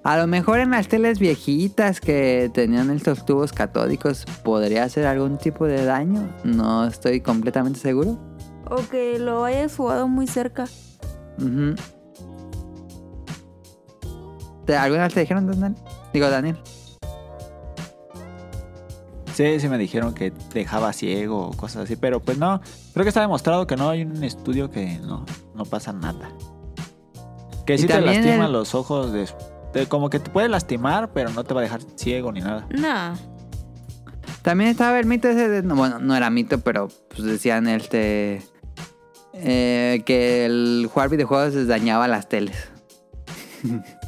Speaker 3: A lo mejor en las teles viejitas que tenían estos tubos catódicos podría hacer algún tipo de daño. No estoy completamente seguro.
Speaker 1: O que lo hayas jugado muy cerca.
Speaker 3: Ujú. ¿Te- ¿Alguna vez te dijeron, Daniel? Digo, Daniel.
Speaker 4: Sí, sí me dijeron que dejaba ciego o cosas así, pero pues no, creo que está demostrado que no hay un estudio que no, no pasa nada. Que
Speaker 3: Y
Speaker 4: sí te
Speaker 3: también
Speaker 4: lastiman
Speaker 3: el-
Speaker 4: los ojos, de, de- como que te puede lastimar, pero no te va a dejar ciego ni nada.
Speaker 1: No.
Speaker 3: También estaba el mito ese de... no, Bueno, no era mito, pero pues decían este... eh, que el jugar videojuegos les dañaba las teles.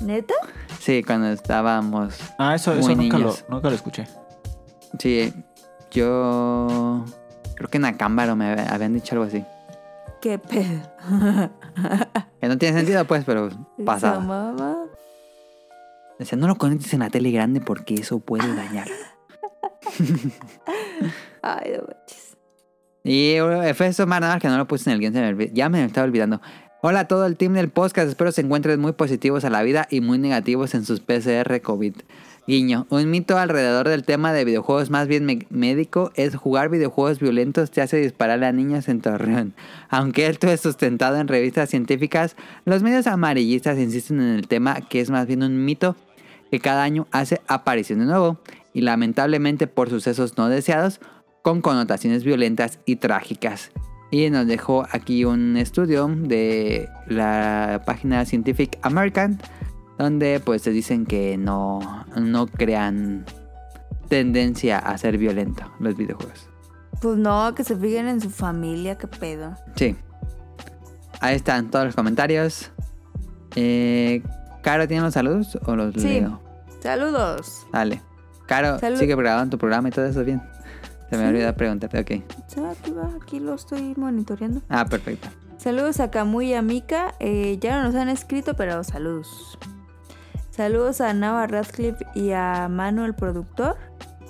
Speaker 1: ¿Neta?
Speaker 3: Sí, cuando estábamos...
Speaker 4: Ah, eso,
Speaker 3: Muy
Speaker 4: eso nunca, lo,
Speaker 3: niños.
Speaker 4: nunca lo escuché.
Speaker 3: Sí, yo... Creo que en Acámbaro me hab- habían dicho algo así.
Speaker 1: Qué pedo.
Speaker 3: Que no tiene sentido, pues, pero
Speaker 1: Esa
Speaker 3: pasaba.
Speaker 1: mamá.
Speaker 3: Decía, no lo conectes en la tele grande porque eso puede dañar.
Speaker 1: Ay, no manches.
Speaker 3: Y eh, fue eso más nada más que no lo puse en el guión, se me olvi- ya me estaba olvidando. Hola a todo el team del podcast, espero se encuentren muy positivos a la vida y muy negativos en sus PCR COVID. Guiño, un mito alrededor del tema de videojuegos más bien me- médico es jugar videojuegos violentos te hace disparar a niños en Torreón. Aunque esto es sustentado en revistas científicas, los medios amarillistas insisten en el tema que es más bien un mito que cada año hace aparición de nuevo y lamentablemente por sucesos no deseados con connotaciones violentas y trágicas. Y nos dejó aquí un estudio de la página Scientific American donde pues te dicen que no, no crean tendencia a ser violento los videojuegos.
Speaker 1: Pues no, que se fijen en su familia, qué pedo.
Speaker 3: Sí. Ahí están todos los comentarios. Eh, Caro, ¿tiene los saludos o los
Speaker 1: Sí.
Speaker 3: leo?
Speaker 1: Saludos.
Speaker 3: Dale. Caro,
Speaker 1: Salud.
Speaker 3: sigue grabando tu programa y todo eso bien. Se me
Speaker 1: Sí.
Speaker 3: olvidó preguntarte, ok.
Speaker 1: Ya, Aquí va, aquí lo estoy monitoreando.
Speaker 3: Ah, perfecto.
Speaker 1: Saludos a Camuy y a Mika. Eh, ya no nos han escrito, pero saludos. Saludos a Nava Radcliffe y a Manu, el productor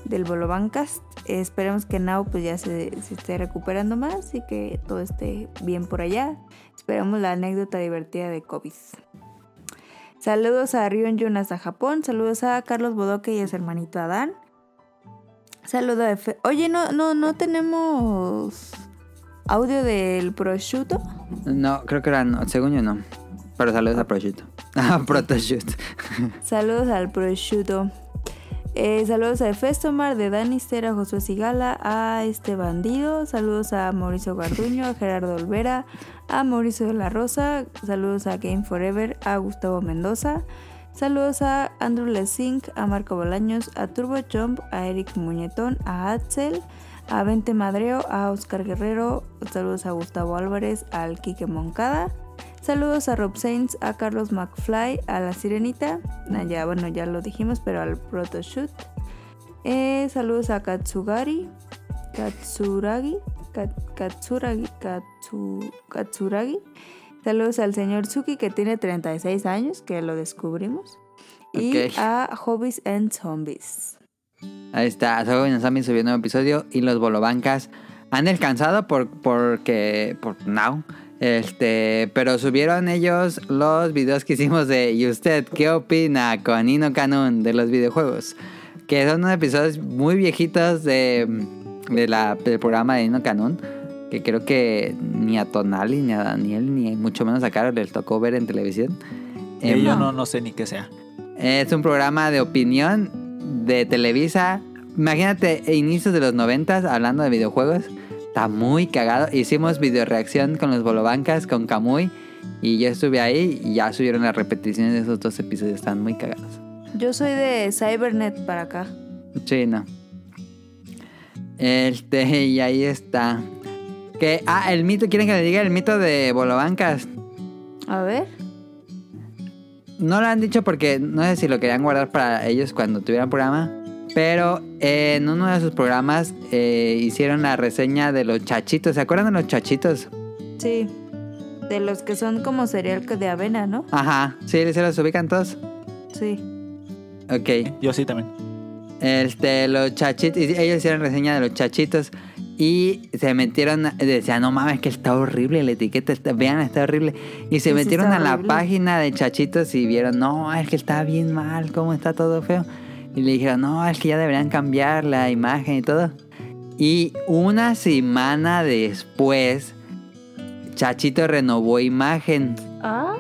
Speaker 1: del Bolobancast. Eh, esperemos que Nao pues, ya se, se esté recuperando más y que todo esté bien por allá. Esperamos la anécdota divertida de COVID. Saludos a Ryun Yun hasta Japón. Saludos a Carlos Bodoque y a su hermanito Adán. Saludo a Efe. Oye, no, no, no tenemos audio del prosciutto.
Speaker 3: No, creo que era, no, según yo no. Pero saludos a Prosciutto. [laughs] A Protoshoot.
Speaker 1: Saludos al prosciutto. Eh, saludos a Festomar, de Danister, a Josué Sigala, a este bandido. Saludos a Mauricio Garduño, a Gerardo Olvera, a Mauricio de la Rosa. Saludos a Game Forever, a Gustavo Mendoza. Saludos a Andrew Lesink, a Marco Bolaños, a Turbo Jump, a Eric Muñetón, a Axel, a Vente Madreo, a Oscar Guerrero. Saludos a Gustavo Álvarez, al Quique Moncada. Saludos a Rob Sainz, a Carlos McFly, a La Sirenita, ah, ya bueno, ya lo dijimos, pero al Protoshoot. Eh, saludos a Katsugari, Katsuragi, Kat- Katsuragi, Katsu- Katsuragi. Saludos al señor Tsuki que tiene 36 años, que lo descubrimos.
Speaker 3: Ok.
Speaker 1: Y a Hobbies and Zombies.
Speaker 3: Ahí está. Soy Inazami subió un nuevo episodio y los bolobancas han descansado por, porque, por now. Este, pero subieron ellos los videos que hicimos de ¿Y usted qué opina con Ino Canun de los videojuegos? Que son unos episodios muy viejitos de, de la, del programa de Ino Canun. Que creo que ni a Tonali, ni a Daniel, ni mucho menos a Carol les tocó ver en televisión.
Speaker 4: Y
Speaker 3: Em,
Speaker 4: yo no, no sé ni qué sea.
Speaker 3: es un programa de opinión de Televisa. Imagínate, e inicios de los noventas hablando de videojuegos. Está muy cagado. Hicimos videoreacción con los Bolobancas, con Camuy. Y yo estuve ahí y ya subieron las repeticiones de esos dos episodios. Están muy cagados.
Speaker 1: Yo soy de Cybernet para acá.
Speaker 3: Sí, no. Este, [laughs] y ahí está. Que, ah, el mito, ¿quieren que le diga el mito de Bolobancas?
Speaker 1: A ver.
Speaker 3: no lo han dicho porque no sé si lo querían guardar para ellos cuando tuvieran programa. Pero eh, en uno de sus programas eh, hicieron la reseña de los chachitos. ¿Se acuerdan de los chachitos?
Speaker 1: Sí. De los que son como cereal que de avena, ¿no?
Speaker 3: Ajá. Sí, se los ubican todos.
Speaker 1: Sí.
Speaker 3: Ok.
Speaker 4: Yo sí también. [laughs]
Speaker 3: Este, los chachitos, y ellos hicieron reseña de los chachitos y se metieron, a- decían, no mames, que está horrible la etiqueta, está- vean, está horrible. Y se
Speaker 1: Sí, sí
Speaker 3: metieron
Speaker 1: está
Speaker 3: a la
Speaker 1: horrible.
Speaker 3: página de chachitos y vieron, no, es que está bien mal, cómo está todo feo. Y le dijeron, no, es que ya deberían cambiar la imagen y todo. Y una semana después, Chachito renovó imagen.
Speaker 1: Ah,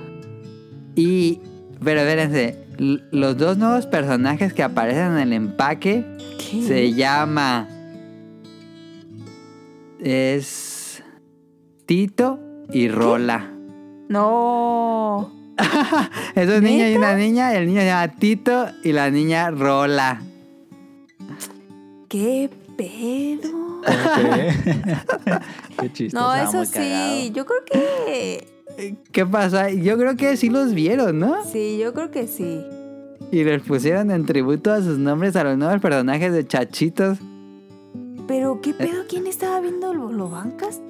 Speaker 3: Y, pero espérense, l- los dos nuevos personajes que aparecen en el empaque
Speaker 1: ¿qué?
Speaker 3: se llama. Es. Tito y Rola.
Speaker 1: No.
Speaker 3: Es dos niños y una niña. El niño se llama Tito y la niña Rola.
Speaker 1: ¿Qué pedo?
Speaker 3: [laughs]
Speaker 4: Ok. Qué chiste.
Speaker 1: No,
Speaker 2: estaba
Speaker 1: eso
Speaker 2: muy
Speaker 1: sí.
Speaker 2: cagado.
Speaker 1: Yo creo que.
Speaker 3: ¿Qué pasa? Yo creo que sí los vieron, ¿no?
Speaker 1: Sí, yo creo que sí.
Speaker 3: Y les pusieron en tributo a sus nombres a los nuevos personajes de Chachitos.
Speaker 1: Pero,
Speaker 3: Eh.
Speaker 1: ¿qué pedo? ¿Quién estaba viendo lo, lo bancas?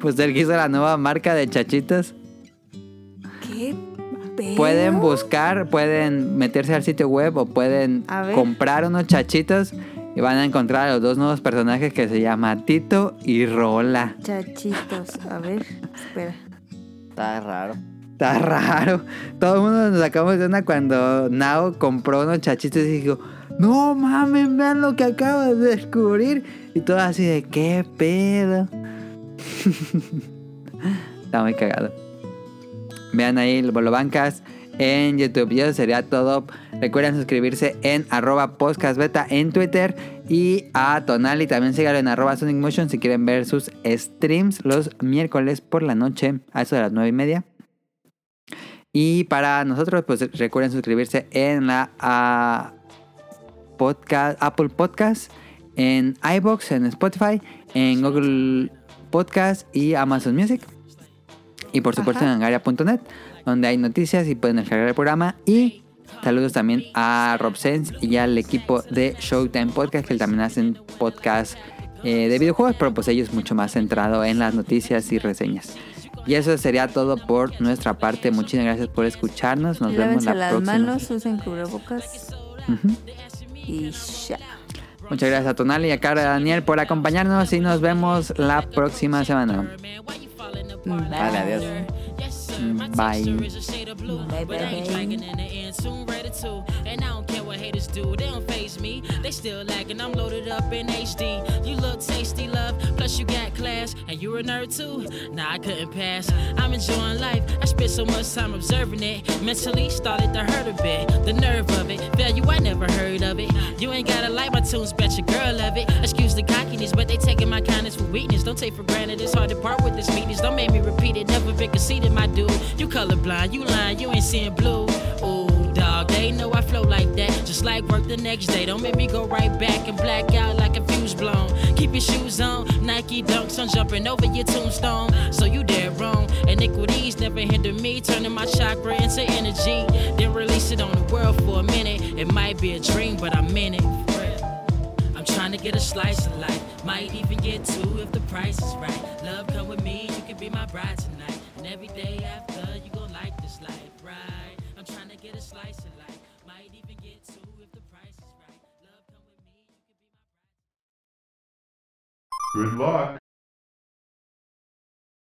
Speaker 3: Pues él quiso la nueva marca de Chachitos.
Speaker 1: ¿Qué pedo?
Speaker 3: Pueden buscar, pueden meterse al sitio web o pueden
Speaker 1: A ver.
Speaker 3: comprar unos chachitos y van a encontrar a los dos nuevos personajes que se llaman Tito y Rola.
Speaker 1: Chachitos. A ver, espera.
Speaker 2: Está raro.
Speaker 3: Está [laughs] raro. Todo el mundo nos sacamos de una cuando Nao compró unos chachitos y dijo, no mames, vean lo que acabo de descubrir. Y todo así de, ¿qué pedo? [laughs] Está muy cagado. Vean ahí el Bolobancas en YouTube. Y eso sería todo. Recuerden suscribirse en arroba podcastbeta en Twitter. Y a Tonali también síganlo en arroba Sonic Motion si quieren ver sus streams los miércoles por la noche a eso de las nueve y media. Y para nosotros, pues recuerden suscribirse en la ah, podcast, Apple Podcast, en iBox, en Spotify, en Google Podcast y Amazon Music. Y por supuesto en angaria.net, donde hay noticias y pueden descargar el programa. Y saludos también a Rob Sense y al equipo de Showtime Podcast, que también hacen podcast eh, de videojuegos, pero pues ellos mucho más centrado en las noticias y reseñas. Y eso sería todo por nuestra parte. Muchas gracias por escucharnos. Nos vemos
Speaker 1: Lávense
Speaker 3: la
Speaker 1: las
Speaker 3: próxima.
Speaker 1: manos, usen cubrebocas.
Speaker 3: Ujú.
Speaker 1: Y ya.
Speaker 3: Muchas gracias a Tonal y a Cara Daniel por acompañarnos y nos vemos la próxima semana.
Speaker 6: Mm.
Speaker 2: Vale, adiós.
Speaker 3: Bye.
Speaker 1: Bye,
Speaker 6: But I
Speaker 1: bye, bye.
Speaker 6: ain't drinking in the end, soon ready to. And I don't care what haters do, they don't phase me. They still lagging, I'm loaded up in HD. You look tasty, love, plus you got class. And you a nerd too? Nah, I couldn't pass. I'm enjoying life, I spent so much time observing it. Mentally started to hurt a bit, the nerve of it. Value, I never heard of it. You ain't gotta like my tunes, bet your girl love it. Excuse the cockiness, but they taking my kindness for weakness. Don't take for granted, it's hard to part with this meekness. Don't make me repeat it, never been conceited, my dude. You colorblind, you lying, you ain't seeing blue. Ooh, dog, they know I flow like that. Just like work the next day, don't make me go right back and black out like a fuse blown. Keep your shoes on, Nike dunks, I'm jumping over your tombstone. So you dead wrong. Iniquities never hinder me, turning my chakra into energy. Then release it on the world for a minute. It might be a dream, but I'm in it. for real. I'm trying to get a slice of life. Might even get two if the price is right. Love, come with me, you can be my bride tonight. And every day after, you gon' like this life, right? I'm trying to get a slice of life. Might even get two if the price is right. Love, come with me, you can be my
Speaker 8: Good luck.